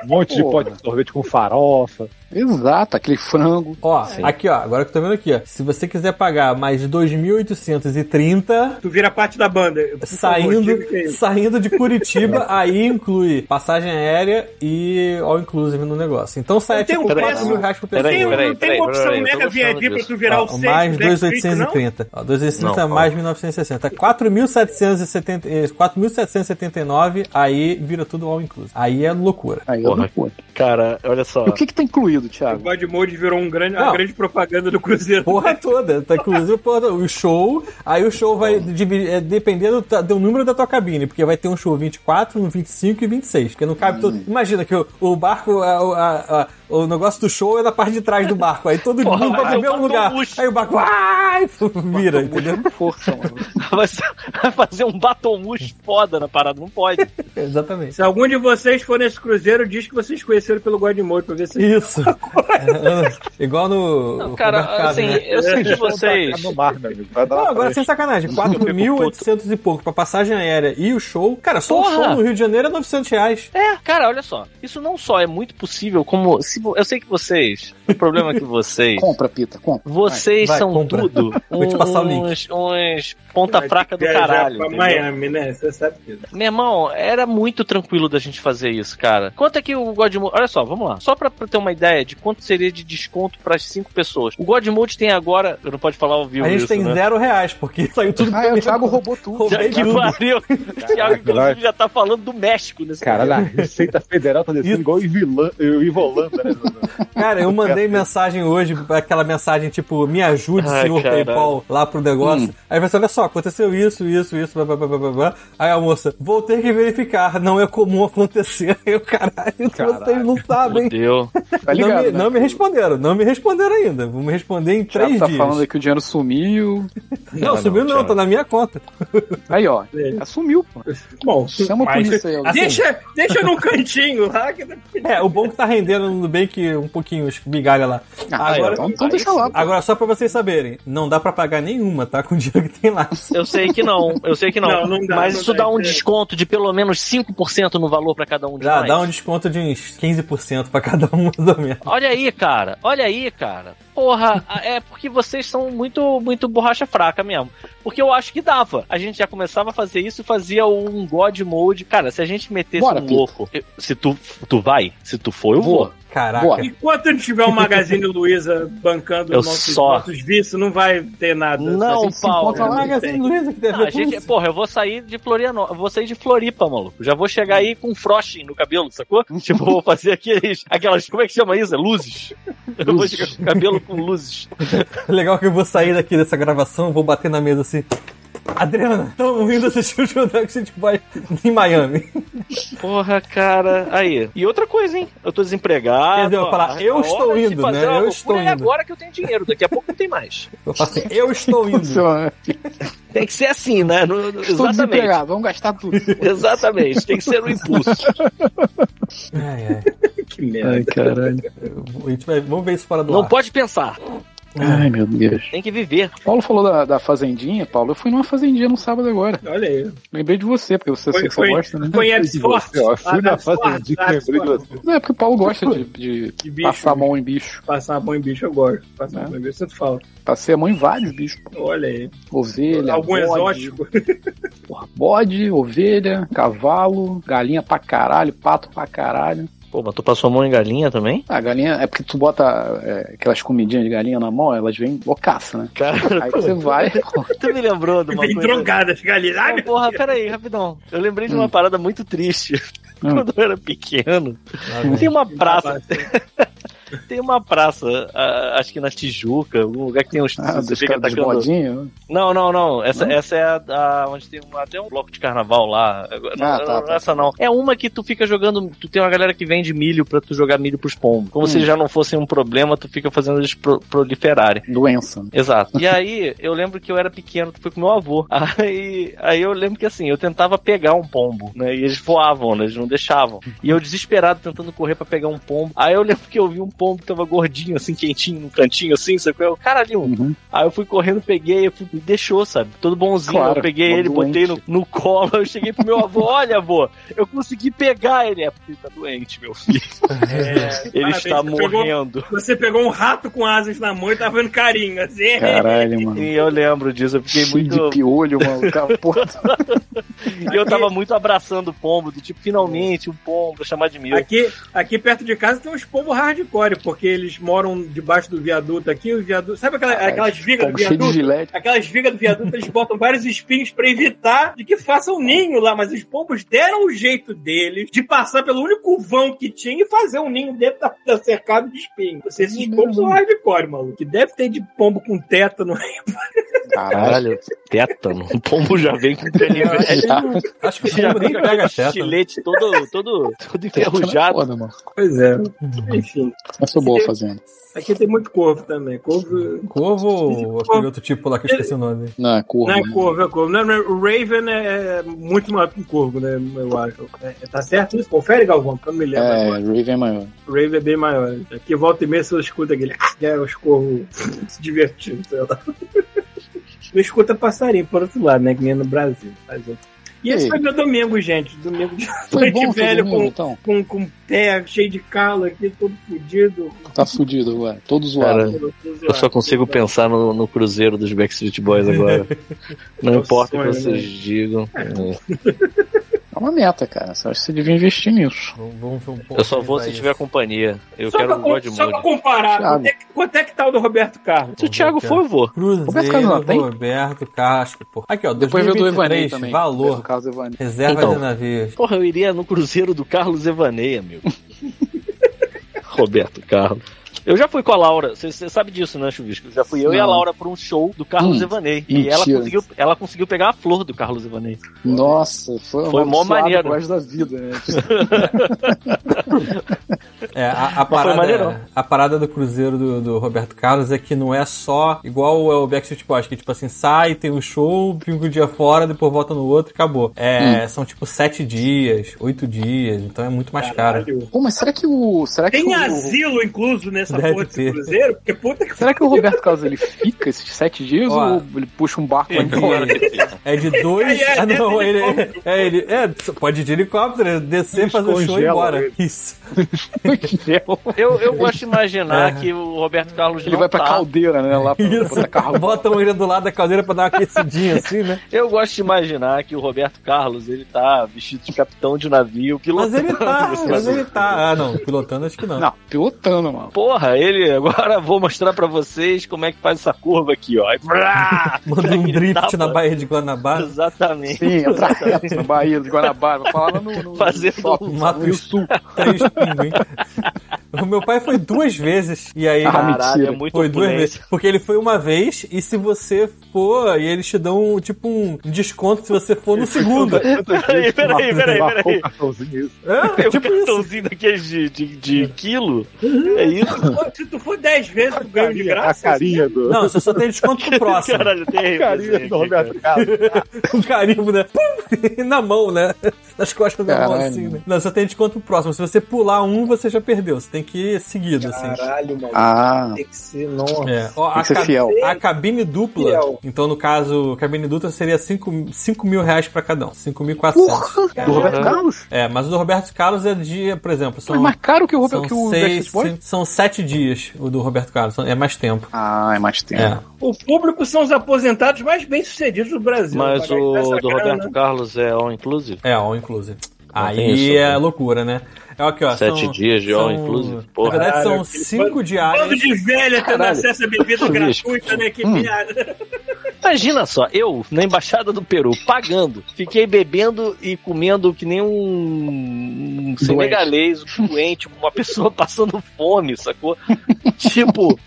um monte de Porra. pote de sorvete com farofa. Exato, aquele frango. Ó, aqui ó, agora que eu tô vendo aqui, ó. Se você quiser pagar mais 2.830, Tu vira parte da banda. Por favor, diga que é saindo, isso. saindo de Curitiba, aí inclui passagem aérea e all inclusive no negócio. Então sai Não tem tipo um 4 mil preço? reais por pessoa. Peraí, Tem, um- peraí, tem peraí, uma opção peraí, eu tô mega gostando VIP pra disso. tu virar o né, Ó, 6 mais não? 2.830. Ó, 2.830 Não, mais 1.960. Tá 4.770, eh, 4.779, aí vira tudo all inclusive. Aí é loucura. Aí eu Porra. não pude. Cara, olha só. E o que que tá incluído, Thiago? God Mode virou um grande, Não. uma grande propaganda do Cruzeiro. Porra toda, tá inclusive porra, toda. o show, aí o show vai dividir, é, dependendo do, do número da tua cabine, porque vai ter um show 24, um 25 e 26, porque não cabe todo. Imagina que o, o barco, a- o- a- a- o negócio do show é na parte de trás do barco, aí todo mundo Porra, vai vai pro mesmo matar um lugar, bucho. aí o barco ai, um vira, entendeu? Força, mano. Vai, ser- vai fazer um batomus foda na parada, não pode. Exatamente. Se algum de vocês for nesse Cruzeiro, diz que vocês conheceram pelo God Mode pra ver se. Isso. É, igual no. Não, Roberto cara, Carlos, assim, né? eu sei de vocês. No mar, meu amigo. Vai dar Não, uma agora frente. sem sacanagem, 4.800 e pouco pra passagem aérea e o show. Cara, só o Porra! show no Rio de Janeiro é 900 reais. É, cara, olha só. Isso não só é muito possível, como. Se, vo- eu sei que vocês. O problema é que vocês. Compra, Pita, compra. Vocês Vai, vai, são compra. tudo Vou te passar o link. uns, uns ponta fraca do Viajar caralho. Pra entendeu? Miami, né? Você sabe disso. Meu irmão, era muito tranquilo da gente fazer isso, cara. Quanto é que o Godmode. Olha só, vamos lá. Só pra, pra ter uma ideia de quanto seria de desconto pras cinco pessoas. O Godmode tem agora. Eu não pode falar ao vivo A gente isso, tem né? zero reais, porque saiu tudo Ah, é, o Thiago roubou tudo. Roubou. Já que tudo. pariu. O Thiago, inclusive, já tá falando do México nesse Caralho, a Receita Federal tá descendo Isso. igual o Ivilã- o Ivolanda, né? Cara, eu mandei mensagem hoje, aquela mensagem tipo, me ajude, Ai, senhor caralho. Hum. PayPal, lá pro negócio. Aí você olha só, aconteceu isso, isso, isso, blá, blá, blá, blá, blá, blá. Aí a moça, vou ter que verificar, não é comum acontecer. Aí eu, caralho, vocês não sabem. Fudeu. Tá ligado, não, me, né? não me responderam, não me responderam ainda. Vão me responder em Thiago três tá dias. falando aí que o dinheiro sumiu. Não, Não, subiu não, não, Thiago. tá na minha conta. Aí, ó. é, Sumiu, pô. Ah, Bom, Chama a mas- polícia aí. ó. Deixa, deixa num cantinho lá. Que... É, o bom que tá rendendo no Nubank um pouquinho os migalha lá. Ah, agora- então, então deixa lá, pô. Agora, só pra vocês saberem, não dá pra pagar nenhuma, tá? Com o dinheiro que tem lá. Eu sei que não, eu sei que não. Não, não dá, Mas não isso dá, dá um entendo. desconto de pelo menos 5% no valor pra cada um de Dá, nós. dá um desconto de uns 15% pra cada um, mais ou menos. Olha aí, cara. Olha aí, cara. Porra, a- é porque vocês são muito, muito borracha fraca mesmo. Porque eu acho que dava. A gente já começava a fazer isso, fazia um God Mode. Cara, se a gente metesse Bora, um Pita. louco. eu- Se tu, tu vai, se tu for, eu vou. Vou. Caraca. Bora. Enquanto não tiver o Magazine Luiza bancando Eu os nossos, só. nossos vícios, não vai ter nada. Não, se Paulo. encontra Fala, lá, É um Magazine Luiza que deve Não, a tudo gente, isso. porra, eu vou sair de Florianópolis, vou sair de Floripa, maluco. Já vou chegar aí com um frosting no cabelo, sacou? Tipo, vou fazer aqueles, aquelas, como é que chama isso? É Luzes. Eu vou chegar com o cabelo com luzes. Legal que eu vou sair daqui dessa gravação, vou bater na mesa assim. Adriana, estamos indo assistir o show da City Boy em Miami. Porra, cara. Aí. E outra coisa, hein? Eu tô desempregado. Quer dizer, eu ó, falar, eu a estou hora de indo, fazer né? uma Eu loucura estou é indo. agora que eu tenho dinheiro, daqui a pouco não tem mais. Eu falo assim, eu estou indo. Funciona. Tem que ser assim, né? No- no- né? Estou exatamente. desempregado, vamos gastar tudo. Exatamente. Tem que ser no impulso. Ai, ai. Que merda. caralho. é. A gente vai, vamos ver isso fora do Não ar. pode pensar. Ai, meu Deus. Tem que viver. Paulo falou da, da fazendinha, Paulo. Eu fui numa fazendinha no sábado agora. Olha aí. Lembrei de você, porque você, Foi- sei que foi- você gosta, né? É Conhece forte. Eu fui é na fase de tá lembrei de você. Não, é porque o Paulo gosta de, de De bicho. passar a mão em bicho. Passar a mão em bicho eu gosto. Passar É. a mão em bicho, eu sinto falta. Passei a mão em vários bichos. pô. Olha aí. Ovelha, Algum bode, exótico. porra, bode, ovelha, cavalo, galinha pra caralho, pato pra caralho. Pô, mas tu passou a mão em galinha também? A galinha, é porque tu bota é, aquelas comidinhas de galinha na mão, elas vêm loucaça, né? Cara, Aí você vai, pô, tu me lembrou de uma Bem coisa. drogadas, galinha. Ai, Não, meu porra, peraí, rapidão. Eu lembrei de uma Hum. parada muito triste. Hum. Tá Quando eu era pequeno, Ah, bem. tem uma praça, tem uma praça, ah, acho que na Tijuca, algum lugar que tem uns. ah, você dos fica caras dos atacando- bodinhos. Não, não, não. Essa, essa é a, a onde tem um, até um bloco de carnaval lá. Não, Ah, não, tá, não tá. essa não. É uma que tu fica jogando. Tu tem uma galera que vende milho pra tu jogar milho pros pombos. Como Hum. se já não fosse um problema, tu fica fazendo eles pro- proliferarem. Doença. né? Exato. E aí, eu lembro que eu era pequeno, que foi com meu avô. Aí, aí eu lembro que assim, eu tentava pegar um pombo, né? E eles voavam, né? Eles não deixavam. E eu desesperado tentando correr pra pegar um pombo. Aí eu lembro que eu vi um pombo que tava gordinho, assim, quentinho, no cantinho, assim, sabe? qual é? Eu, Caralho, Uhum. Aí eu fui correndo, peguei, eu fui- me deixou, sabe? Todo bonzinho. Claro, eu peguei uma ele, doente. botei no, no colo, eu cheguei pro meu avô, olha, avô, eu consegui pegar ele. É, porque ele tá doente, meu filho. Ele É, Parabéns, está você pegou- morrendo. Você pegou um rato com asas na mão e tava vendo carinho, assim. Caralho, mano. E eu lembro disso, eu fiquei Cheio de É, muito. piolho, mano. Cara, porra. E eu tava muito abraçando o pombo, do tipo, finalmente, um pombo, chamar de meu. Aqui, aqui perto de casa tem uns povos hardcore, porque eles moram debaixo do viaduto aqui, o viaduto. Sabe aquela- Caralho, aquelas vigas do Fogo tá cheio de viaduto? gilete. Aquelas vigas do viaduto, eles botam vários espinhos pra evitar de que façam ninho lá, mas os pombos deram o jeito deles de passar pelo único vão que tinha e fazer um ninho dentro da, da cercada de espinhos. Vocês, esses pombos são hardcore, maluco. Que deve ter de pombo com é? tétano. Caralho. tétano. O pombo já vem com canivete. Acho que o Já pombo vem nem com pega aquele teta. estilete todo, todo, todo Tétano é enferrujado. Foda, mano. Pois é. Enfim, Eu sou boa fazendo. aqui tem muito corvo também. Corvo. Corvo ou aquele outro tipo lá que eu esqueci o nome? Não, é curva. Não é né? corvo, é corvo. Não, não, o Raven é muito maior que o corvo, né? Eu acho. É, tá certo isso? Confere, Galvão, que eu não me lembro. É, Raven é maior. O Raven é bem maior. Aqui volta e meia você escuta aquele. que É, os corvos se divertindo, sei lá. Não escuta passarinho, por outro lado, né? Que nem no Brasil. Mas é. E esse Ei. foi meu domingo, gente. Domingo de Foi Foi bom velho todo mundo, com- então. com, com pé cheio de calo aqui, todo fudido. Tá fudido agora. Todo zoado. Cara, Então, Eu só consigo pensar no, no cruzeiro dos Backstreet Boys agora. Não Meu importa o que sonho, vocês né? digam. É. É uma meta, cara. Só acho que você devia investir nisso. Vamos, vamos, um vamos Eu só vou se isso. tiver companhia. Eu Só quero pra, um com- God só pra Mode. comparar, Thiago. quanto é, que- quanto é que tá o do Roberto Carlos? Se o Thiago for, eu vou. Roberto Carlos Cruzeiro, não tem? Roberto Casco, pô. Aqui, ó, Depois veio do Evanei 2023, também. valor, Caso Evanei. reserva Então. de navios. Porra, eu iria no cruzeiro do Carlos Evanei, amigo. Roberto Carlos. Eu já fui com a Laura, você sabe disso, né, Chuvisco? Já fui eu e a Não. Laura pra um show do Carlos Hum, Evanei. E ela mentira. conseguiu, ela conseguiu pegar a flor do Carlos Evanei. Nossa, foi, Foi mó uma maneiro. resto da vida, né? É, a, a foi parada, maneirão. a parada do Cruzeiro do, do Roberto Carlos é que não é só igual é o Backstreet Boys, que tipo assim, sai, tem um show, fica um dia fora, depois volta no outro e acabou. Hum. É, São tipo sete dias, oito dias, então é muito mais caro. Caralho. Pô, mas será que o. Será que Tem o, asilo incluso nessa Deve porra desse ter. cruzeiro? Porque puta que Será que o Roberto Carlos ele fica esses sete dias Ó. ou ele puxa um barco lá É embora? de, é de dois. É, é, ah, não, é de ele. É, ele. É, pode ir de helicóptero, é descer, fazer o show e ir Descongela embora. ele. Isso. Eu, eu gosto de imaginar que o Roberto Carlos Ele não vai pra tá. caldeira, né? Lá pra, Isso. pra carro. Botam ele do lado da caldeira pra dar uma aquecidinha assim, né? Eu gosto de imaginar que o Roberto Carlos, ele tá vestido de capitão de navio, Mas pilotando. ele tá, esse mas navio. ele tá. Ah, não, pilotando acho que não. Não, pilotando, mano. Porra, ele agora vou mostrar pra vocês como é que faz essa curva aqui, ó. Aí, brá! Manda um Aquele drift tapa. na Baía de Guanabara. Exatamente. Sim, entra reto na Bahia de Guanabara. Vai falar lá no, no Fazendo shopping, um Mato no sul. Três pinguim. O meu pai foi duas vezes. E aí. Ah, Caralho, mentira. é muito foi duas vezes. opulência. Porque ele foi uma vez, e se você for, e eles te dão, tipo, um desconto se você for no segundo. Peraí, peraí, peraí, um peraí. cartãozinho isso. É, Tem um tipo isso. cartãozinho daqueles de, de, de quilo. É isso? Pô, Se tu for 10 vezes, tu ganha de A graça. carinha do. Não, você só tem desconto pro próximo. Caralho, tem carinha do Roberto Carlos. Um carimbo, né? Pum! Na mão, né? Nas costas da mão, Caralho. assim, né? Não, você tem desconto pro próximo. Se você pular um, você já perdeu. Você tem que ir seguido, assim. Caralho, mano. Ah, Tem que ser, nossa. É. Ó, tem a que ser ca- fiel. A cabine dupla, Fiel. então no caso, cabine dupla seria 5 cinco mil reais pra cada um, 5.400. Do Roberto Uhum. Carlos? É, mas o do Roberto Carlos é de, por exemplo, Foi são, mais caro que o são, Roberto que o seis, Backstreet Boys? cin- são sete dias o do Roberto Carlos, são- é mais tempo. Ah, é mais tempo. É. O público são os aposentados mais bem-sucedidos do Brasil. Mas Pra gastar o essa do grana. né? Roberto Carlos é all inclusive? É, all inclusive. Não tem Aí isso, é né? loucura, né? É aqui, ó. Sete são- dias de são- all inclusive? Porra. Na verdade, são Caralho, aquele cinco Bando diárias. de velha tendo Caralho. acesso a bebida Isso. gratuita, né? Que piada. Imagina só, eu, na Embaixada do Peru, pagando, fiquei bebendo e comendo que nem um, um senegalês, um doente, uma pessoa passando fome, sacou? tipo,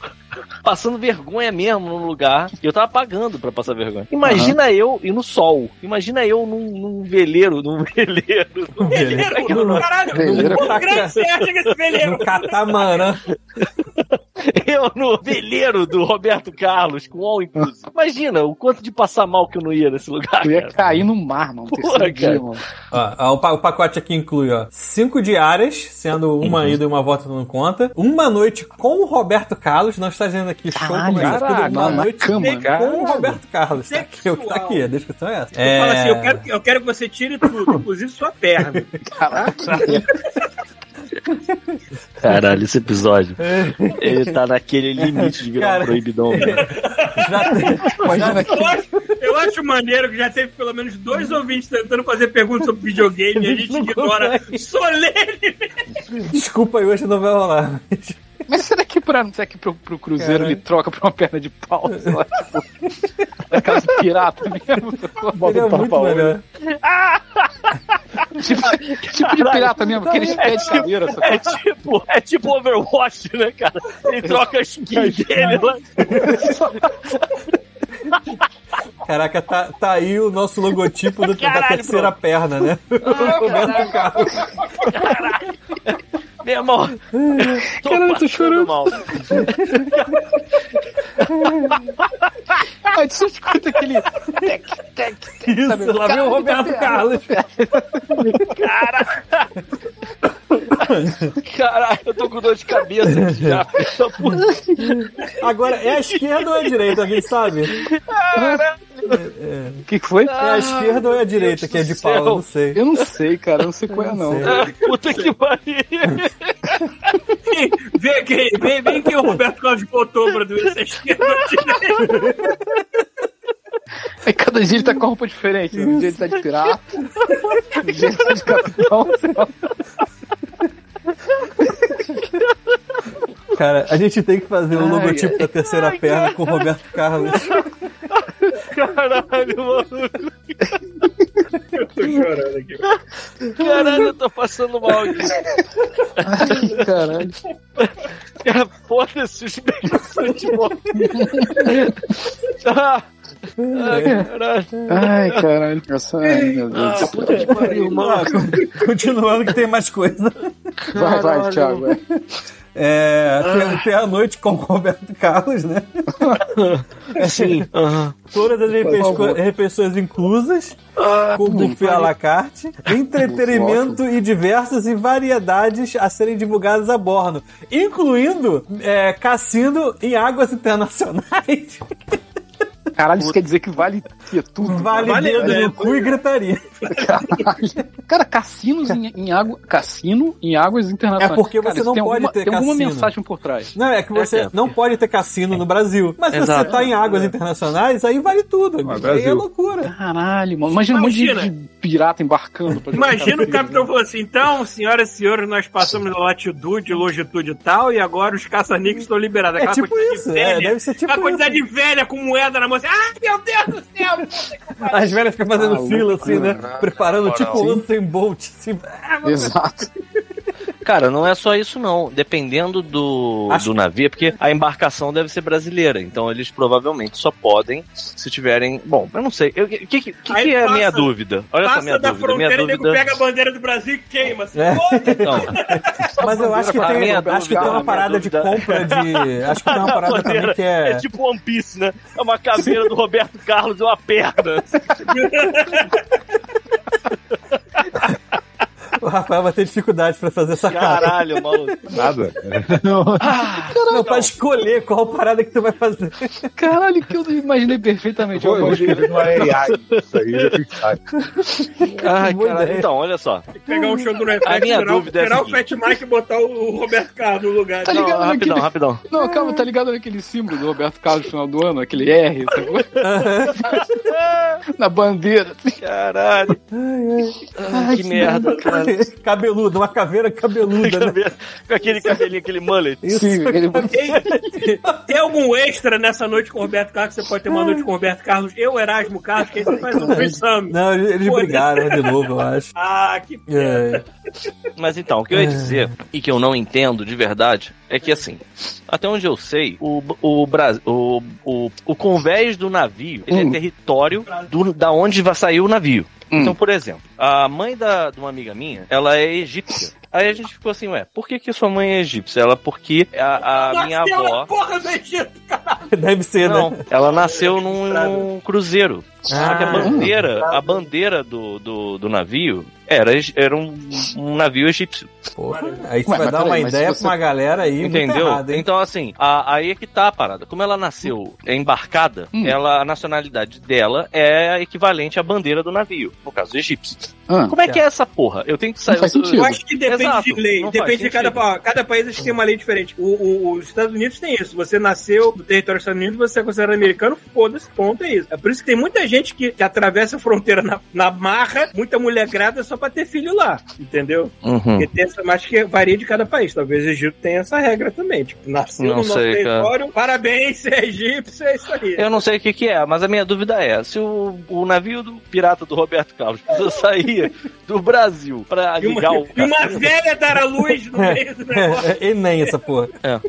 passando vergonha mesmo num lugar. E eu tava pagando pra passar vergonha. Imagina eu e no sol. Imagina eu num, num veleiro, num veleiro. num- Veleiro, Como é que é o nome? caralho. Veleiro é O grande Sérgio esse veleiro. No catamarã. Eu no veleiro do Roberto Carlos, com all inclusive. Imagina o quanto de passar mal que eu não ia nesse lugar. Tu ia cara. cair no mar, mano. Porra, terceiro dia, cara. mano. Ó, ó, o, pa- o pacote aqui inclui, ó, cinco diárias, sendo uma ida e uma volta não conta. Uma noite com o Roberto Carlos, não está dizendo aqui show Caralho, como é tudo, caraca, uma na noite cama. com o Roberto Carlos. Tá aqui, o que tá aqui, a descrição é essa. É... Fala assim, eu quero, que- eu quero que você tire tudo, inclusive sua perna. Caraca. Caralho, esse episódio. Ele tá naquele limite de virar Cara. um proibidão. Já tem- Imagina que Eu acho, eu acho maneiro que já teve pelo menos dois ouvintes tentando fazer perguntas sobre videogame e a gente Não ignora solene. Desculpa aí, hoje não vai rolar. Mas será que, pra, será que pro, pro Cruzeiro Caralho. ele troca pra uma perna de pau? Sei lá, tipo, daquela de pirata mesmo? Ele é muito melhor. tipo, que tipo de pirata mesmo, aqueles pés de cadeira. só É tipo, é tipo Overwatch, né, cara? Ele troca a skin dele lá. Caraca, tá, tá aí o nosso logotipo do- da Caralho, terceira perna, né? Roberto Carlos. Meu irmão. Tô Caralho, eu tô passando chorando. Mal. Ah, você escuta aquele tec, tec, tec. é. Isso, lá vem o Roberto Carlos. Caralho, eu tô com dor de cabeça aqui já. Puta, Agora, é a esquerda ou é a direita? Alguém sabe? O que que foi? É a esquerda ou é a direita que é de do céu. pau? Eu não sei. Eu não sei, cara, eu não sei qual é, não. Não puta que pariu. Vem quem, vem, vem quem é o Roberto Carlos botou pra doer essa é esquerda direita. Aí cada dia ele tá com roupa diferente. Um dia ele tá de pirata, um dia ele tá de capitão. sei lá. Cara, a gente tem que fazer o Ai, logotipo ai. da terceira perna com o Roberto Carlos. Caralho, maluco. Eu tô chorando aqui. Caralho, eu tô passando mal aqui. Ai, caralho. Cara, Foda-se os meus de bola. Ah, ah, caralho. Ai, caralho. Essa... Ai, meu Deus do céu. Puta que pariu, mano. Continuando que tem mais coisa. Vai, vai, Thiago. vai. É, tem, tem a noite com o Roberto Carlos, né? Sim. aham. Todas as refeições- favor. refeições inclusas, com buffet à la carte, entretenimento e diversas e variedades a serem divulgadas a bordo, incluindo é, cassino em águas internacionais, Caralho, isso quer dizer que vale que é tudo. vale, Vale dedo no dedo. cu e gritaria. Caralho. Cara, cassinos em, em água. Cassino em águas internacionais. É porque Cara, você isso não tem pode alguma, ter Tem alguma cassino. mensagem por trás. Não, é que você É, é. não pode ter cassino no Brasil, mas se você Exato. tá em É. águas internacionais, aí vale tudo. aí é Brasil. loucura. Caralho, mano. Imagina, um monte de- Imagina. de pirata embarcando. Pra jogar Imagina o cassino, capitão né? falou assim: então, senhoras e senhores, nós passamos da latitude, longitude tal, e agora os caça-níqueis estão liberados. É Aquela tipo quantidade isso, de é, velha, deve ser tipo Aquela quantidade de velha com moeda na mão assim, ai meu Deus do céu! As velhas ficam fazendo Ah, fila assim, né? Preparando tipo o Usain Bolt. Assim, Exato. Cara, não é só isso não. Dependendo do, Acho- do navio, é porque a embarcação deve ser brasileira. Então eles provavelmente só podem se tiverem. Bom, eu não sei. Eu- O que, que, que Aí é a minha passa- dúvida? Olha só a minha Passa da dúvida. Minha fronteira e o nego dúvida. então, pega a bandeira do Brasil e queima. Assim, É. "Olha, Não, Mas eu acho que pra tem, mim, a acho que tem dúvida- uma parada de a minha compra de. Acho que tem uma parada também que é... é. tipo One Piece, né? É uma caveira do Roberto Carlos e uma perna. tipo- O Rafael vai ter dificuldade pra fazer essa cara. Caralho, maluco. Nada. Ah, Não, pra escolher qual parada que tu vai fazer. Caralho, que eu imaginei perfeitamente. Vou, Eu vou gosto. escrever no AI isso aí, já fica chato. Ai, Boa caralho. ideia. Então, olha só. Pegar um show do A Netflix, minha tirar, o- dúvida é a tirar o Fat seguinte. Mike e botar o o Roberto Carlos no lugar. Tá Não, ligado rapidão, naquele- rapidão. Não, calma, tá ligado naquele símbolo do Roberto Carlos no final do ano, aquele R, sacou? Na bandeira. Caralho. Ai, que merda, cara. Cabeludo, uma caveira cabeluda, né? Cabeça- Com aquele cabelinho, aquele mullet. Isso. Sim, ele... Tem algum extra nessa noite com o Roberto Carlos? que Você pode ter uma noite com o Roberto Carlos, eu, Erasmo Carlos, que aí você faz um exame. Não, eles eles Pô, brigaram de novo, eu acho. Ah, que pena. É. Mas então, o que eu Ah. ia dizer, e que eu não entendo de verdade, é que assim, até onde eu sei, o, o, Bra- o, o, o convés do navio ele Hum. é território do- da onde vai sair o navio. Hum. Então, por exemplo, a mãe da, de uma amiga minha, ela é egípcia. Aí a gente ficou assim, ué, por que, que sua mãe é egípcia? Ela, porque a, a minha Nasceu na avó. porra do Egito, cara. Deve ser, né? Não, ela nasceu num, num cruzeiro. Só que é a Ah. bandeira, a bandeira do, do, do navio era, eg- era um, um navio egípcio. Porra, aí você Ué, vai mas dar uma peraí, mas ideia se você- pra uma galera aí muito entendeu? errada, hein? então, assim, a- aí é que tá a parada. Como ela nasceu embarcada, Hum. ela, a nacionalidade dela é equivalente à bandeira do navio, no caso egípcio. Ah, Como é que é essa porra? Eu tenho que sair. Não faz eu- sentido. Eu acho que depende Exato, de lei. não faz Depende de cada, sentido. pa- cada país, acho que tem uma lei diferente. O- o- os Estados Unidos tem isso. Você nasceu no território dos Estados Unidos, você é considerado americano, foda-se, ponto, é isso. É por isso que tem muita gente que, que atravessa a fronteira na, na marra, muita mulher grávida só pra ter filho lá, entendeu? Uhum. Porque tem essa, mas que varia de cada país. Talvez o Egito tenha essa regra também. Tipo, nasceu Não no nosso sei, cara. território, parabéns, você é egípcio, é isso aí. Eu não sei o que, que é, mas a minha dúvida é: se o, o navio do pirata do Roberto Carlos precisa sair do Brasil pra E uma, ligar o. e uma velha dar a luz no meio do negócio. É, é nem essa porra. É.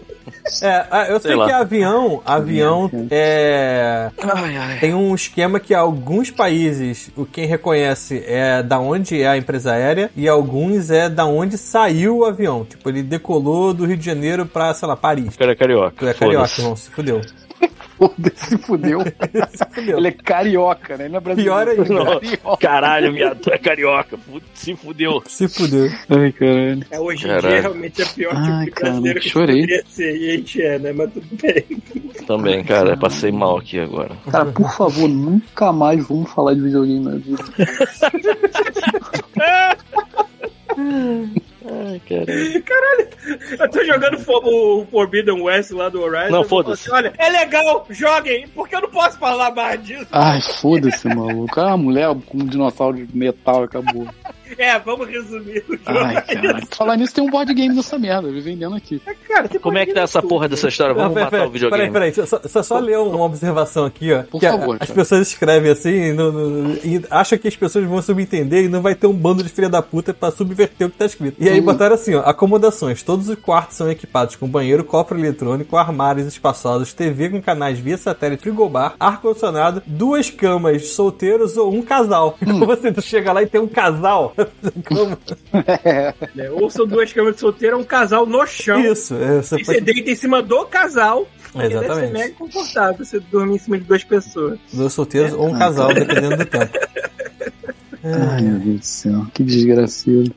ah, eu sei, Sei lá. que avião, avião é, Ai, ai. tem um esquema que alguns países, o quem reconhece é da onde é a empresa aérea e alguns é da onde saiu o avião. Tipo, ele decolou do Rio de Janeiro pra, sei lá, Paris. Cara é carioca. Tu é carioca, foda-se. irmão, se fudeu. se fudeu. Se fudeu. Ele é carioca, né? Ele não é brasileiro. Pior ainda. Ele é carioca. Caralho, viado, tu é carioca. Putz, se fudeu. Se fudeu. Ai, caralho. É, hoje em Caralho. dia realmente é pior Ai, tipo de Ah, cara, brasileiro que chorei. poderia ser. E a gente é, né? Mas tudo bem. Também, cara, passei mal aqui agora. Cara, por favor, nunca mais vamos falar de videogame na vida. Ai, cara. Eu tô jogando For- o Forbidden West lá do Horizon. Não, eu vou falar foda-se. assim, Olha, é legal, joguem, porque eu não posso falar mais disso. Ai, foda-se, maluco. Ah, a mulher com um dinossauro de metal e acabou. É, vamos resumir o jogo. Ai, cara. Falar nisso, tem um board game nessa merda. Eu vendendo aqui. Cara, você Como pode é que Ah, tá ver essa tudo. porra dessa história? Vamos matar o videogame. Peraí, peraí, só, só, só ler uma observação aqui, ó. Por que a- favor, as cara. pessoas escrevem assim no- no- e acham que as pessoas vão subentender e não vai ter um bando de filha da puta pra subverter o que tá escrito. E aí Hum. botaram assim, ó, acomodações. Todos os quartos são equipados com banheiro, cofre eletrônico, armários espaçosos, TV com canais via satélite, frigobar, ar-condicionado, duas camas, solteiros ou um casal. Hum. Então você chega lá e tem um casal. Como? É, ou são duas camas de solteiro, é um casal no chão. Isso. É, você E você deita em cima do casal. porque Deve ser Exatamente. mega confortável você dormir em cima de duas pessoas. Dois solteiros ou um casal, dependendo do tempo. Ah, tá. Ai, meu Deus do céu. Que desgraceiro.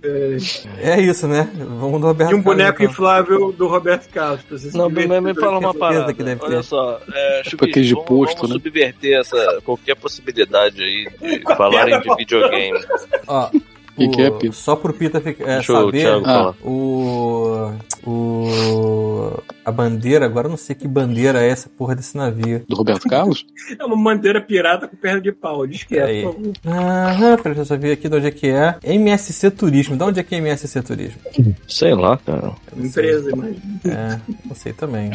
É isso, né? Vamos do Roberto E um boneco Carlos, então. inflável do Roberto Carlos. pra você se Não, mas divertir me fala uma certeza parada. que deve Olha ter. só, é, Chubi, aquele de vamos, posto, vamos né? subverter essa, qualquer possibilidade aí de Com a falarem piada de videogame. Ó, Que o- que é, Pita? Só pro Pita fica- é, Deixa o saber. Thiago Ah. falar. O. O. A bandeira, agora eu não sei que bandeira é essa porra desse navio. Do Roberto Carlos? É uma bandeira pirata com perna de pau. Diz que é. Aí. Ah, peraí, deixa eu só ver aqui de onde é que é. MSC Turismo. De onde é que é MSC Turismo? Sei lá, cara. Empresa, mas. É, não sei também.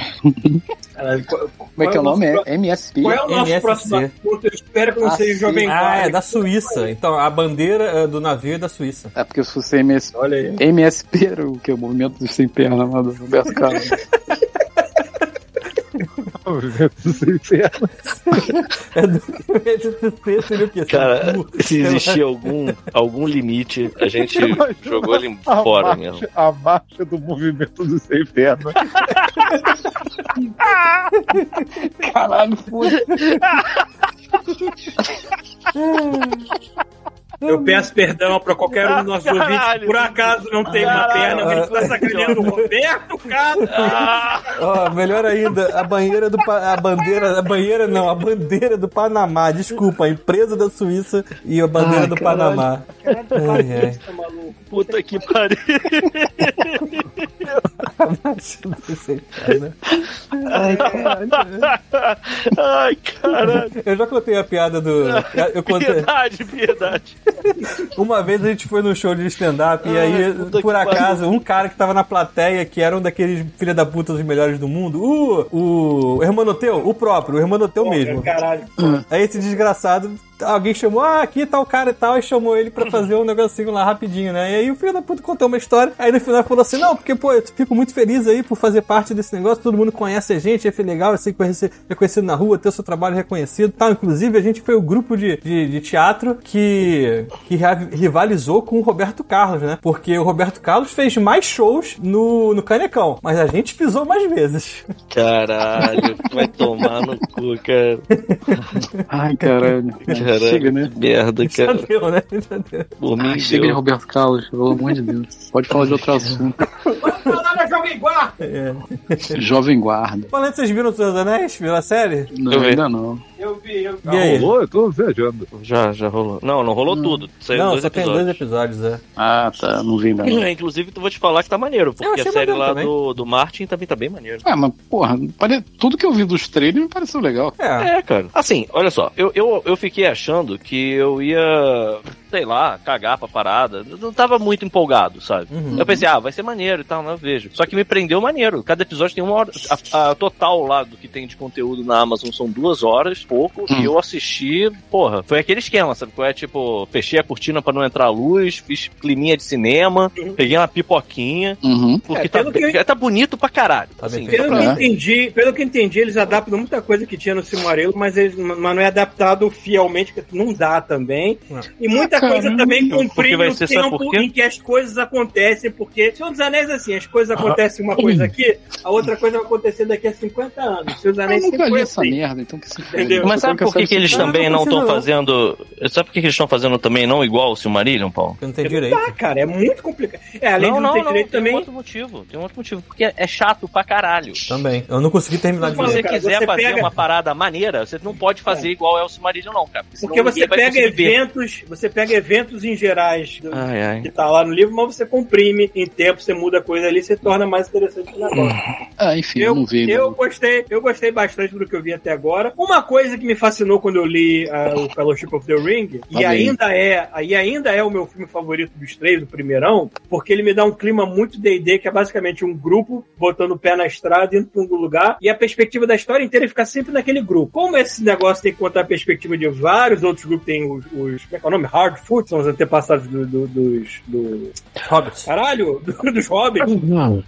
Caralho, qual- Como é que é o nosso nome? pro- É MSP? Qual é o nosso MSC. próximo assunto? Eu espero que não Ah, seja sim. Jovem Ah, é Guarda. da Suíça. Então, a bandeira é, do navio é da Suíça. É porque se fosse MSP. Olha aí. MSP era o que? O movimento dos sem perna lá do Roberto Carlos. É do MSC seria o quê? Cara, Seria o cu? se existir algum, algum limite, a gente jogou ele A fora marcha, mesmo. A marcha do movimento do sem perna. Caralho, foda. Eu peço perdão pra qualquer um dos nossos Caralho. ouvintes que por acaso não tem uma Caralho. perna, mas a gente tá sacaneando o Roberto, cara. Ó, melhor ainda, a banheira do Pa- a bandeira, a banheira não, a bandeira do Panamá, desculpa, a empresa da Suíça e a bandeira Ai, do caralho. Panamá. Ai, ai. Tá maluco. Puta que pariu. Ai, é? caralho. Eu já contei a piada do. Eu contei. Piedade, piedade. Uma vez a gente foi num show de stand-up e Ai, aí, puta que por pariu. acaso, um cara que tava na plateia, que era um daqueles filha da puta dos melhores do mundo, o, o Hermanoteu, o próprio, o Hermanoteu mesmo. Caralho. Aí esse desgraçado, alguém chamou, ah, aqui tá o cara e tal, e chamou ele pra fazer um negocinho lá rapidinho, né? E aí o filho da puta contou uma história, aí no final falou assim, não, porque, pô, eu fico muito feliz aí por fazer parte desse negócio, todo mundo conhece a gente, é legal, assim, conhecer, reconhecido na rua, ter o seu trabalho reconhecido e tal. Inclusive, a gente foi o grupo de, de, de teatro que que ria- rivalizou com o Roberto Carlos, né? Porque o Roberto Carlos fez mais shows no, no Canecão, mas a gente pisou mais vezes. Caralho, vai tomar no cu, cara. Ai, caralho. Caralho, Chega, né? que merda, Já cara. deu, né? Já deu. Por mim, Ai, chega de deu. Roberto Carlos, pelo amor de Deus. Pode falar de outro assunto. Vamos falar da Jovem Guarda. É. Jovem Guarda. Falando, vocês viram os seus anéis? Viram a série? Não, Eu vi. ainda não. Eu vi, eu vi. E aí? Rolou? Eu tô viajando. Já, já rolou. Não, não rolou tudo. Saiu Não, dois só tem dois episódios. episódios, é. Ah, tá. Não vi ainda não. Inclusive, tu vou te falar que tá maneiro, Eu porque achei a série maneiro lá também. do, do Martin também tá bem maneiro. Ah, mas porra, pare- tudo que eu vi dos trailers me pareceu legal. É. É, cara. Assim, olha só, eu, eu, eu fiquei achando que eu ia, sei lá, cagar pra parada. Não tava muito empolgado, sabe? Uhum. Eu pensei, ah, vai ser maneiro e tal, não eu vejo. Só que me prendeu maneiro. Cada episódio tem uma hora. A, a total lá do que tem de conteúdo na Amazon são duas horas, pouco. Hum. E eu assisti, porra, foi aquele esquema, sabe? Foi tipo, fechei a cortina pra não entrar a luz, fiz climinha de cinema, peguei uma pipoquinha. Uhum. Porque Uhum. É, tá, pelo que tá bonito pra caralho. Tá assim, bem feito. só Pelo pra- que, É. entendi, pelo que entendi, eles adaptam muita coisa que tinha no Silmarelo, mas, eles, mas não é adaptado fielmente, porque não dá também. Não. E muita Ah, coisa caramba. também Porque vai comprime o ser, sabe por tempo quê? em que as coisas acontecem, porque Senhor dos Anéis é assim, as Ah. coisas acontecem uma coisa aqui, a outra coisa vai acontecer daqui a 50 anos. Senhor dos Eu Anéis nunca sempre li foi essa assim. merda, então que se Entendeu? foda. Mas sabe por que, que eles Não, não também não precisa estão não. fazendo. Sabe por que, que eles estão fazendo também não igual o Silmarillion, Paulo? Porque não tem Não direito. dá, cara, é muito complicado. É, além não, de não, não, ter não, direito tem um também. outro motivo. Tem outro motivo. Porque é chato pra caralho. Se Também. Eu não consegui terminar de Mas ler. você tipo assim, cara, quiser você fazer pega- uma parada maneira, você não pode fazer igual é o Silmarillion, não, cara. senão Porque você ninguém vai pega conseguir ver. eventos, você pega eventos em gerais do- Ah. Ai, ai. que tá lá no livro, mas você comprime em tempo, você muda coisa ali, você torna mais interessante o negócio. Ah, enfim, eu, Eu, não vi ainda. eu não. gostei, eu gostei bastante do que eu vi até agora. Uma coisa que me fascinou quando eu li ah, o Fellowship of the Ring, e Tá bem. ainda é, e ainda é o meu filme favorito dos três, o primeirão, porque ele me dá um clima muito D&D, que é basicamente um grupo botando o pé na estrada, indo pra um lugar, e a perspectiva da história inteira fica sempre naquele grupo. Como esse negócio tem que contar a perspectiva de vários outros grupos, tem os, os como é que é o nome? Hardfoot, são os antepassados do- do- dos, do, Hobbits. Caralho, do- dos hobbits.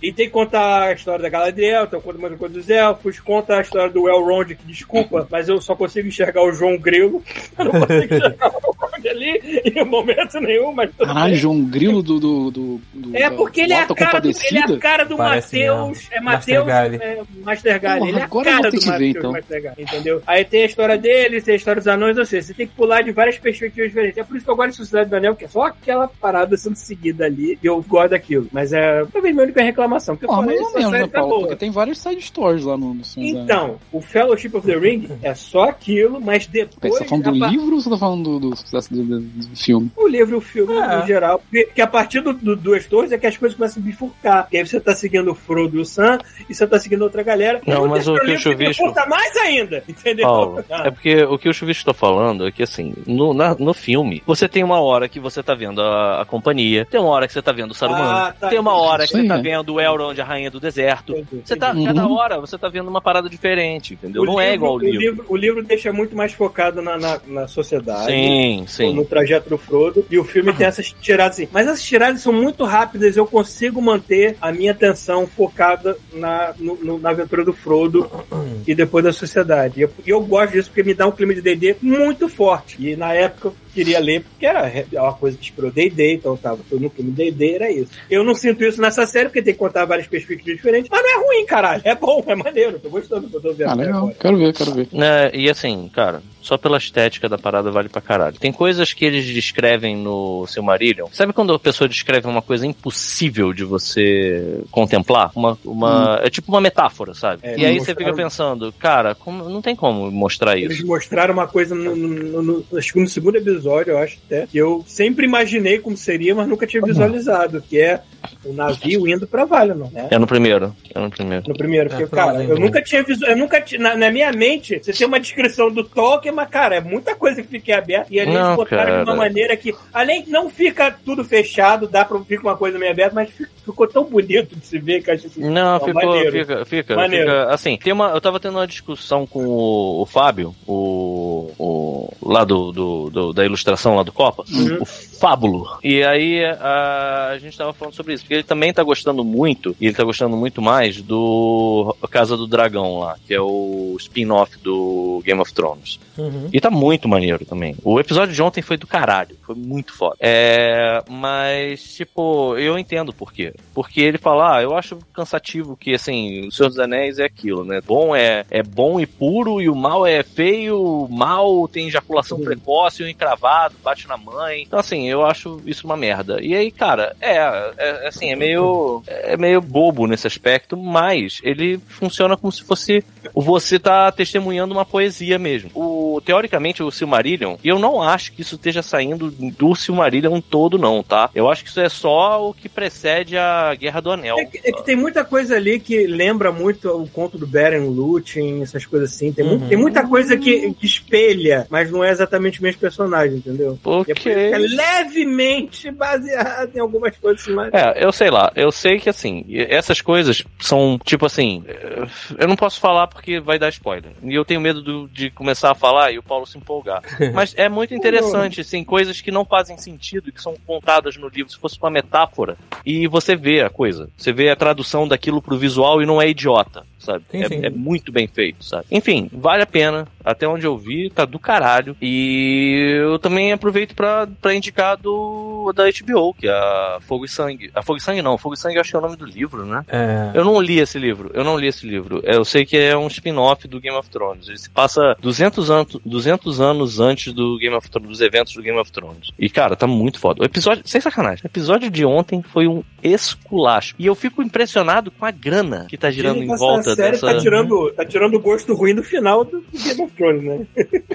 E tem que contar a história da Galadriel, então conta mais uma coisa dos elfos, conta a história do Elrond, que desculpa, mas eu só consigo enxergar o João Grilo. Eu não consigo enxergar o Elrond ali em momento nenhum, mas tudo Caralho, bem. João Grilo do. do, do, do É da porque ele é a Lota cara do, ele é Compadecida? a cara do Parece Matheus. mesmo. Master É Matheus. Gale. É, Master Gale. Porra, Ele é a agora eu cara vou ter do que ver, Matheus então. Master Gale, entendeu? Aí tem a história dele, tem a história dos anões, ou seja, você tem que pular de várias perspectivas diferentes. É por isso que eu gosto de Sociedade do Anel, que é só aquela parada sendo seguida ali e eu gosto daquilo. Mas é talvez minha única reclamação. Porque eu Porra, falei, mas não essa menos, né, série tá Paulo? boa. Porque tem vários side stories lá no. né? no Senhor dos Anéis. Então, o Fellowship of the Ring é só aquilo, mas Peraí, depois. Você tá falando a do pa- livro ou você tá falando do, do sucesso do, do- do filme? O livro e o filme, É. no geral. Porque que a partir do, do Duas Torres é que as coisas começam a bifurcar. E aí você tá seguindo o Frodo e o Sam, e você tá seguindo outra galera. Não, E mas terceiro o que o livro Chuvisco- bifurca mais ainda, entendeu? Paulo, Ah, é porque o que o Chuvisco tá falando é que, assim, no, na- no filme, você tem uma hora que você tá vendo a, a companhia, tem uma hora que você tá vendo o Saruman, Ah, tá. tem uma hora que Sim, você tá é. vendo o Elrond, a Rainha do Deserto. entendi, Você tá, Uhum. Cada hora você tá vendo uma parada diferente, entendeu? O não é livro- igual o livro. O livro, o livro deixa muito mais focado na, na, na sociedade. Sim, sim. No trajeto do Frodo. E o filme tem essas tiradas assim. Mas essas tiradas são muito rápidas. Eu consigo manter a minha atenção focada na, no- no- na aventura do Frodo e depois da sociedade. E eu, e eu gosto disso porque me dá um clima de D&D muito forte. E na época eu queria ler porque era re- é uma coisa que inspirou D&D, então eu tava todo no clima de D&D, era isso. Eu não sinto isso nessa série porque tem que contar várias perspectivas diferentes. Mas não é ruim, caralho. É bom, é maneiro. Tô gostando do que eu tô vendo Ah, até legal. tá agora. Quero ver, quero ver. Né, e assim, cara, só pela estética da parada vale pra caralho. Tem coisas que eles descrevem no Silmarillion. Sabe quando a pessoa descreve uma coisa impossível de você contemplar? Uma, uma, É tipo uma metáfora, sabe? É, e aí você mostraram- fica pensando, cara, como, não tem como mostrar Eles isso. mostraram uma coisa no, no- no- no- acho que no segundo episódio, eu acho até, que eu sempre imaginei como seria, mas nunca tinha visualizado, que é o navio indo pra Valinor, né? É no primeiro. É no primeiro. No primeiro, porque, É, foi cara, mais eu ainda. nunca tinha visto, eu nunca tinha, na, na minha mente, você tem uma descrição do Tolkien, mas, cara, é muita coisa que fica aberta, e ali Não, eles botaram de cara. uma maneira que, além que não fica tudo fechado, dá pra, fica uma coisa meio aberta, mas fi- ficou tão bonito de se ver, que eu acho assim, Não, pô, ficou, maneiro. fica, fica, Maneiro. fica- Assim, tem uma, eu tava tendo uma discussão com o, o Fábio, o, o lá do, do- do- da ilustração lá do Copa, Uhum. o Fábulo. E aí a, a gente tava falando sobre isso, porque ele também tá gostando muito, e ele tá gostando muito mais do Casa do Dragão lá, que é o spin-off do Game of Thrones. Uhum. E tá muito maneiro também. O episódio de ontem foi do caralho. Foi muito foda. É. Mas, tipo, eu entendo por quê. Porque ele fala, ah, eu acho cansativo que, assim, o Senhor dos Anéis é aquilo, né? Bom é, é bom e puro, e o mal é feio, o mal tem ejaculação precoce, o encravado, bate na mãe. Então, assim, eu acho isso uma merda. E aí, cara, é, é assim, é meio. É meio bobo nesse aspecto, mas ele funciona como se fosse você tá testemunhando uma poesia mesmo. O, teoricamente, o Silmarillion, e eu não acho que isso esteja saindo do Silmarillion todo, não, tá? Eu acho que isso é só o que precede a Guerra do Anel. É que, é que tem muita coisa ali que lembra muito o conto do Beren Lutin, essas coisas assim. Tem, mu- Uhum. tem muita coisa que, que espelha, mas não é exatamente o mesmo personagem, entendeu? E é por isso que é Porque. levemente baseado em algumas coisas assim, mas... É, eu sei lá, eu sei que assim, essas coisas são tipo assim. eh, Eu não posso falar porque vai dar spoiler. E eu tenho medo do- de começar a falar e o Paulo se empolgar. Mas é muito interessante, assim, coisas que não fazem sentido, que são contadas no livro, se fosse uma metáfora, e você vê a coisa. Você vê a tradução daquilo pro visual e não é idiota, sabe? Sim, é, sim. é muito bem feito, sabe? Enfim, vale a pena. Até onde eu vi, tá do caralho. E eu também aproveito pra, pra indicar do da HBO, que é a Fogo e Sangue. A Fogo e Sangue não, Fogo e Sangue eu acho que é o nome do livro, né? É. Eu não li esse livro, eu não li esse livro. É, Eu sei que é um spin-off do Game of Thrones. Ele se passa 200 anos, 200 anos antes do Game of Thrones, dos eventos do Game of Thrones. E, cara, tá muito foda. O episódio, sem sacanagem, o episódio de ontem foi um esculacho. E eu fico impressionado com a grana que tá girando em Essa volta série dessa... Uhum. tá tirando, tá tirando o gosto ruim do final do Game of Thrones, né?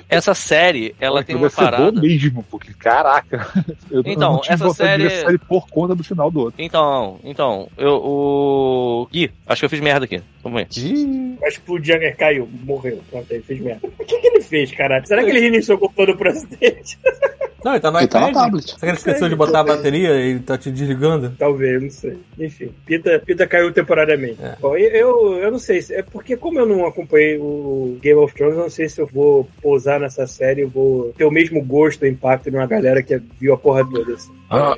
Essa série, é ela tem uma Deve ser bom parada... mesmo, porque caraca. Eu não- Então, não tive essa vontade de ver série- essa série por conta do final do outro. Então, então, eu... O... Gui, acho que eu fiz merda aqui. Vamos aí. Vai explodir, é, caiu, morreu. Pronto, aí fez merda. O que, que ele fez, caralho? Será que ele reiniciou o computador por acidente? Não, ele tá no Ele tá na iPad. Será tablet. que ele esqueceu de botar a bateria e ele tá te desligando? Talvez, não sei. Enfim, Pita, Pita caiu temporariamente. É. Bom, e- eu, eu não sei, se- é porque como eu não acompanhei o Game of Thrones, eu não sei se eu vou pousar nessa série, eu vou ter o mesmo gosto e impacto numa galera que viu a porra toda. assim. Ah,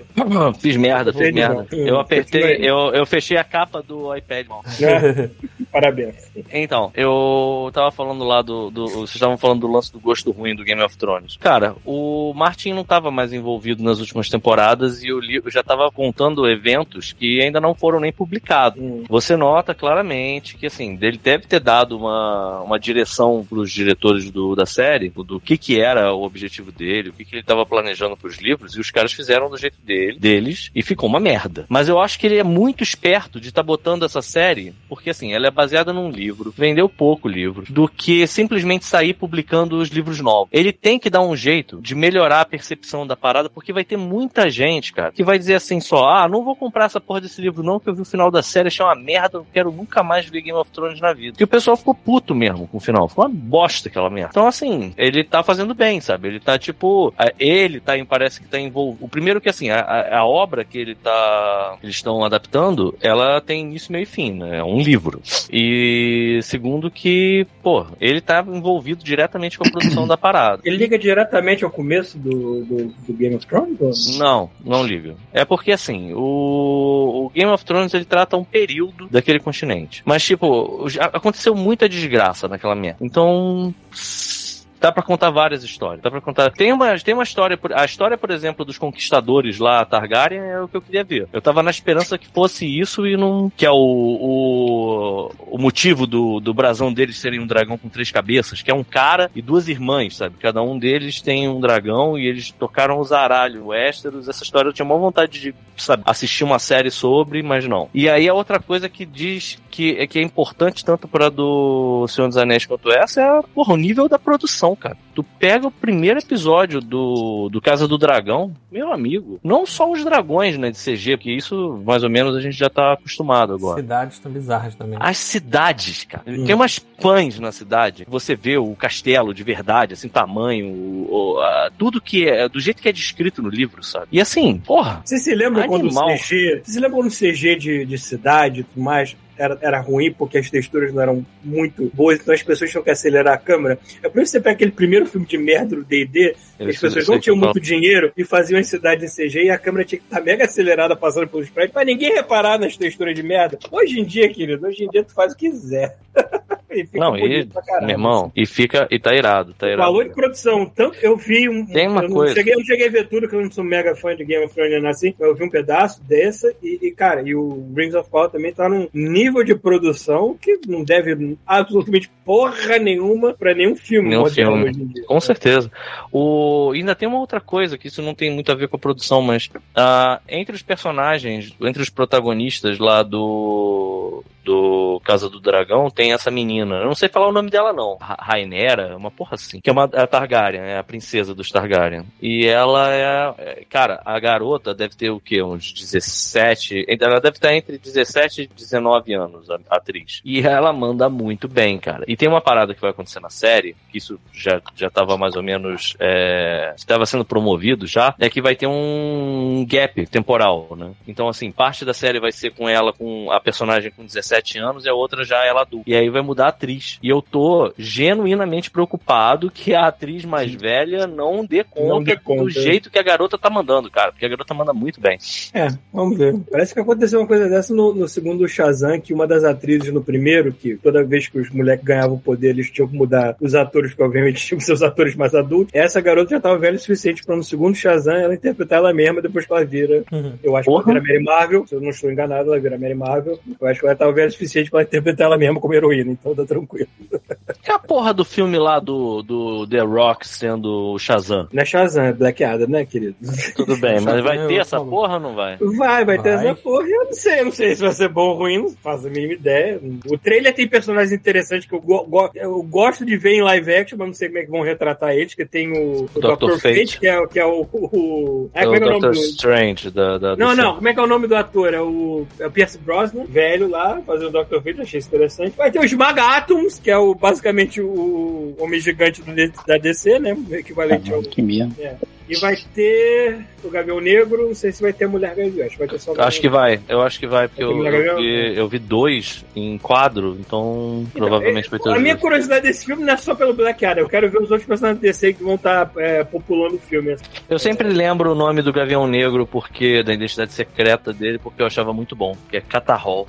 Fiz merda, fiz Entendi, merda. não. Eu apertei, Continua eu, eu fechei a capa do iPad, mal. Né? Parabéns. Então, eu tava falando lá do. do- vocês estavam falando do lance do gosto ruim do Game of Thrones. Cara, o Martin não tava mais envolvido nas últimas temporadas e o livro já tava contando eventos que ainda não foram nem publicados. Hum. Você nota claramente que, assim, ele deve ter dado uma, uma direção pros diretores do, da série, do, do que que era o objetivo dele, o que que ele tava planejando pros livros, e os caras fizeram do jeito dele, deles, e ficou uma merda. Mas eu acho que ele é muito esperto de estar botando essa série, porque, assim, ela é baseada num livro, vendeu pouco livro, do que simplesmente sair publicando os livros novos. Ele tem que dar um jeito de melhorar a percepção da parada, porque vai ter muita gente, cara, que vai dizer assim só, ah, não vou comprar essa porra desse livro não, que eu vi o final da série, achei uma merda, não quero nunca mais ver Game of Thrones na vida. E o pessoal ficou puto mesmo com o final, ficou uma bosta aquela merda. Então, assim, ele tá fazendo bem, sabe? Ele tá, tipo, a- ele tá, em- parece que tá envolvido. O primeiro que, assim, a, a- a obra que ele tá, eles estão adaptando, ela tem início, meio e fim, né? É um livro. E segundo que, pô, ele tá envolvido diretamente com a produção da parada. Ele liga diretamente ao começo do, do, do Game of Thrones? ou- Não, não liga. É porque assim, o, o Game of Thrones ele trata um período daquele continente. Mas tipo, já aconteceu muita desgraça naquela merda. Então, dá pra contar várias histórias. Dá para contar. Tem uma, tem uma história, por- a história, por exemplo, dos conquistadores lá, Targaryen, é o que eu queria ver. Eu tava na esperança que fosse isso e não que é o o, o motivo do, do brasão deles serem um dragão com três cabeças, que é um cara e duas irmãs, sabe? Cada um deles tem um dragão e eles tocaram os aralhos, Westeros, essa história eu tinha maior vontade de sabe, assistir uma série sobre, mas não. E aí a outra coisa que diz que é que é importante tanto pra do Senhor dos Anéis quanto essa é porra, o nível da produção, cara. Tu pega o primeiro episódio do, do Casa do Dragão, meu amigo, não só os dragões, né, de CG, porque isso mais ou menos a gente já tá acostumado agora. Cidades tão bizarras também. As cidades, cara. Tem umas pães na cidade. Você vê o castelo de verdade, assim, tamanho, o- o- a- tudo que é, do jeito que é descrito no livro, sabe? E assim, porra. Você se lembra quando o Animal. CG. Você se lembra quando o CG de, de cidade e tudo mais? era, era ruim porque as texturas não eram muito boas, então as pessoas tinham que acelerar a câmera. É por isso que você pega aquele primeiro filme de merda do D&D, É, que as pessoas não tinham muito dinheiro e faziam as cidades em CG e a câmera tinha que estar mega acelerada passando pelos prédios pra ninguém reparar nas texturas de merda. Hoje em dia, querido, hoje em dia tu faz o que quiser. E fica Não, e, bonito pra caralho. meu irmão, e fica, e tá irado, tá irado. Valor de produção. Tanto eu vi um. Tem uma eu não coisa. Cheguei, eu não cheguei a ver tudo, que eu não sou mega fã de Game of Thrones nem nada assim. mas Eu vi um pedaço dessa e, e, cara, e o Rings of Power também tá num nível de produção que não deve absolutamente porra nenhuma pra nenhum filme Nenhum moderno filme. hoje em dia. Com certeza. O... Ainda tem uma outra coisa, que isso não tem muito a ver com a produção, mas ah, entre os personagens, entre os protagonistas lá do. Do Casa do Dragão tem essa menina. Eu não sei falar o nome dela, não. Ra- Rainera, uma porra assim. Que é uma a Targaryen, é a princesa dos Targaryen. E ela é. é, Cara, a garota deve ter o quê? Uns 17. Ela deve estar entre 17 e 19 anos, a a atriz. E ela manda muito bem, cara. E tem uma parada que vai acontecer na série, que isso já, já tava mais ou menos. É, estava sendo promovido já, é que vai ter um gap temporal, né? Então, assim, parte da série vai ser com ela, com a personagem com 17 anos, e a outra já ela adulta. E aí vai mudar a atriz. E eu tô genuinamente preocupado que a atriz mais velha não dê conta, dê conta. do jeito que a garota tá mandando, cara. Porque a garota manda muito bem. É, vamos ver. Parece que aconteceu uma coisa dessa no, no segundo Shazam, que uma das atrizes no primeiro, que toda vez que os moleques ganhavam poder, eles tinham que mudar os atores, que obviamente tinham que ser os atores mais adultos. Essa garota já tava velha o suficiente pra no segundo Shazam ela interpretar ela mesma depois que ela vira. Uhum. Eu acho que Porra. ela vira Mary Marvel, se eu não estou enganado, ela vira Mary Marvel. Eu acho que ela tava velha o suficiente pra interpretar ela mesma como heroína, então tá tranquilo. Que É a porra do filme lá do, do The Rock sendo o Shazam. Não é Shazam, é Black Adam, né, querido? Tudo bem, mas vai ter essa Eu falo. porra ou não vai? Vai, vai, ter Vai. essa porra. Eu não sei, eu não sei se vai ser bom ou ruim, não faço a mínima ideia. O trailer tem personagens interessantes que eu, go- go- eu gosto de ver em live action, mas não sei como é que vão retratar eles, que tem o, o Dr. Fate, que é, que é o. o- é, É como é que é o o nome Doctor do. Strange da, da Não, do- não, como é que é o nome do ator? É o, é o Pierce Brosnan, velho lá, fazendo o Dr. Fate, achei isso interessante. Vai ter o Esmaga Atoms, que é o, basicamente o homem gigante do D- da DC, né? O equivalente ao. Ah, Que merda. E vai ter o Gavião Negro, não sei se vai ter a Mulher Gavião, acho que vai ter só o Acho que vai, eu acho que vai, porque eu, Aquele eu, legal. vi, eu vi dois em quadro, então provavelmente vai ter é, A os minha dois. curiosidade desse filme não é só pelo Black Adam, eu quero ver os outros personagens do DC que vão estar populando o filme. Eu sempre lembro o nome do Gavião Negro, porque da identidade secreta dele, porque eu achava muito bom, que é Catarrol.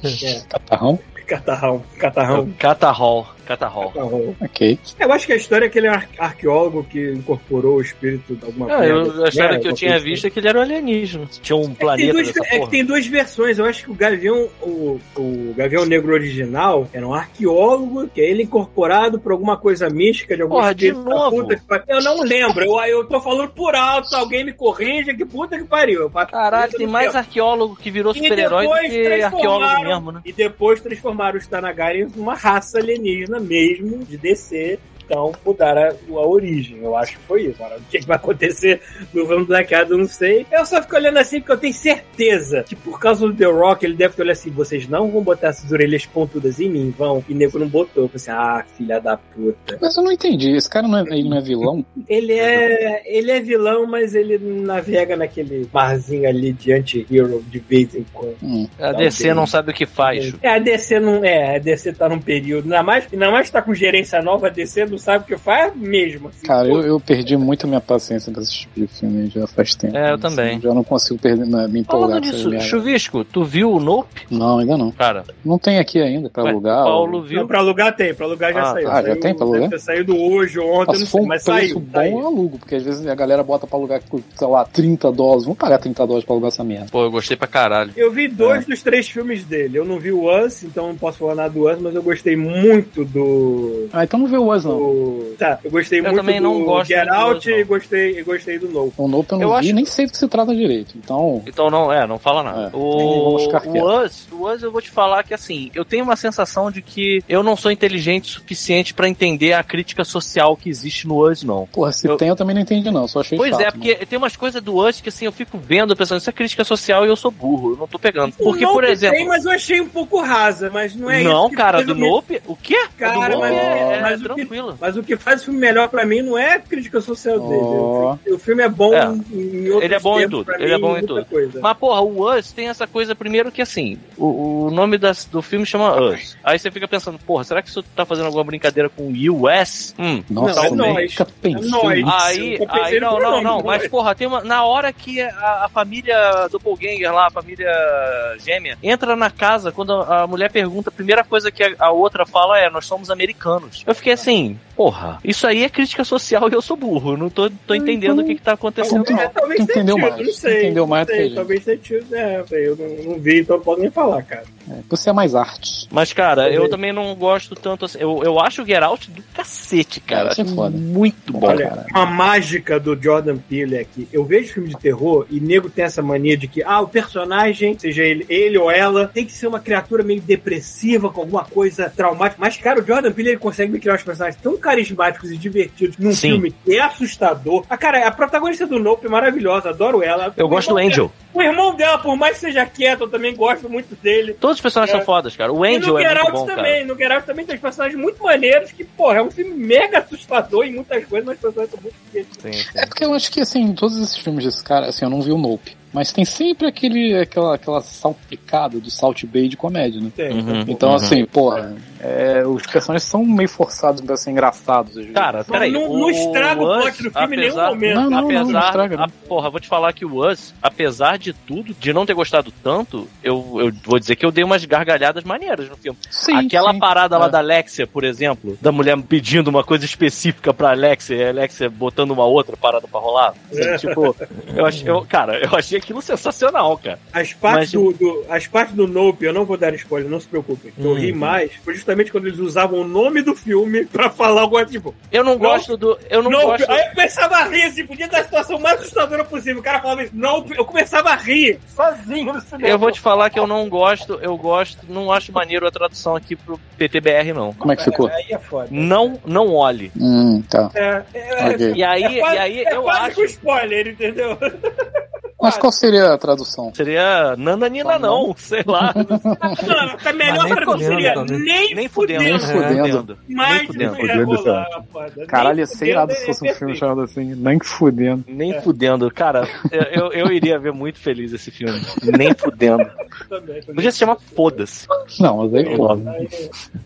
Catarrão? Catarrão, catarrão, Catarrol, Catarrol. catarrão. Ok. Eu acho que a história é que ele é um ar- arqueólogo que incorporou o espírito de alguma Ah, eu, pedra, a história né, que eu alguma tinha coisa visto é que ele era um alienígena. Tinha um assim. Tem planeta duas- dessa é que porra. tem duas versões. Eu acho que o Gavião, o, o Gavião Negro original era um arqueólogo, que é ele incorporado por alguma coisa mística de algum Porra, de espírito da novo? puta que pariu. Eu não lembro, eu, eu tô falando por alto, alguém me corrija, que puta que pariu. Eu faço Caralho, isso tem no mais arqueólogo que virou E super-herói do depois que arqueólogo transformaram- mesmo, né? E depois transformaram os Tanagari em uma raça alienígena mesmo, de DC. Então mudaram a, a origem, eu acho que foi isso. Agora, o que que vai acontecer no Vamos Black Adam, eu não sei. Eu só fico olhando assim porque eu tenho certeza que por causa do The Rock, ele deve ter olhado assim, vocês não vão botar essas orelhas pontudas em mim, vão. E nego não botou. Eu falei assim, ah, filha da puta. Mas eu não entendi. Esse cara não é, ele não é vilão? Ele é, ele é vilão, mas ele navega naquele barzinho ali de anti-hero de vez em quando. Hum. A DC É, não sabe o que faz. É, a DC não. É, a DC tá num período. Ainda mais, ainda mais tá com gerência nova, a DC não sabe o que faz mesmo. assim. Cara, eu, eu perdi muito a minha paciência pra assistir de filme já faz tempo. É, eu Assim, também. Já não consigo perder, não, me empolgar Falando com essas disso, merdas. Chuvisco, tu viu o Nope? Não, ainda não. Cara, Não tem aqui ainda pra ué, o alugar. Paulo ou- Não, viu. pra alugar tem, pra alugar já Ah, saiu. tá, já Saiu- tem pra alugar? deve ter saído hoje, ontem, se não for sei, um mas preço saiu. bom, eu saiu. alugo, porque às vezes a galera bota pra alugar, por, sei lá, 30 dólares. Vamos pagar 30 dólares pra alugar essa merda. Pô, eu gostei pra caralho. Eu vi É. dois dos três filmes dele. Eu não vi o Us, então não posso falar nada do Us, mas eu gostei muito do. Ah, então não vê o Oz, não. do- Tá, eu gostei Eu muito também do não gosto Get do Out Us, não. e gostei, e gostei do Novo. O Nope eu não Eu vi, acho- nem sei do que se trata direito. Então, Então não, é, não fala nada. É. O, Vamos ficar quieto. o Us, o Us eu vou te falar que assim, eu tenho uma sensação de que eu não sou inteligente o suficiente pra entender a crítica social que existe no Us, não. porra, se Eu- tem eu também não entendi, não. Só achei Pois chato, é, porque tem umas coisas do Us que assim, eu fico vendo, pensando, isso é crítica social e eu sou burro, eu não tô pegando. Porque, o Nope por exemplo. Tem, mas eu achei um pouco rasa, mas não é isso. não, que cara, fez do o meu- Nope? O quê? Cara, do Nope mas- é, é mas o que- tranquilo. tranquilo. Mas o que faz o filme melhor pra mim não é a crítica social Ó. dele. O filme é bom É. em outros Ele é bom em termos, tudo, pra ele é bom em muita tudo. Coisa. Mas, porra, o Us tem essa coisa, primeiro, que assim, o, o nome das- do filme chama Us. Aí você fica pensando, porra, será que isso tá fazendo alguma brincadeira com US? Hum. Nossa, Não, é eu nóis. nunca pensei. É nóis. nisso. né? Aí, eu pensei aí, no não, não, um, pronome, não, não mas é? porra, tem uma, na hora que a, a família Doppelganger lá, a família gêmea, entra na casa, quando a, a mulher pergunta, a primeira coisa que a, a outra fala é, nós somos americanos. Eu fiquei assim, porra, isso aí é crítica social e eu sou burro, eu não tô, tô entendendo o que que tá acontecendo. Então, não. É, talvez Tu entendeu sentido, mais, Não tu sei, entendeu não mais do sei, que a gente. Talvez sentido, é, não sei, eu não, não vi, então eu posso nem falar, cara. Você é mais arte. Mas, cara, eu também não gosto tanto assim. Eu, eu acho o Get Out do cacete, cara. Isso é Acho foda. Muito bom. Olha, Olha, cara. A mágica do Jordan Peele é que eu vejo filme de terror e nego tem essa mania de que, ah, o personagem, seja ele, ele ou ela, tem que ser uma criatura meio depressiva, com alguma coisa traumática. Mas, cara, o Jordan Peele ele consegue me criar uns personagens tão carismáticos e divertidos num Sim. filme que é assustador. Ah, cara, a protagonista do Nope é maravilhosa, adoro ela. eu gosto O do irmão Angel. dela- O irmão dela, por mais que seja quieto, eu também gosto muito dele. Todos os personagens É. são fodas, cara. O E Angel no é muito Geralt bom, também, cara. no Geralt também tem uns personagens muito maneiros que, porra, é um filme mega assustador em muitas coisas, mas os personagens são muito divertidos. É porque eu acho que, assim, em todos esses filmes desse cara, assim, eu não vi o Nope. Mas tem sempre aquele, aquela, aquela salpicada do salt bay de comédia, né? Tem, Uhum. então, Então, assim, porra, é, os personagens são meio forçados pra serem engraçados. às vezes. Cara, Não- peraí. não- o não estraga o Us, plot do filme em nenhum apesar- momento. Não, não, não, não apesar, estraga, não. a- porra, vou te falar que o Us, apesar de tudo, de não ter gostado tanto, eu, eu vou dizer que eu dei umas gargalhadas maneiras no filme. sim, Aquela sim. parada lá É. da Alexia, por exemplo, da mulher pedindo uma coisa específica pra Alexia e a Alexia botando uma outra parada pra rolar. É. sabe? tipo, eu achei, eu- cara, eu achei aquilo sensacional, cara. As Mas- partes, do, do- as partes do Nope, eu não vou dar spoiler, não se preocupem. Eu Hum. ri mais, foi justamente quando eles usavam o nome do filme pra falar alguma tipo. Eu não Nope. gosto do. Eu não nope. gosto. Aí eu começava a rir, assim, podia dar a situação mais assustadora possível. O cara falava isso, Nope, eu começava a rir, sozinho no cinema. Eu vou te falar que eu não gosto, eu gosto, não acho maneiro a tradução aqui pro PTBR, não. Como é que ficou? Aí é foda. Não, não olhe. Hum, tá. É, é, Ok. E aí, é quase- e aí é eu quase acho. com spoiler, entendeu? Mas qual seria a tradução? Seria Nananina, não, sei lá. Mano, tá melhor Mas nem pra não fudendo, seria talvez. então, né? nem, né? Nem fudendo. né? Nem fudendo. mais Nem fudendo. não ia Fudendo, rolar, cara. foda. Nem Caralho, ia ser fudendo, irado se é fosse um filme perfeito. chamado assim, nem que fudendo. Nem fudendo. Cara, eu, eu iria ver muito feliz esse filme. Nem fudendo. Também, também. Podia se chamar Foda-se. Não, mas aí, porra,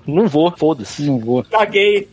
Não vou, foda-se. não vou. Caguei.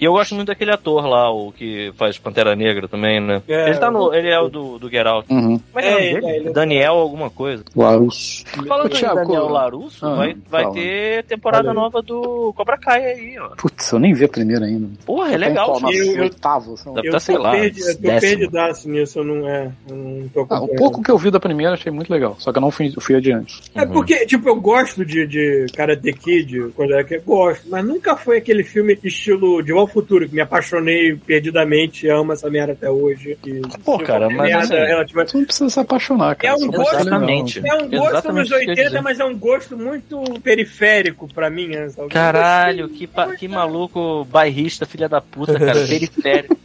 E eu gosto muito daquele ator lá, o que faz Pantera Negra também, né? É. ele tá no. Ele é o do, do Get Out. Uhum. Como é que é o nome É, ele, dele? é, ele é. Daniel alguma coisa. Larus. Falando em Thiago, Daniel como- Larusso, Ah, vai, vai fala. ter temporada Olha aí. nova do Cobra Kai aí, ó. Putz, eu nem vi a primeira ainda. Porra, é legal. Tem qual? gente. Eu- eu- oitavo. assim, sei lá. Deve tá, sei lá, perdi- eu tô décimo. perdidaço nisso, eu não, é, eu não tô Ah, o acompanhando. pouco que eu vi da primeira achei muito legal, só que eu não fui, fui adiante. É porque, tipo, eu gosto de, de Karate Kid, quando era que eu gosto, mas nunca foi aquele filme estilo De Volta ao Futuro, que me apaixonei perdidamente, amo essa merda até hoje. E, tipo, é Pô, cara, mas merda assim- relativa- Tu não precisa se apaixonar, cara. É um só gosto- gostar é legal. Exatamente. É um gosto Exatamente nos isso que eu ia 80, dizer. mas é um gosto muito periférico pra mim. né, sabe? Caralho, que, pa- que maluco bairrista, filha da puta, cara, periférico.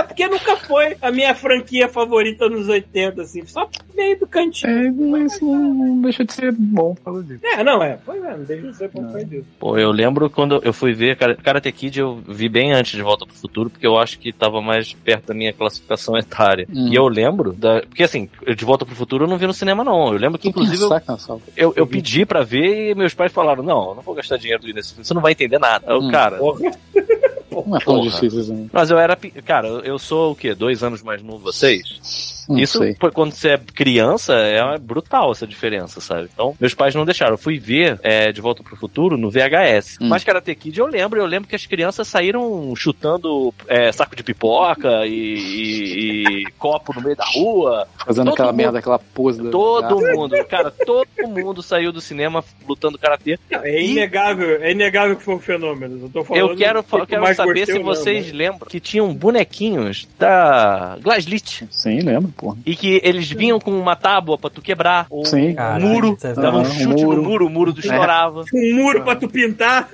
É, porque nunca foi a minha franquia favorita nos 80, assim. Só meio do cantinho. É, mas não, não deixa de ser bom por causa disso. É, não, é. Pois é, não deixa de ser como foi disso. Pô, eu lembro quando eu fui ver Kara- Karate Kid, eu vi bem antes de Volta pro Futuro, porque eu acho que tava mais perto da minha classificação etária. Hum. E eu lembro, da, porque assim, de Volta pro Futuro eu não vi no cinema não, eu lembro que inclusive eu, Saca, saca. eu, eu pedi pra ver e meus pais falaram, não, eu não vou gastar dinheiro do ir nesse filme, você não vai entender nada. Eu, Hum. Cara, Não é tão Porra. difícil assim. mas eu era, pe- cara, eu- eu sou o quê, dois anos mais novo que vocês? Não Isso, sei. pô, quando você é criança, é brutal essa diferença, sabe? Então, meus pais não deixaram. Eu fui ver é, De Volta pro Futuro no VHS. Hum. Mas Karate Kid eu lembro. Eu lembro que as crianças saíram chutando é, saco de pipoca e, e- e copo no meio da rua. Fazendo todo aquela mundo- merda, aquela pose. da- Todo da- mundo, cara, todo mundo saiu do cinema lutando Karatê. É inegável, é inegável que foi um fenômeno. Eu tô falando. Eu quero, fa- do eu quero mais saber gostei se ou não, vocês né? lembram que tinham bonequinhos da Glaslit. Sim, lembro, porra. E que eles vinham com uma tábua pra tu quebrar. Ou Sim. Caralho, muro, isso é dava um verdade. chute Muro. Ah. no muro, o muro tu estourava. Um muro pra tu pintar.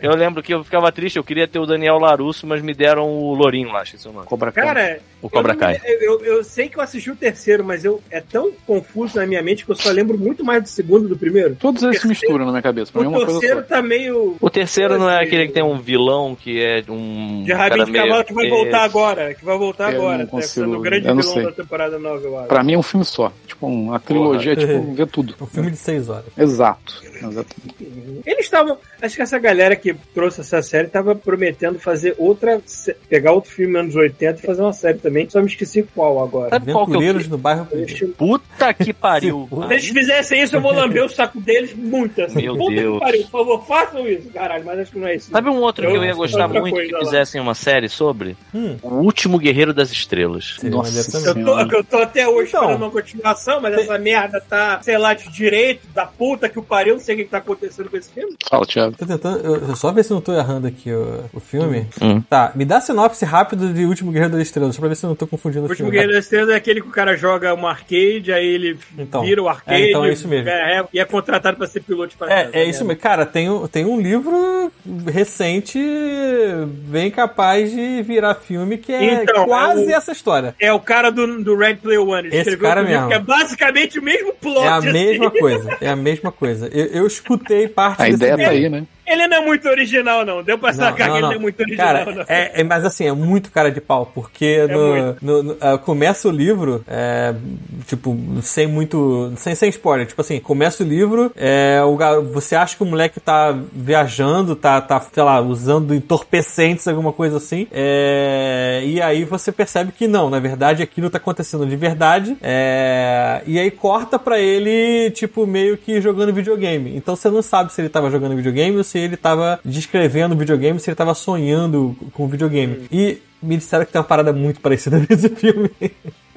Eu lembro que eu ficava triste, eu queria ter o Daniel Larusso, mas me deram o Lourinho lá, acho que é o seu nome. Cobra Kai. Cara, O Cobra eu, não Kai. me- Eu, eu- eu sei que eu assisti o terceiro, mas eu, é tão confuso na minha mente que eu só lembro muito mais do segundo do primeiro. Todos eles se misturam na minha cabeça. Pra mim é O uma coisa terceiro só. tá meio O terceiro não é aquele que tem um vilão que é um. de rabinho cara de meio- cavalo que vai voltar agora. Que vai voltar Eu agora. não Tá consigo- sendo o grande eu não vilão sei. da temporada nova, eu acho. Pra mim é um filme só. Tipo, uma trilogia, tipo, vê tudo. Um filme de seis horas. Exato. Exato. Eles estavam. Acho que essa galera que trouxe essa série tava prometendo fazer outra. se- Pegar outro filme anos 80 e fazer uma série também. Só me esqueci qual agora. Sabe qual que eu Aventureiros do bairro. Eles- Se Puta que pariu. Se- eles fizessem isso, eu vou lamber o saco deles muito. Assim. Meu Puta que Deus. pariu, por favor, façam isso. Caralho, mas acho que não é isso. Sabe um outro que eu ia Eu- gostar outra muito coisa que lá. fizessem uma série sobre? Hum. O Último Guerreiro das Estrelas. Seria Nossa maneiro também. Eu tô, eu tô até hoje Então. esperando uma continuação, mas essa merda tá, sei lá, de direito, da puta que o pariu, não sei o que que tá acontecendo com esse filme. Fala, Thiago. Tô tentando. Eu, eu só ver se eu não tô errando aqui o, o filme. Hum. Tá, me dá a sinopse rápido de Último Guerreiro das Estrelas, só pra ver se eu não tô confundindo O o último filme. Guerreiro das Estrelas é aquele que o cara joga um arcade, aí ele Então. vira o arcade. É, então é isso mesmo. é, é, e é contratado pra ser piloto de paraquedas, É, é isso né? mesmo. Cara, tem, um- tem um livro recente bem capaz de virar filme que é Então, quase é o- essa história. É o cara do, do Red Player One. ele Esse escreveu cara um livro mesmo. Que é basicamente o mesmo plot. É a assim. mesma coisa. É a mesma coisa. Eu, eu escutei parte A desse ideia tá livro. aí, né? Ele não é muito original, não. Deu pra Não, sacar não, que ele não. não é muito original, Cara, não. é, é- mas assim, é muito cara de pau, porque no- muito. no- no- ah, começa o livro, é, tipo, sem muito. Sem, sem spoiler, tipo assim, começa o livro, é, o gar- você acha que o moleque tá viajando, tá, tá, sei lá, usando entorpecentes, alguma coisa assim, é, e aí você percebe que não, na verdade aquilo tá acontecendo de verdade, é, e aí corta pra ele, tipo, meio que jogando videogame. Então você não sabe se ele tava jogando videogame ou se ele tava descrevendo videogame, se ele tava sonhando com videogame. E me disseram que tem uma parada muito parecida nesse filme.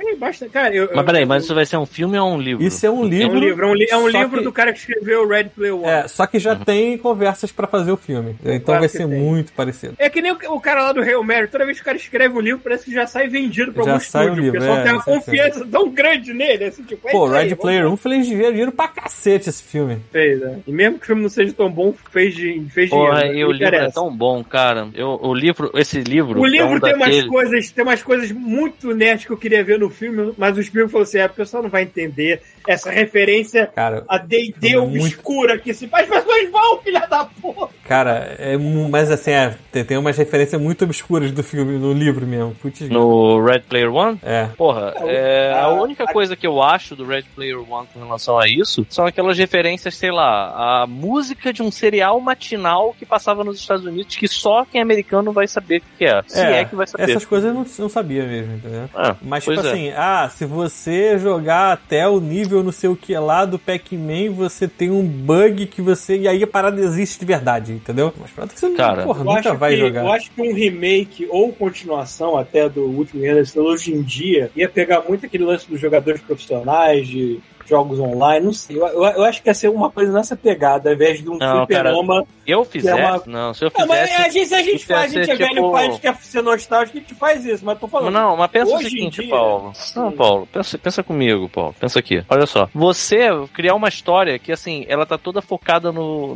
É, basta- cara, eu- Mas peraí, mas eu- isso vai ser um filme ou um livro? Isso é um É um livro. livro, é um, li- é um só livro que- do cara que escreveu o Red Player One. É, só que já tem conversas pra fazer o filme. Então Claro vai que ser tem. muito parecido. É que nem o, o cara lá do Hail Mary, toda vez que o cara escreve um livro, parece que já sai vendido pra Já algum sai o estúdio. livro, o pessoal é, tem uma sai confiança tão grande nele, assim, tipo, é Pô, isso aí, Red vamos Player 1 fez dinheiro pra cacete esse filme. ver, né? E mesmo que o filme não seja tão bom, fez, de, fez Porra, dinheiro. e não o livro é interessa. tão bom, cara. Eu, o livro, esse livro. O é livro um tem umas daquele- coisas, tem umas coisas muito nerds que eu queria ver no filme, mas o Spielberg falou assim: é, o pessoal não vai entender essa referência Cara, a D&D É muito- obscura que se faz, mas pessoas vão, filha da porra! cara, é, mu- mas assim, é, tem, tem umas referências muito obscuras do filme, no livro mesmo. Putz, No Red Player One? é. Porra, é, a Ah, única coisa que eu acho do Red Player One com relação a isso são aquelas referências, sei lá, a música de um serial matinal que passava nos Estados Unidos que só quem é americano vai saber o que é. Se é, que vai saber. Essas coisas eu não, não sabia mesmo, entendeu? Ah, Mas, pois tipo é. assim, ah, se você jogar até o nível não sei o que lá do Pac-Man, você tem um bug que você. E aí a parada existe de verdade, entendeu? Mas pronto, que você Cara, porra, Eu Ah, nunca acho vai que, jogar. Eu acho que um remake ou continuação até do último Anderson hoje em dia ia pegar muito aquele lance dos jogadores profissionais, de jogos online, não sei. Eu, eu- eu acho que ia ser uma coisa nessa pegada, ao invés de um Não, cara, fliperama. Eu fizesse. é uma- Não, se eu Não, mas a fizesse. gente, a gente isso ia faz, a gente ser é velho tipo- pai, a gente quer ser nostálgico, a gente faz isso, mas tô falando. Não, é mas pensa Hoje o em seguinte, dia- Paulo. Não, Paulo, pensa, pensa comigo, Paulo. Pensa aqui. Olha só. Você criar uma história que, assim, ela tá toda focada no,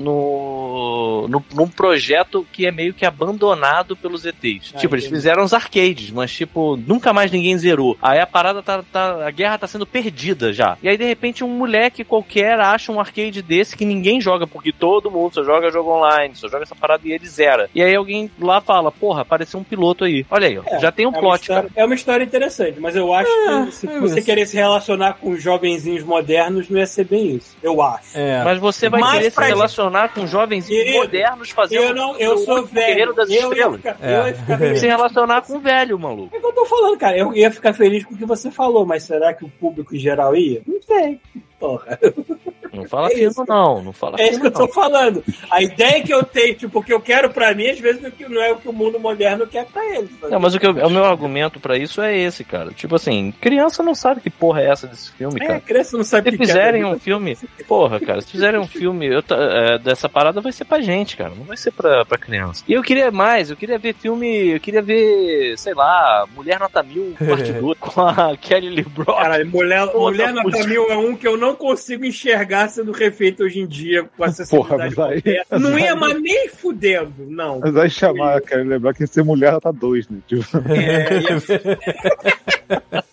no, no- num projeto que é meio que abandonado pelos ETs. Ah, tipo, eles entendi. fizeram os arcades, mas, tipo, nunca mais ninguém zerou. Aí a parada tá, tá- A guerra tá sendo perdida já. E aí, de repente, um moleque qualquer acha um arcade desse que ninguém joga, porque todo mundo só joga jogo online, só joga essa parada e ele zera. E aí alguém lá fala, porra, apareceu um piloto aí. Olha aí, ó, É, já tem um é uma, plot, cara. história, é uma história interessante, mas eu acho que se é você isso. querer se relacionar com os jovenzinhos modernos, não ia ser bem isso. Eu acho. É. Mas você vai Mas querer se pra relacionar com jovens Querido, modernos fazendo Eu não, eu o sou último guerreiro velho. das eu, ia estrelas. ficar, É. eu ia ficar feliz. Se relacionar com o velho, maluco. É o que eu tô falando, cara. Eu ia ficar feliz com o que você falou, mas será que o público em geral ia? Não sei. Porra. Não fala É fino, isso. não. Não fala É isso que fino, eu tô falando. A ideia que eu tenho, tipo, o que eu quero pra mim, às vezes não é o que o mundo moderno quer pra eles. né? não. Não, mas o, que eu- o meu argumento pra isso é esse, cara. Tipo assim, criança não sabe que porra é essa desse filme, É, a cara. criança não sabe o Se que quer. fizerem um filme, porra, cara, se fizerem um filme eu ta- é, dessa parada, vai ser pra gente, cara. Não vai ser pra, pra criança. E eu queria mais, eu queria ver filme, eu queria ver, sei lá, Mulher Nota Mil, parte 2, com a Kelly Lee Brock. Cara, mulher, Outra mulher na música. Tamil é um que eu não consigo enxergar sendo refeita hoje em dia com acessibilidade Porra, mas aí- moderna. Não ia, mas nem fudendo, não. Mas vai chamar, cara, lembrar que ser mulher ela tá dois, né? Tipo, É,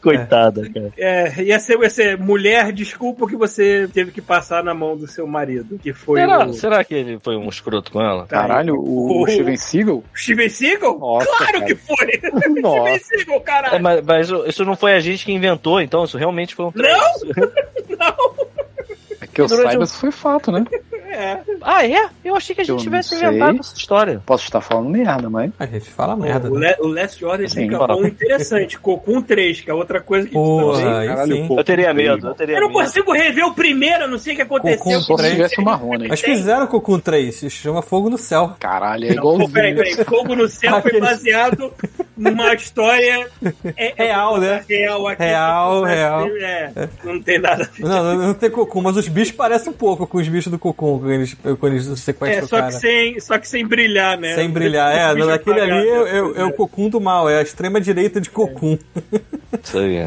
Coitada, cara. É, ia, ser, ia ser mulher, desculpa o que você teve que passar na mão do seu marido, que foi Será, o... será que ele foi um escroto com ela? Tá aí. Caralho, o, O- o Steven Seagal? Steven Seagal? Nossa, claro cara. que foi! Steven Nossa, Seagal, É, caralho! mas, mas isso não foi a gente que inventou, então isso realmente foi um. Não? Não! É que eu Durante saiba, um- isso foi fato, né? É. Ah, é? Eu achei que a gente Eu não tivesse sei. inventado essa história. Posso estar falando merda, mas. A gente fala merda. O, né? Le, o Last Order Sim, fica bora. bom interessante. Cocum 3, que é outra coisa que... Porra, aí caralho, sim. pô. Eu teria medo, eu teria Eu não medo. consigo rever o primeiro, eu não sei o que aconteceu. Cocum Só se Três. é tivesse o Marrone. Mas fizeram Cocum 3, se chama Fogo no Céu. Caralho, é Pô, peraí, igualzinho. peraí. Fogo no Céu foi Aqueles- baseado numa história é- é Real, né? real aqui. Real, real. É, não tem nada a ver. Não, não, não tem Cocum, mas os bichos parecem um pouco com os bichos do Cocum, quando eles, quando eles É, sequestram o só cara. que, sem, só que sem brilhar, né? Sem brilhar, é. Bicho Naquele ali é, apagado. é- é o Cocum do mal, é a extrema direita de Cocum. Isso aí.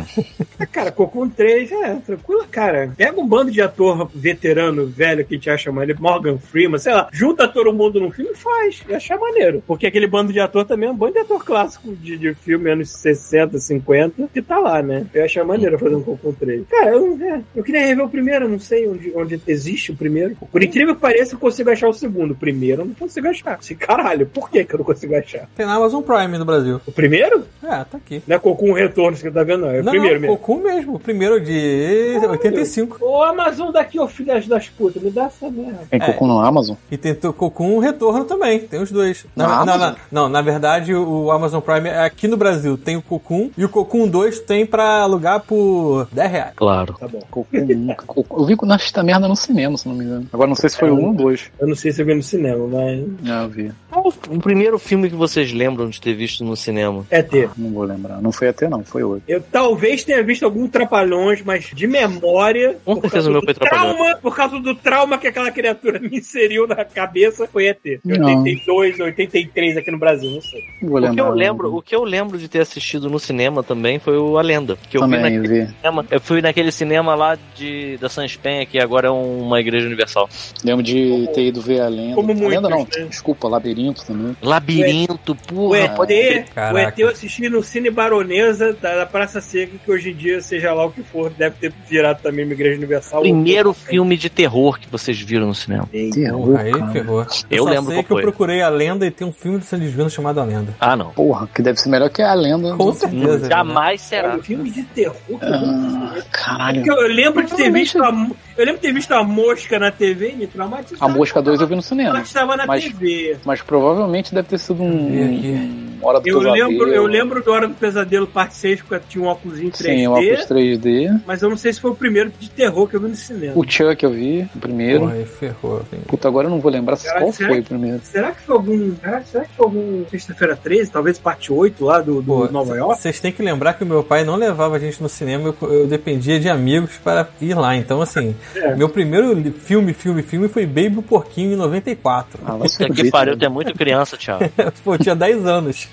Cara, Cocum 3 é tranquilo, cara. Pega um bando de ator veterano, velho, que a gente acha maneiro, Morgan Freeman, sei lá, junta todo mundo num filme e faz. E achar maneiro. Porque aquele bando de ator também é um bando de ator clássico de, de filme anos 60, 50, que tá lá, né? Eu ia achar maneiro fazer um Cocum 3. Cara, eu, é, eu queria rever o primeiro, eu não sei onde, onde existe o primeiro. Por incrível que pareça, eu consigo achar o segundo. O primeiro eu não consigo achar. Se caralho, por que, que eu não consigo achar? Tem na Amazon Prime no Brasil. O primeiro? É, tá aqui. Não é Cocum Retorno, isso que tá vendo, não. É o não, primeiro não, mesmo. Cocum mesmo. O primeiro de 85. Ô Amazon daqui, ô filhas das putas, me dá essa merda. Tem cocô no Amazon? E tem to- Cocum um Retorno também. Tem os dois. Na, Ah, Na na- Amazon? na- não, na verdade, o Amazon Prime é aqui no Brasil tem o Cocum e o Cocum 2 tem pra alugar por 10 reais. Claro. Tá Cocô um nunca. Cocô- Eu vi nesta merda no cinema, se não me engano. Agora não sei se foi um ou dois. Eu não sei se eu vi no cinema, mas. Ah, eu vi. Qual o primeiro filme que vocês lembram de ter visto no cinema? É ter. Não vou lembrar. Não foi até, não. Foi hoje. Eu talvez tenha visto algum Trapalhões, mas de memória. Com por certeza causa o meu do foi Trapalhões. trauma, Por causa do trauma que aquela criatura me inseriu na cabeça, foi ET. Em Não. 82, 83 aqui no Brasil, não sei. Não vou O que, lembrar. eu lembro, o que eu lembro de ter assistido no cinema também foi o A Lenda. Que eu, vi Também, naquele eu vi. cinema, eu fui naquele cinema lá de, da Sanspenha, que agora é uma igreja universal. Lembro de ter ido ver a lenda. Como A lenda muitos, não. né? Desculpa, labirinto também. Labirinto, O porra. ET, o Caraca. ET eu assisti no Cine Baronesa da, da Praça Seca, que hoje em dia, seja lá o que for, deve ter virado também uma Igreja Universal. Primeiro filme de terror que vocês viram no cinema. Terror, Aí cara. ferrou. Eu só lembro sei qual que eu foi. procurei a lenda e tem um filme de Sandy Júnior chamado A Lenda. Hum, Ah, não. Porra, que deve ser melhor que a lenda. Com certeza. Jamais será. Cara, filme de terror. que eu tô Ah, caralho. Porque eu lembro de ter Provavelmente- visto a, mo- eu lembro de ter visto a mosca na TV e me traumatizou. A Mosca 2 eu vi no Ela cinema. estava na mas- TV. Mas provavelmente deve ter sido Vem aqui. um. um Hora do Eu Pesadelo. lembro, eu lembro do Hora do Pesadelo, parte 6, porque tinha um óculos em 3D, Sim, o óculos 3D. mas eu não sei se foi o primeiro de terror que eu vi no cinema. O Chuck eu vi, o primeiro. Porra, aí ferrou. Puta, agora eu não vou lembrar Caralho, qual será foi o primeiro. Será que foi algum. cara, Será que foi algum Sexta-feira 13, talvez parte 8 lá do, do Pô, Nova York? Vocês têm que lembrar que o meu pai não levava a gente no cinema, eu, eu dependia de amigos para ir lá. Então, assim, É. meu primeiro li- filme, filme, filme foi Baby o Porquinho em 94. Ah, vai se Puta que fuder, pariu, né? tu é muito criança, Thiago. Pô, eu tinha 10 anos.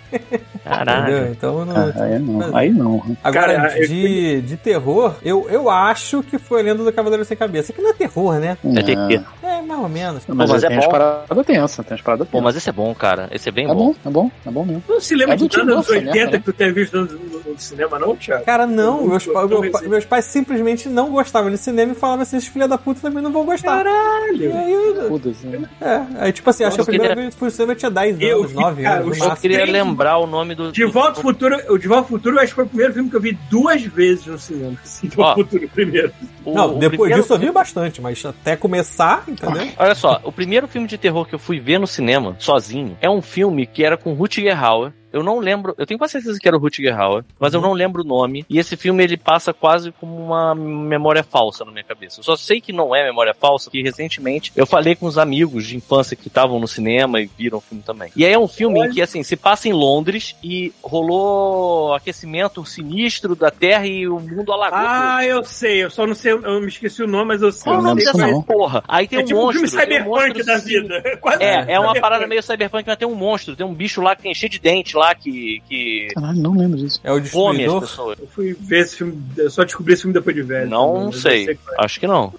Caralho. Entendeu? Então, eu não. Ah, aí não, aí não. Agora, Cara, é, eu de, de terror, eu, eu acho que foi a Lenda do Cavaleiro Sem Cabeça. Que não é terror, né? É ter que- É, mais ou menos. Não, Ah, mas, Pô, aí mas é tem as bom. paradas tensas, tem as paradas Pô, tensas. mas esse é bom, cara. Esse é bem Tá É bom. bom, é bom, é bom mesmo. Tu não se lembra É do de Tim nada dos Burton, 80 né, cara? que tu tenha visto no, no- no cinema, não, Thiago? Cara, não. Meus, Eu pa- tô meu pa- resentido. meus pais simplesmente não gostavam de cinema e falavam assim: esses filha da puta também não vão gostar. E Caralho! aí, eu- Foda-se. né? É, aí tipo assim, acho que a Nossa, eu primeira queria- vez que eu fui no cinema eu tinha 10 Eu anos, vi, 9 cara, anos os no Eu máximo. queria Nossa, tem- lembrar o nome do. De Volta ao Futuro, o De Volta ao Futuro eu acho que foi o primeiro filme que eu vi duas vezes no cinema. Assim, De Volta ao Ó. Futuro primeiro. o- Não, o depois primeiro- disso eu vi bastante, mas até começar, entendeu? Olha só, o primeiro filme de terror que eu fui ver no cinema, sozinho, é um filme que era com Rutger Hauer. Eu não lembro, eu tenho quase certeza que era o Rutger Hauer, mas eu não lembro o nome. E esse filme ele passa quase como uma memória falsa na minha cabeça. Eu só sei que não é memória falsa, porque recentemente eu falei com uns amigos de infância que estavam no cinema e viram o filme também. E aí é um filme em que, assim, se passa em Londres e rolou aquecimento sinistro da Terra e o mundo alagou. tudo. Ah, eu sei, eu só não sei, eu me esqueci o nome, mas eu sei. Eu Qual o nome lembro dessa disso não. porra? Aí tem é um tipo monstro. um filme tem um cyberpunk monstro da sim- vida. Quase É, é uma cyberpunk. parada meio cyberpunk, mas tem um monstro, tem um bicho lá que tem cheio de dente lá que, que Caralho, não lembro disso. É o come as Destruidor. pessoas. É, Eu fui ver esse filme, eu só descobri esse filme depois de velho. Não Eu sei. qual é. Acho que não.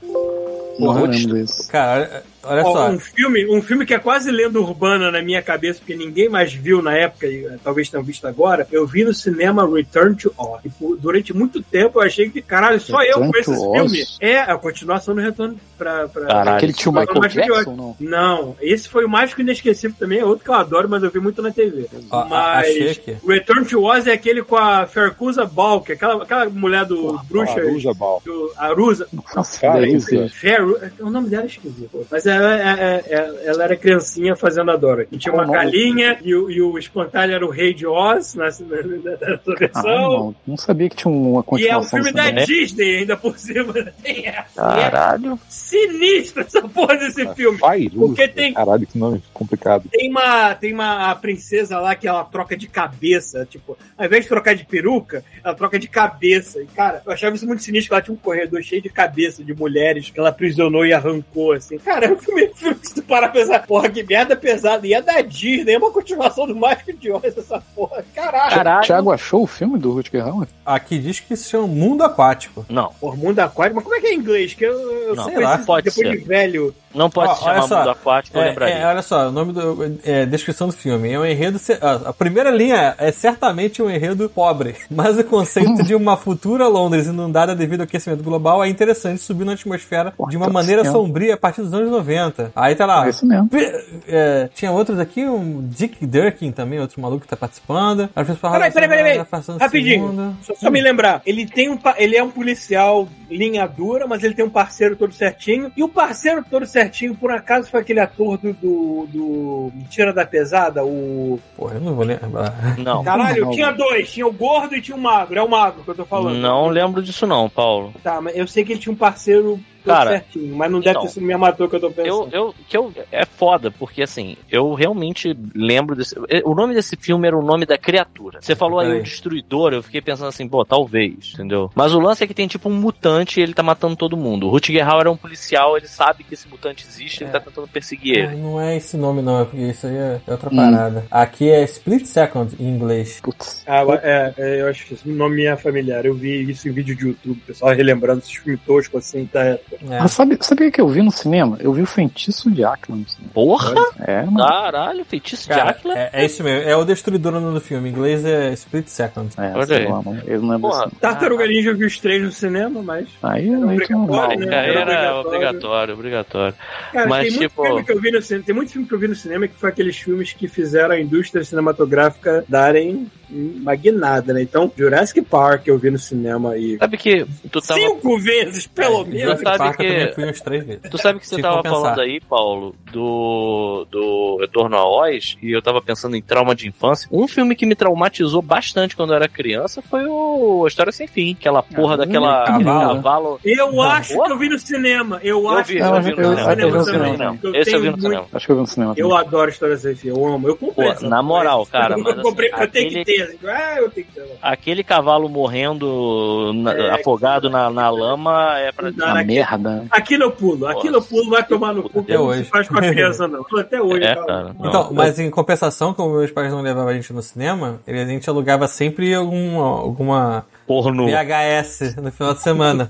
Não Porra, lembro desse. Cara, é, olha Ó, só. um, filme, um filme que é quase lenda urbana na minha cabeça, porque ninguém mais viu na época, e eh, talvez tenham visto agora. Eu vi no cinema Return to Oz. E por- durante muito tempo eu achei que, caralho, só eu Return conheço to esse Oz? filme. É a continuação do Retorno pra. pra- Caralho. Aquele tipo- tio Não, é Michael mas melhor. Jackson, não? Não, esse foi o Mágico Inesquecível também, é outro que eu adoro, mas eu vi muito na TV. Ó, a- achei mas aqui. o Return to Oz é aquele com a Fercusa Balk, aquela, aquela mulher do bruxa, Aruja Bal. do Arusa. Nossa, Cara, daí isso, sim. Feru, o nome dela é esquisito. Mas ela, é- é- é- ela era criancinha fazendo a Dora. E tinha Qual uma o nome? galinha e o, e o espantalho era o rei de Oz na, na, na- na Caralho, versão. Ah, não. Não sabia que tinha uma E é um continuação. filme desse da negócio. Disney, ainda por cima. Tem essa. E Caralho. É sinistra essa porra desse filme. Vai, Porque tem- Caralho, que nome complicado. Tem uma, tem uma a princesa lá que ela troca de cabeça, tipo, ao invés de trocar de peruca, ela troca de cabeça. E, cara, eu achava isso muito sinistro, que ela tinha um corredor cheio de cabeça de mulheres que ela aprisionou e arrancou, assim. Cara, eu filme, filme que se tu parar pra pensar, porra, que merda pesada. E é da Disney, é uma continuação do Mágico de Oz, essa porra. Caralho. Caralho. Thiago achou o filme do Rutger Hauer? Aqui diz que se chama Mundo Aquático. Não, Porra, mundo aquático, mas como é que é em inglês? Que eu, eu Não, só sei lá, preciso, pode depois ser. de velho. não pode Ó, se olha chamar só. mundo aquático, eu É, lembraria. é, olha só, o nome do. É, descrição do filme. É um enredo. se- A a primeira linha é certamente um enredo pobre, mas o conceito de uma futura Londres inundada devido ao aquecimento global é interessante, subindo a atmosfera de uma Puta maneira senhora. sombria a partir dos anos 90. Aí tá Ah. lá. É isso mesmo. pe- é, tinha outros aqui, um Dick Durkin também, outro maluco que tá participando. Aí fez pra Peraí, peraí, peraí, peraí. relação Rapidinho, segunda. só, só me lembrar, ele tem um pa- ele é um policial linha dura, mas ele tem um parceiro todo certinho. E o parceiro todo certinho, por acaso, foi aquele ator do, do, do Mentira da Pesada, o. Porra, eu não vou lembrar. Não. Caralho, Não. tinha dois, tinha o gordo e tinha o magro. É o magro que eu tô falando. Não lembro disso não, Paulo. Tá, mas eu sei que ele tinha um parceiro todo Cara, certinho, mas não deve então, ter sido o mesmo ator que eu tô pensando. Eu, eu, que eu, é foda, porque assim, eu realmente lembro desse. é, O nome desse filme era o nome da criatura. Você falou aí Peraí. o destruidor, eu fiquei pensando assim, pô, talvez, entendeu? Mas o lance é que tem tipo um mutante e ele tá matando todo mundo. O Rutger Hauer é um policial, ele sabe que esse mutante existe, ele tá tentando perseguir Ah, ele. Não é esse nome, não, é porque isso aí é outra parada. Aqui é Split Second em inglês. Putz. Ah, é, é, eu acho que esse nome é familiar. Eu vi isso em vídeo de YouTube, o pessoal relembrando esses filmes toscos assim da época. É. Mas sabe, sabe o que eu vi no cinema? Eu vi o Feitiço de Ackman. no cinema. Porra! É, mano. Caralho, feitiço Cara, de Áquila? é, é isso mesmo, é o destruidor no nome do filme. Em inglês é Split Second. É, Ah, Olha sei aí. lá, mano. Eu não lembro Porra. desse Tartaruga Ninja eu vi os três no cinema, mas. nome. Aí é meio que normal. Olha, Era, era era obrigatório. obrigatório, obrigatório. Cara, Mas, tem muito tipo- filme que eu vi no cinema. Tem muito filme que eu vi no cinema que foi aqueles filmes que fizeram a indústria cinematográfica darem magnada, né? Então, Jurassic Park eu vi no cinema aí. Sabe que tu tava É, tá- Cinco vezes, pelo menos. É, Jurassic sabe Park eu que- também fui uns três vezes. Tu sabe que você Se tava compensar. falando aí, Paulo, do, do Retorno a Oz, e eu tava pensando em trauma de infância. Um filme que me traumatizou bastante quando eu era criança foi o A História Sem Fim, aquela porra Ah, daquela cavalo, né? cavalo. Eu Não, acho boa. que eu vi no cinema. Eu, Eu acho vi, que eu vi vi, eu- eu vi no também. cinema. Eu Esse eu vi tenho no muito- cinema. Acho que eu vi no cinema. Eu adoro histórias sem fim. Eu amo. Eu comprei. Pô, essa na porra. moral, cara, mas Eu comprei, assim, eu tenho que aquele- ter. Ah, eu tenho que ter. Aquele cavalo morrendo na- É, afogado na, na lama é pra. Não, Uma naquele- merda. Aqui no pulo, aqui no pulo vai tomar no cu. Até que não hoje. se faz com a criança, não. Até hoje, É, cara. cara. não. Então, mas em compensação, como meus pais não levavam a gente no cinema, ele- a gente alugava sempre alguma, alguma Porno. VHS no final de semana.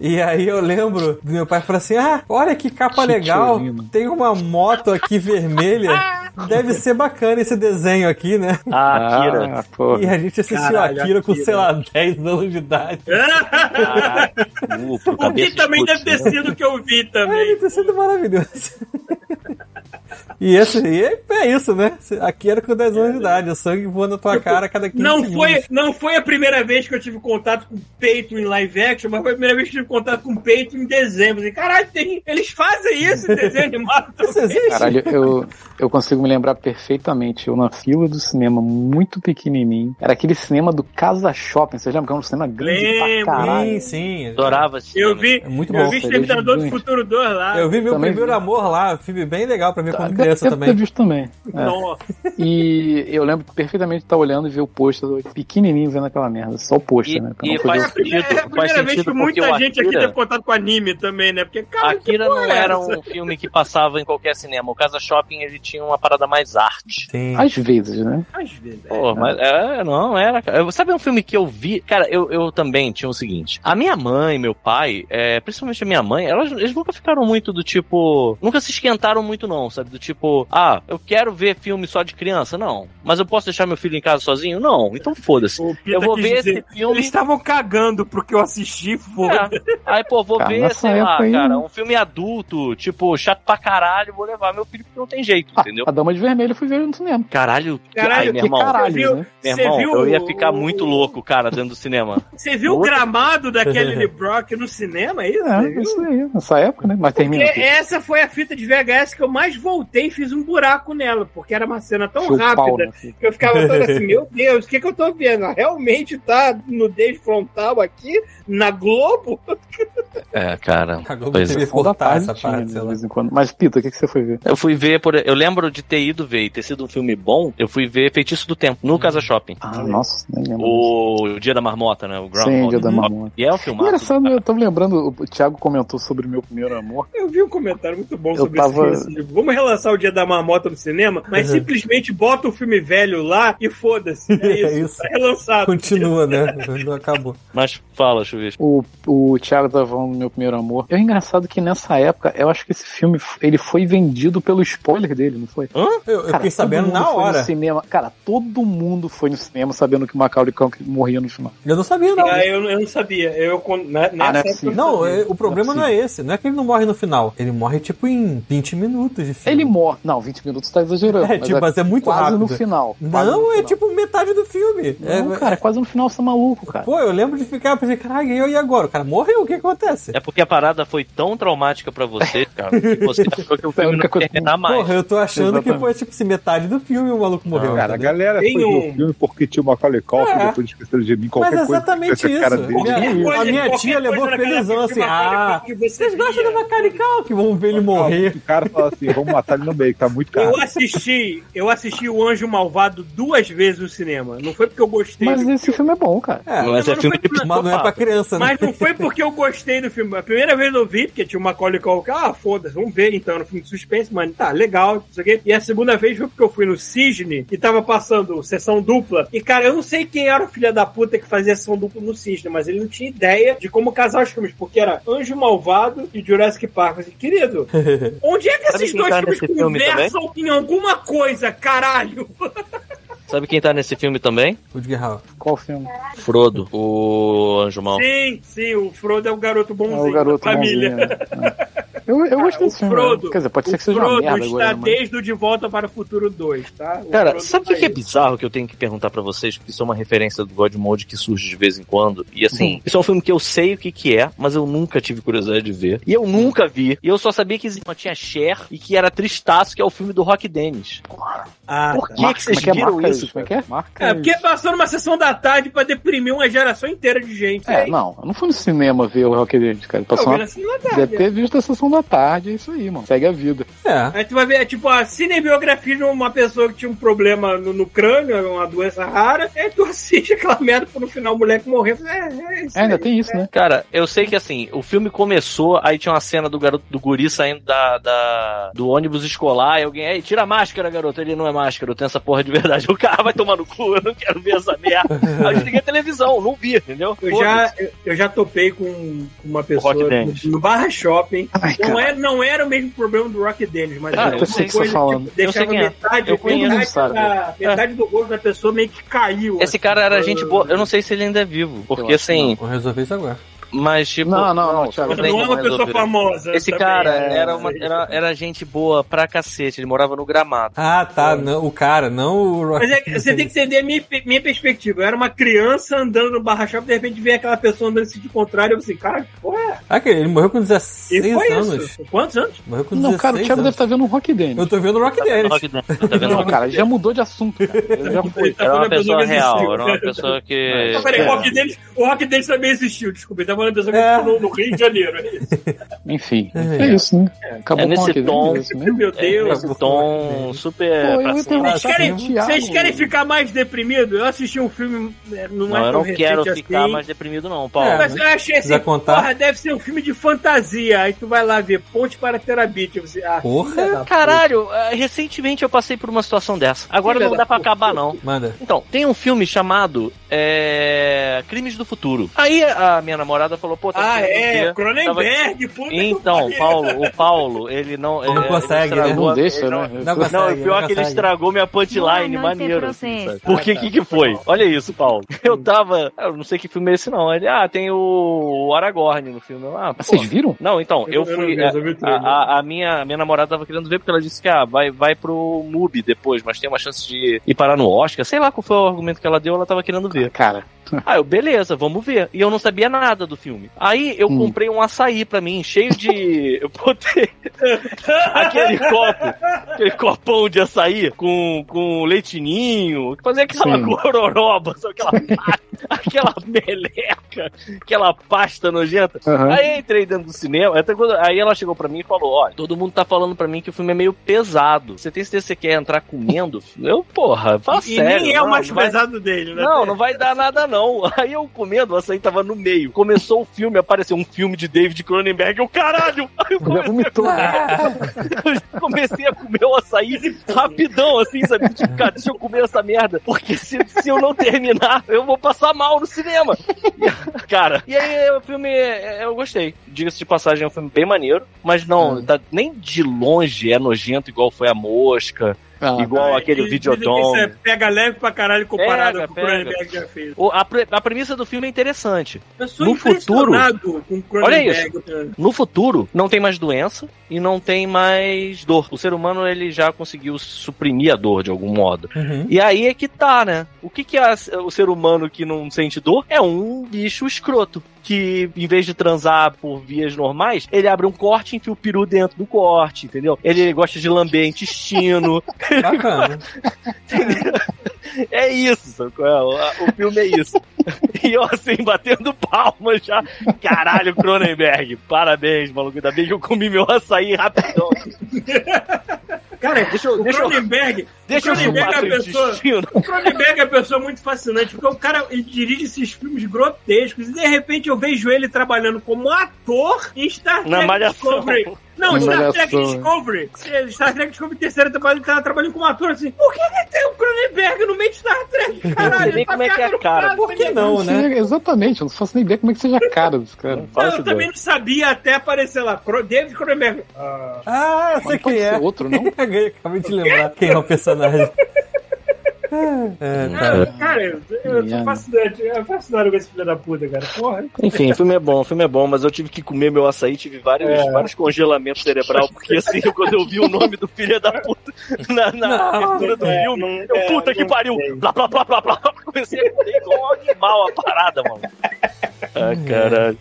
e aí eu lembro do meu pai falar assim: ah, olha que capa legal, Chicholino. tem uma moto aqui vermelha, deve ser bacana esse desenho aqui, né? Ah, Akira. Ah, pô. E a gente assistiu Caralho, Akira com, Akira. sei lá, 10 anos de idade. Ah! Caraca, pro O que cabeça né? também deve ter explodindo. sido o que eu vi É, também. deve ter sido maravilhoso. E esse e é- é isso, né? Aqui era com 10 anos de idade, o sangue voando na tua cara a cada 15 Não segundos. foi, não foi a primeira vez que eu tive contato com peito em live action, mas foi a primeira vez que eu tive contato com peito em dezembro. E, caralho, tem- eles fazem isso em desenho animado. Isso existe? Caralho, eu, eu consigo me lembrar perfeitamente. Eu na fila do cinema, muito pequenininho. Era aquele cinema do Casa Shopping. Vocês lembram que era um cinema grande Lembro, pra caralho? Sim, sim. Adorava esse Eu filme. vi, É muito eu bom. vi Nossa, ele é Exterminador do gigante. Futuro 2 lá. Eu vi meu Também primeiro vi. Tá. amor lá, um filme bem legal pra ver quando criança Deve ter também. visto também. É. Nossa, E eu lembro perfeitamente de estar olhando e ver o pôster do- pequenininho vendo aquela merda. Só o pôster, E- né? e Não foi faz ver o filme. sentido, é a faz primeira vez sentido que porque muita o gente aqui Akira- teve contato com anime também, né? Porque, cara, que Akira não porra é era essa? um filme que passava em qualquer cinema. O Casa Shopping ele tinha uma parada mais arte. Sim. Às vezes, né? Às vezes, é. Pô, mas é, não era. cara. Eu- Sabe um filme que eu vi? Cara, eu, eu também tinha o seguinte: a minha mãe, meu pai, é, principalmente a minha mãe, elas, eles nunca ficaram muito do tipo. Nunca se esquentaram muito, não, sabe? Do tipo, ah, eu quero ver filme só de criança? Não. Mas eu posso deixar meu filho em casa sozinho? Não. Então foda-se. O Pita Eu vou quis ver dizer, esse Eles filme. estavam cagando pro que eu assisti, foda É. Aí, pô, vou Cara, ver, nessa sei lá, época aí, cara, né? um filme adulto, tipo, chato pra caralho, vou levar meu filho porque não tem jeito, Ah, entendeu? a Dama de Vermelho eu fui ver no cinema. Caralho, Caralho, ai, meu que irmão, caralho, viu? né? meu Você irmão, viu eu ia o- ficar muito louco, cara, dentro do cinema. Você viu o Puta. gramado daquele Kelly Brock no cinema, é isso? É, isso aí, nessa época, né? Mas termina. Porque é essa foi a fita de VHS que eu mais voltei e fiz um buraco nela, porque era uma cena tão Show rápida pau, né? que eu ficava todo assim, meu Deus, o que, que eu tô vendo? Ela Realmente tá no desfrontal aqui, na Globo? É, cara. A Globo Pois é. teve que Sessão da cortar tarde essa tinha, parte, de sei lá. vez em quando. Mas, Pita, o que, que você foi ver? Eu fui ver, por... eu lembro de ter ido ver e ter sido um filme bom, eu fui ver Feitiço do Tempo, no Casa Shopping. Hum. Ah, nossa, nem lembro. O Dia da Marmota, né? O Sim, Dia da Day. Mamona. E é o filme. Engraçado, eu tava lembrando, o Thiago comentou sobre o meu primeiro amor. Eu vi um comentário muito bom Eu sobre tava- esse filme. assim, Vamos relançar o Dia da Marmota no cinema, mas Uhum. simplesmente bota o filme velho lá e foda-se. É isso, É isso. tá relançado. Continua, né? Não acabou. Mas fala, Chuvisco. O, o Thiago tava falando do meu primeiro amor. É engraçado que nessa época, eu acho que esse filme ele foi vendido pelo spoiler dele, não foi? Eu, eu Cara, todo fiquei sabendo mundo assim. na foi no hora. cinema. Cara, todo mundo foi no cinema sabendo que o Macaulay Culkin morria no final. Eu não sabia, não. Ah, eu, eu não sabia. Eu, con- na- nessa não é época eu possível. Não, sabia. é- o problema Não não é é esse. Não é que ele não morre no final. Ele morre, tipo, em 20 minutos de filme. Ele morre. Não, 20 minutos tá exagerando. É, tipo, mas é muito quase rápido. no final. Quase no Não, é final. tipo metade do filme. Não, é, cara, é quase no final, você tá maluco, cara. Pô, eu lembro de ficar pensando, caralho, e eu- e agora? O cara morreu, o que acontece? É porque a parada foi tão traumática pra você, cara, que você achou que É o a filme única não coisa ia que- terminar mais. Porra, eu tô achando que Exatamente. foi tipo se metade do filme o maluco morreu. Cara, a entendeu? galera Tem foi um- ver o filme porque tinha uma Macaulay Culkin, né? É. depois esqueceram de mim, Mas qualquer é coisa. exatamente tivesse a isso. cara dele. Minha- Coisa- a minha qualquer tia levou coisa naquela felizão época assim, de Macaulay ah, Culkin que você vocês gostam via. da Macarical? Que vamos ver ele morrer. O cara fala assim, vamos matar ele no meio, que tá muito caro. Eu É, assisti, eu assisti o Anjo Malvado duas vezes no cinema. Não foi porque eu gostei. Mas do esse filme é bom, cara. É, Mas é filme de mas não é pra psicopata. criança, né? Mas não foi porque eu gostei do filme. A primeira vez eu vi, porque tinha uma Macaulay Culkin. Ah, foda-se, vamos ver então. No filme de suspense, mano. Tá, legal. Não sei o quê. E a segunda vez foi porque eu fui no Cisne e tava passando sessão dupla. E, cara, eu não sei quem era o filho da puta que fazia sessão dupla no Cisne, mas ele não tinha ideia de como casar os filmes, porque era Anjo Malvado e Jurassic Park. Eu falei, querido, onde é que Sabe esses quem dois tá filmes nesse filme conversam em alguma coisa, caralho? Sabe quem tá nesse filme também? O de Guerra. Qual filme? Frodo, o Anjo Mal. Sim, sim, o Frodo é o garoto É bonzinho o garoto da família. bonzinho, né? É. Eu, eu gosto Cara, desse o filme. Frodo- né? Quer dizer, pode ser O que seja uma Frodo merda está agora, né? mas- desde o De Volta para o Futuro 2, tá? O Cara, Frodo sabe o que, tá que é aí. bizarro que eu tenho que perguntar pra vocês? Porque isso é uma referência do God Mode que surge de vez em quando. E assim, isso é um filme que eu sei o que, que é, mas eu nunca tive curiosidade de ver. E eu nunca vi. E eu só sabia que existia- tinha Cher e que era Tristaço, que é o filme do Rock Dennis. Ah, Por tá. que, que vocês como é viram Marcas- isso? Como é que é? Marca. É, porque passou numa sessão da tarde pra deprimir uma geração inteira de gente. É, não, eu não fui no cinema ver o Rock Dente, cara. Eu Passou vi uma... na sessão da tarde. Deve ter visto a sessão da tarde, é isso aí, mano. Segue a vida. É. Aí tu vai ver, é tipo, a cinebiografia de uma pessoa que tinha um problema no, no crânio, é uma doença rara, aí tu assiste aquela merda pra no final o moleque morrer. É, é isso É, ainda aí. tem isso, né? Cara, eu sei que assim, o filme começou, aí tinha uma cena do garoto do guri saindo da, da- do ônibus escolar, e alguém, ei, tira a máscara, garoto. Ele não é máscara, eu tenho essa porra de verdade. O cara vai tomar no cu, eu não quero ver essa merda. aí eu desliguei a televisão, não vi, entendeu? Eu Foda-se. já, eu- eu já topei com com uma pessoa Rock no, Dennis. no Barra Shopping. Ai, Não cara. era, não era o mesmo problema do Rock Dennis, mas Ah, eu era uma sei que você tá falando. que deixava Eu sei quem é. metade, Eu conheço. Ah. metade, da, metade do gosto da pessoa meio que caiu. Esse assim. cara era gente boa. Eu não sei se ele ainda é vivo. Porque Eu acho que assim, Vou resolver isso agora. mas tipo. Não, não, não, Thiago. tudo bem, não é uma mas eu- pessoa famosa. né? Esse também. é- né? cara era, uma, era, era gente boa pra cacete. Ele morava no gramado. Ah, tá. não, o cara, não o Rock. Mas é que você tem que entender a minha, minha perspectiva. Eu era uma criança andando no Barra Shopping, de repente vem aquela pessoa andando no sentido contrário. Eu falei assim, cara, que porra é? Ah, que ele morreu com E 16 foi anos. isso. Quantos anos? Morreu com 16 Não, cara, o Thiago deve anos. estar vendo um Rock Dente. Eu tô vendo o Rock Dennis. Rock Dennis, Tá vendo? Não, cara, já mudou de assunto, cara. Ele já foi. Tá Era uma falando a pessoa pessoa que existiu. real. Era uma pessoa que. Não, Ah, peraí, o É. rock deles, o rock deles também existiu, desculpa, tá eu tava morando É. exatamente no, no Rio de Janeiro. É isso. Enfim, É. é, isso, né? Acabou É nesse com a crise, tom. é isso, né? Meu Deus. Esse um tom super Pô, eu pra ia cima. perguntar Vocês querem, pro Thiago. vocês querem ficar mais deprimido? Eu assisti um filme, é, não, Não, eu é tão não recente quero assim. ficar mais deprimido, não, Paulo. É, Mas eu achei assim, quiser contar. porra, deve ser um filme de fantasia. Aí tu vai lá ver Ponte para Terabit. Você, ah, filha da Porra! Caralho, eh, recentemente eu passei por uma situação dessa. Agora Filha não da dá pra acabar, não. Manda. Então, tem um filme chamado é, Crimes do Futuro. Aí a minha namorada falou, pô, tá Ah, querendo é, ver. Cronenberg, puta que Então, pariu. Paulo, o Paulo, ele não. Não é, consegue, ele estragou né? Não a- deixa, ele né? Não consegue, Não, o pior não é que ele consegue. estragou minha punchline, Não, não tem maneiro. processo. assim, sabe? Porque o que, que foi? Olha isso, Paulo. Eu tava. Eu não sei que filme é esse, não. Ele, ah, tem o Aragorn no filme. Eu, Ah, Ah, pô. Vocês viram? Não, então, eu, Eu não fui. vi, eu só vi o a- Uhum. trailer. a, a minha, a minha namorada tava querendo ver porque ela disse que ah, vai, vai pro MUBI depois, mas tem uma chance de ir parar no Oscar. Sei lá qual foi o argumento que ela deu, ela tava querendo ver. Cara, Ah, eu, beleza, vamos ver. E eu não sabia nada do filme. Aí eu Hum. comprei um açaí pra mim, cheio de. Eu botei aquele copo, aquele copão de açaí com, com leitinho, que fazia aquela Sim. gororoba, só aquela, pa- aquela meleca, aquela pasta nojenta. aham. Aí eu entrei dentro do cinema, até quando- aí ela chegou pra mim e falou: Ó, todo mundo tá falando pra mim que o filme é meio pesado. Você tem certeza que você quer entrar comendo? Eu, porra, fala E sério. nem é o não, mais não vai- pesado dele, né? não, não vai dar nada não. Aí eu comendo, o açaí tava no meio. Começou o filme, apareceu um filme de David Cronenberg. Eu, caralho! Aí eu Já comecei, vomitou. eu comecei a comer o açaí rapidão, assim, sabe? Tipo, cara, deixa eu comer essa merda. Porque se, se eu não terminar, eu vou passar mal no cinema. E, cara, e aí o filme, é, eu gostei. Diga-se de passagem, é um filme bem maneiro. Mas não, tá- nem de longe é nojento igual foi A Mosca, Ah, igual aquele tá, Dizem que Isso é Videodome. pega leve pra caralho comparado Pega, com o pega. Cronenberg já fez. O- A, pre- a premissa do filme é interessante. Eu sou No impressionado com o Cronenberg. Olha No futuro, não tem mais doença e não tem mais dor. O ser humano ele já conseguiu suprimir a dor de algum modo. Uhum. E aí é que tá, né? O que, que é a- o ser humano que não sente dor? É um bicho escroto. Que em vez de transar por vias normais, ele abre um corte e enfia o peru dentro do corte, entendeu? Ele gosta de lamber intestino. Bacana. É isso, sabe qual é? O- O filme é isso. E eu assim, batendo palmas já. Caralho, Cronenberg, parabéns, maluco. Ainda bem que eu comi meu açaí rapidão. Cara, Deixa eu, o deixa eu, Cronenberg, deixa eu Cronenberg chupar é a seu pessoa- intestino. o Cronenberg é uma pessoa muito fascinante, porque o cara ele dirige esses filmes grotescos e de repente eu vejo ele trabalhando como ator em Star Na Trek malhação. Discovery. Não, Na Star Trek Malhação, né? Discovery. Star Trek Discovery terceira temporada, ele tava trabalhando como ator assim. Por que, que tem um Cronenberg no meio de Star Trek? Não sei Caralho, tá nem como é que é a no cara. prato, Por que ele- não, Sim, né? Exatamente, eu não faço nem ideia como é que seja a cara dos caras. Não, Fala eu também não sabia até aparecer lá. Cro- David Cronenberg. Ah, eu Mas sei pode quem é. ser outro, não? Acabei de lembrar quem é o personagem. É, Ah, tá. cara, eu, eu tô Juliano. fascinante. Eu fascinado com esse filho da puta, cara. Porra. Enfim, o filme é bom, o filme é bom, mas eu tive que comer meu açaí, tive vários, vários congelamentos cerebral, porque assim, quando eu vi o nome do filho da puta na, na abertura do é, filme, não- eu, é, puta que não pariu! sei. Blá, blá, blá, blá, blá, blá, comecei a comer igual um animal a parada, mano. Ah, caralho.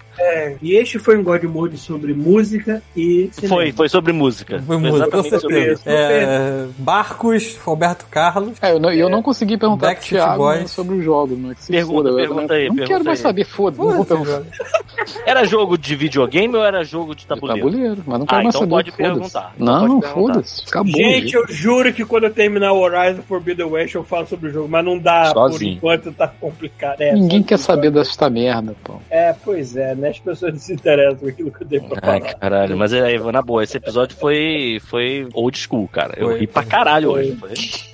E este foi um God Mode sobre música e cinema. Foi, foi sobre música. Foi música, com Ah, Exatamente sobre certeza. música. isso. É, Barcos, Roberto Carlos. É, eu não, eu não consegui perguntar pro Backstreet Thiago Boys. né, sobre os jogos, né? Que se Pergunta, foda, eu- pergunta aí, eu Não pergunta quero mais aí. saber, foda não vou perguntar. Foda-se, Era jogo de videogame ou era jogo de É Tabuleiro. tabuleiro? mas não Ah, quero mais então saber. pode foda-se. perguntar. Então pode Não, perguntar. foda-se. Acabou. Gente, eu juro que quando eu terminar o Horizon Forbidden West eu falo sobre o jogo, mas não dá Sozinho. por enquanto, tá complicado. É, Ninguém só- quer saber desta merda, pô. É, pois é, né? As pessoas não se interessam com aquilo que eu tenho pra Ai, falar. caralho, mas é, na boa, esse episódio foi, foi old school, cara. Eu Foi. ri pra caralho hoje.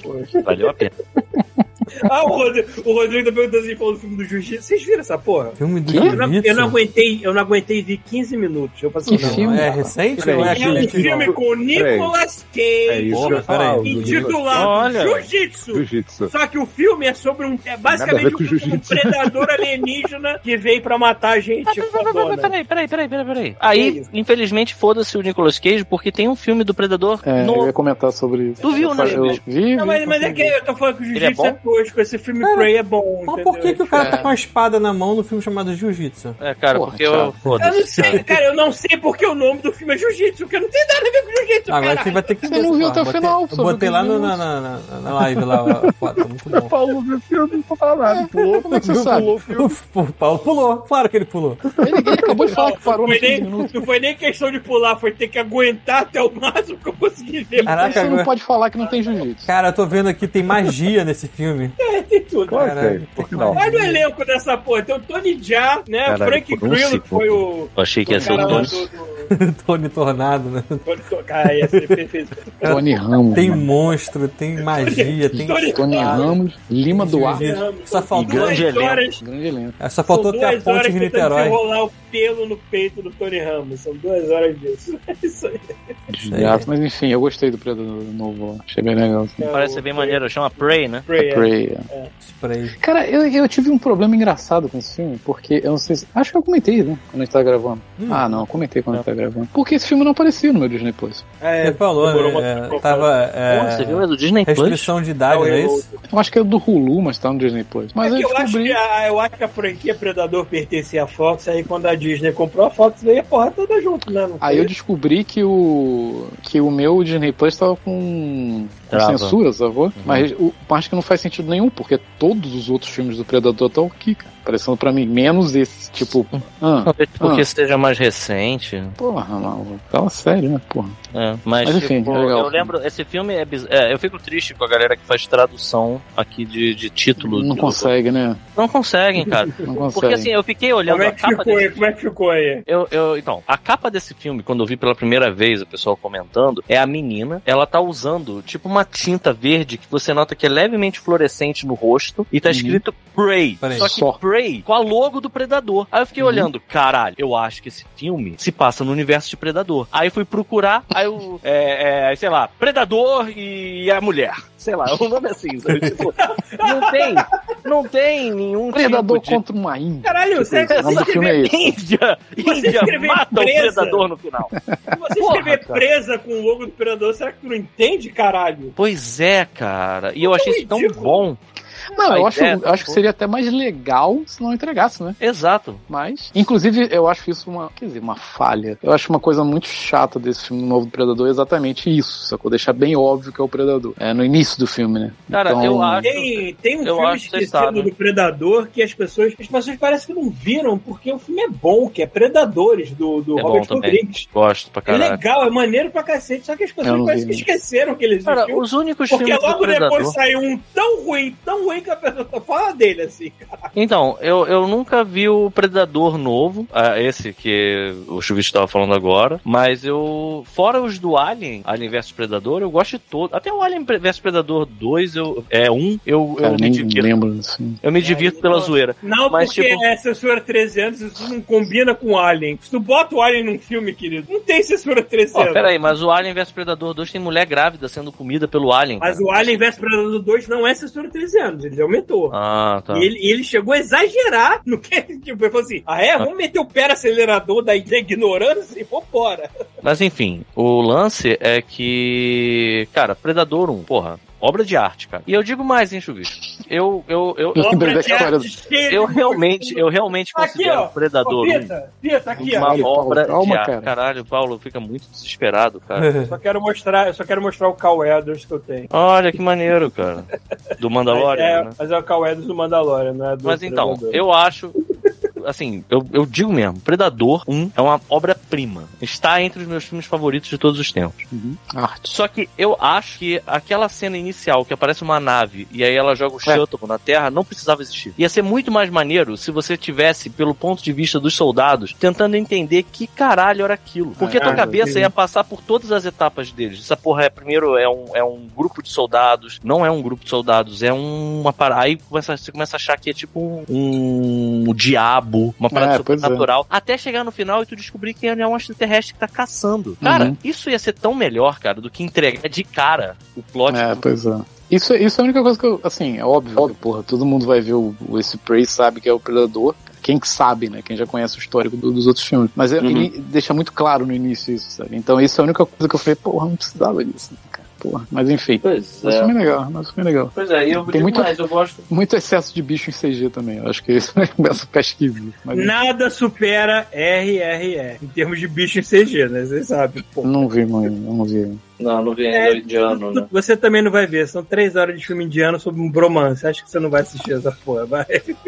Foi- Valeu a pena. Ah, o Rodrigo, o Rodrigo tá perguntando se ele falou do filme do Jiu-Jitsu. Vocês viram essa porra? Filme do Que? Eu não, eu não Jiu-Jitsu. aguentei, eu não aguentei de 15 minutos. Eu falei, Que não, filme? É recente Peraí, ou é É um aquele? filme com o Nicolas É Cage, isso Porra, que eu ia falar. peraí. o Jiu-Jitsu. intitulado Olha. Jiu-Jitsu. Jiu-Jitsu. Só que o filme é sobre um. É Nada a ver basicamente com um, um jiu-jitsu. predador alienígena que veio pra matar a gente. fodona. Peraí, peraí, peraí, peraí, peraí. Que né? Aí, isso? infelizmente, foda-se o Nicolas Cage, porque tem um filme do Predador É, eu novo. ia comentar sobre isso. Tu viu, Eu né, falei- Eu bicho? vi, vi, Não, mas, mas é que consegui. eu tô falando que o Ele é jiu-jitsu bom? é, tosco. Deus que esse filme Cara, Prey é bom. Mas entendeu? por que, que o cara É. tá com a espada na mão no filme chamado Jiu-Jitsu? É, cara, Porra, porque eu. Thiago. Eu não Foda-se. sei, cara, eu não sei porque o nome do filme é Jiu-Jitsu, porque não tem nada a ver com Jiu-Jitsu, Ah, agora cara. você vai ter que Você não ver essa viu porra. até o Botei- final, você Eu botei não lá no- viu na, na, na- na live lá a foto, é muito bom. Paulo viu o filme, não vou falar nada. Pulou, como é que você pulou, sabe? pulou o filme. O, o Paulo pulou, claro que ele pulou. Ele, ele acabou de falar que parou Não é- nos foi, 15 nem, minutos. não foi nem questão de pular, foi ter que aguentar até o máximo que eu consegui ver. Caraca, Você agora- não pode falar que não tem jiu-jitsu. Cara, eu tô vendo aqui, tem magia nesse filme. Tem tudo. Claro que Caralho, tem, por que não? Olha o elenco dessa porra. Tem o Tony Jaa, né? Caralho, Frank por um Grillo, que segundo. foi o. Eu achei que ia ser o cara lá Tony. do- do- Tony Tornado, né? Tony Cara, ia ser perfeito. Tony Ramos. Tem mano. magia, tem magia, tem. Tony Tony Ramos, Lima Duarte. Ramos. Só E faltou, grande Duas elenco. horas- Grande elenco. é só faltou são ter a duas ponte horas tá de tentando Niterói. enrolar o pelo no peito do Tony Ramos. São duas horas disso. É isso aí. Desgraça. Mas enfim, eu gostei do Predador novo. ó. Achei bem legal. assim. Parece ser bem maneiro, chama Prey, né? Prey, é. Prey, é. Spray. Cara, eu, eu tive um problema engraçado com esse filme, porque eu não sei se. Acho que eu comentei, né? Quando a gente tava gravando. Hum. Ah, não, eu comentei quando a gente tava gravando. Porque esse filme não aparecia no meu Disney Plus. Você falou, demorou né? uma- É, tava. é, Pô, você viu? É do Disney Plus. restrição de idade, não é isso? Eu acho que é do Hulu, mas tá no Disney Plus. Mas É eu que eu, acho descobri. que a, eu acho que a franquia Predador pertencia à Fox, aí quando a Disney comprou a Fox, veio a porra toda junto, né? Não Aí foi? eu descobri que o que o meu Disney Plus tava com, com Trava. censura, sacou? Uhum. Mas o parte que não faz sentido nenhum, porque todos os outros filmes do Predador estão aqui, cara. Aparecendo pra mim, menos esse, tipo, ah, Talvez porque Ah. seja mais recente. porra, maluco, fala sério, né, porra. É, mas, Mas, enfim, tipo, é legal. eu lembro, esse filme é, biz- é, Eu fico triste com a galera que faz tradução aqui de, de título. Não do- consegue, né? Não conseguem, cara. Não Porque consegue. assim, eu fiquei olhando Como é a que capa ficou aí? desse Como é que ficou aí? Eu, eu- então, a capa desse filme, quando eu vi pela primeira vez o pessoal comentando, é a menina, ela tá usando tipo uma tinta verde que você nota que é levemente fluorescente no rosto e tá Uhum. escrito Prey. Prey. Só que Só. Prey com a logo do Predador. Aí eu fiquei Uhum. olhando, caralho, eu acho que esse filme se passa no universo de Predador. Aí eu fui procurar, aí eu, é, é, sei lá, Predador e a mulher. Sei lá, o nome é assim, sabe? Tipo, não tem, não tem nenhum Predador tipo de... contra uma índia. Caralho, você, O nome do você, filme é esse. Índia, Você Índia escreveu mata o presa? predador no final. você Porra, escrever cara. presa com o logo do Predador, será que tu não entende, caralho? Pois é, cara. E eu achei isso tão ridículo. bom. Não, eu A acho, ideia, eu acho que pô. seria até mais legal se não entregasse, né? Exato. Mas, inclusive, eu acho isso uma, quer dizer, uma falha. Eu acho uma coisa muito chata desse filme Novo do Predador é exatamente isso, sacou? Deixar bem óbvio que é o Predador. É no início do filme, né? Cara, Então, eu acho. Tem, tem um Eu filme acho que você esquecido sabe. do Predador que as pessoas. As pessoas parecem que não viram, porque o filme é bom, que é Predadores, do, do É bom Robert também. Rodrigues. Gosto pra É caralho. legal, é maneiro pra cacete, só que as Eu pessoas não parecem vi, que esqueceram que ele Cara, é existiu. os únicos Porque filmes do logo depois Predador. saiu um tão ruim, tão ruim que a pessoa só fala dele, assim. Então, eu, eu nunca vi o Predador novo, ah, esse que o Chuvich estava falando agora, mas eu. Fora os do Alien, Alien vs Predador, eu gosto de todos. Até o Alien vs Predador 2, eu, é um, eu, Cara, eu nem me divirto. lembro assim. Eu me divirto pela zoeira. Não, Mas, porque tipo- é censura 13 anos, isso não combina com Alien. Se tu bota o Alien num filme, querido, não tem censura 13 Ó, anos. peraí, mas o Alien vs Predador 2 tem mulher grávida sendo comida pelo Alien. Mas cara. o Alien vs Predador 2 não é censura 13 anos, ele aumentou. Ah, tá. E ele, e ele chegou a exagerar no que tipo, ele falou assim: ah, é? Vamos meter o pé no acelerador da ignorância e vambora. Mas enfim, o lance é que. Cara, Predador 1, porra, obra de arte, cara. E eu digo mais, hein, Chuvisco. Eu, eu, eu, Eu eu, lembrei da Obra de história arte cheia "É, de realmente, eu realmente Aqui, considero ó. Ô, Predador 1 Pita, Pita, aqui, ó. uma Paulo, obra calma, de arte. cara. Caralho, Paulo fica muito desesperado, cara. Eu Só quero mostrar, eu só quero mostrar o Cal Edwards que eu tenho. Olha que maneiro, cara. Do Mandalorian, é, né? Mas é o Cal Edwards do Mandalorian, não é do Mas então, Predador. eu acho. Assim, eu, eu digo mesmo, Predador 1 é uma obra-prima. Está entre os meus filmes favoritos de todos os tempos. Arte. Só que eu acho que aquela cena inicial que aparece uma nave e aí ela joga É. o shuttle na Terra não precisava existir. Ia ser muito mais maneiro se você tivesse, pelo ponto de vista dos soldados, tentando entender que caralho era aquilo. Porque É, a tua cabeça sim. ia passar por todas as etapas deles. Essa porra é primeiro é um, é um grupo de soldados, não é um grupo de soldados, é uma parada. Aí começa- você começa a achar que é tipo um, um diabo, uma parada É, pois é. sobrenatural. Até chegar no final e tu descobrir que é um extraterrestre que tá caçando. Cara, Uhum. isso ia ser tão melhor, cara, do que entregar de cara o plot. É, pois é. Isso, isso é a única coisa que eu. Assim, é óbvio, óbvio, porra. Todo mundo vai ver o, o- esse Prey, sabe que é o Predador. Quem que sabe, né? Quem já conhece o histórico do- dos outros filmes. Uhum. é Mas ele deixa muito claro no início isso, sabe? Então, isso é a única coisa que eu falei, porra, não precisava disso, né, cara? porra. Mas enfim. Pois Mas foi é. bem legal, mas foi bem legal. Pois é, e eu Tem digo muito- mais, eu gosto. Muito excesso de bicho em CG também. Eu acho que isso começa a ficar esquisito. Mas enfim, Nada supera RRR em termos de bicho em CG, né? Vocês sabem. pô. não vi, mano. Não vi. Não, não vem É, ainda o indiano, né? Você também não vai ver. São três horas de filme indiano sobre um bromance. Acho que você não vai assistir essa porra. Vai.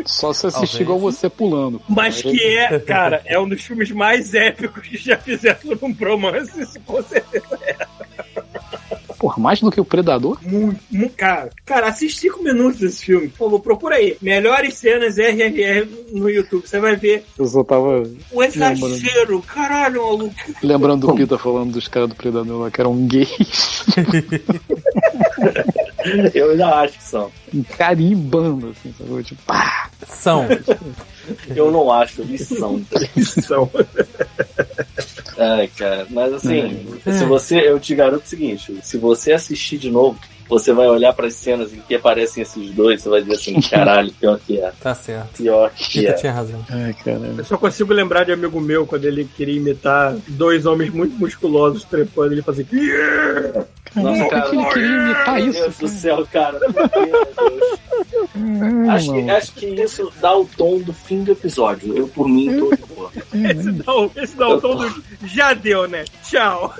Só se assistir Talvez. igual você pulando. Mas que é, cara, é um dos filmes mais épicos que já fizeram sobre um bromance. Isso com certeza. Porra, mais do que o Predador? Muito, muito, cara. Cara, assiste cinco minutos desse filme. Por favor, procura aí. Melhores cenas RRR no YouTube. Você vai ver Eu só tava o exagero. Caralho, maluco. lembrando do Pita falando dos caras do Predador lá, que eram gays. Eu já acho que são. Carimbando, assim, sabe? Tipo, pá. São. Eu não acho, eles são. São. É, cara, mas assim, se você, eu te garanto o seguinte, se você assistir de novo, você vai olhar para as cenas em que aparecem esses dois, você vai dizer assim, caralho, pior que é, Tá certo. pior que Tita é. tinha razão. Ai, caralho. Eu só consigo lembrar de amigo meu quando ele queria imitar dois homens muito musculosos trepando. Ele fazia. "Yeah!" Nossa, Por que cara, que ele queria imitar meu isso? Deus do céu, cara, por que, meu Deus? Hum, Acho que, mano. acho que isso dá o tom do fim do episódio. Eu, por mim, tô de boa. Esse não, esse não, todo já deu, né? Tchau.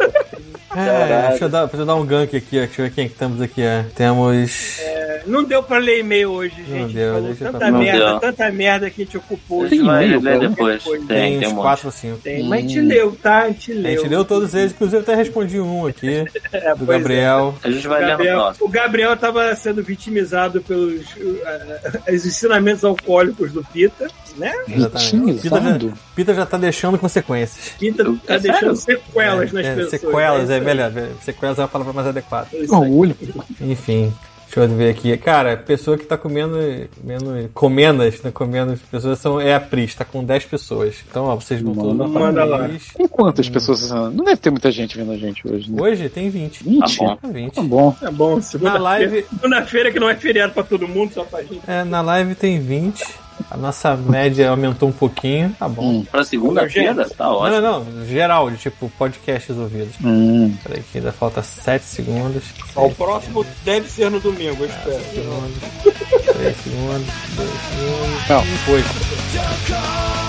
É, Caralho. deixa eu, dar, deixa eu dar um gank aqui, ó. deixa eu ver quem é que temos aqui. ó. Temos. Não deu pra ler e-mail hoje, Não gente. deu, Falou deixa eu tanta falar. Não merda, deu. tanta merda que a gente ocupou. Tem vai e-mail, ler cara? depois. Tem, tem, uns um monte. 4 ou 5. Tem, Mas a gente leu, tá? A gente A leu. gente leu todos eles, inclusive até respondi um aqui, É, do pois é. Gabriel. A gente vai ler Gabriel- no próximo. o Gabriel estava sendo vitimizado pelos uh, uh, os ensinamentos alcoólicos do Pita, né? Exatamente. Pita Vitimizado? já, Pita já tá deixando consequências. Pita Eu- tá é deixando sério? sequelas nas É, pessoas. Sequelas, né? é melhor. Sequelas é uma palavra mais adequada. Isso aí. Não, olho. Enfim, deixa eu ver aqui. Cara, pessoa que tá comendo. comendo comendas, né? Comendo as pessoas são, é a Pris, tá com 10 pessoas. Então, ó, vocês não estão na Manda lá. Pris. Tem quantas pessoas assistindo? Não deve ter muita gente vendo a gente hoje, né? Hoje tem 20. 20? Tá Tá 20. Tá bom. Tá bom, Na segunda-feira. live, Segunda-feira que não é feriado pra todo mundo, só pra gente. é, na live tem 20. A nossa média aumentou um pouquinho. Tá bom. Hum. Pra segunda-feira, tá ótimo. Não, não, não. Geral, de, tipo, podcasts ouvidos. Hum. Peraí, que ainda falta 7 segundos. O próximo deve ser no domingo, eu espero. 3 segundos, 2 segundos. Não. Foi. Tchau,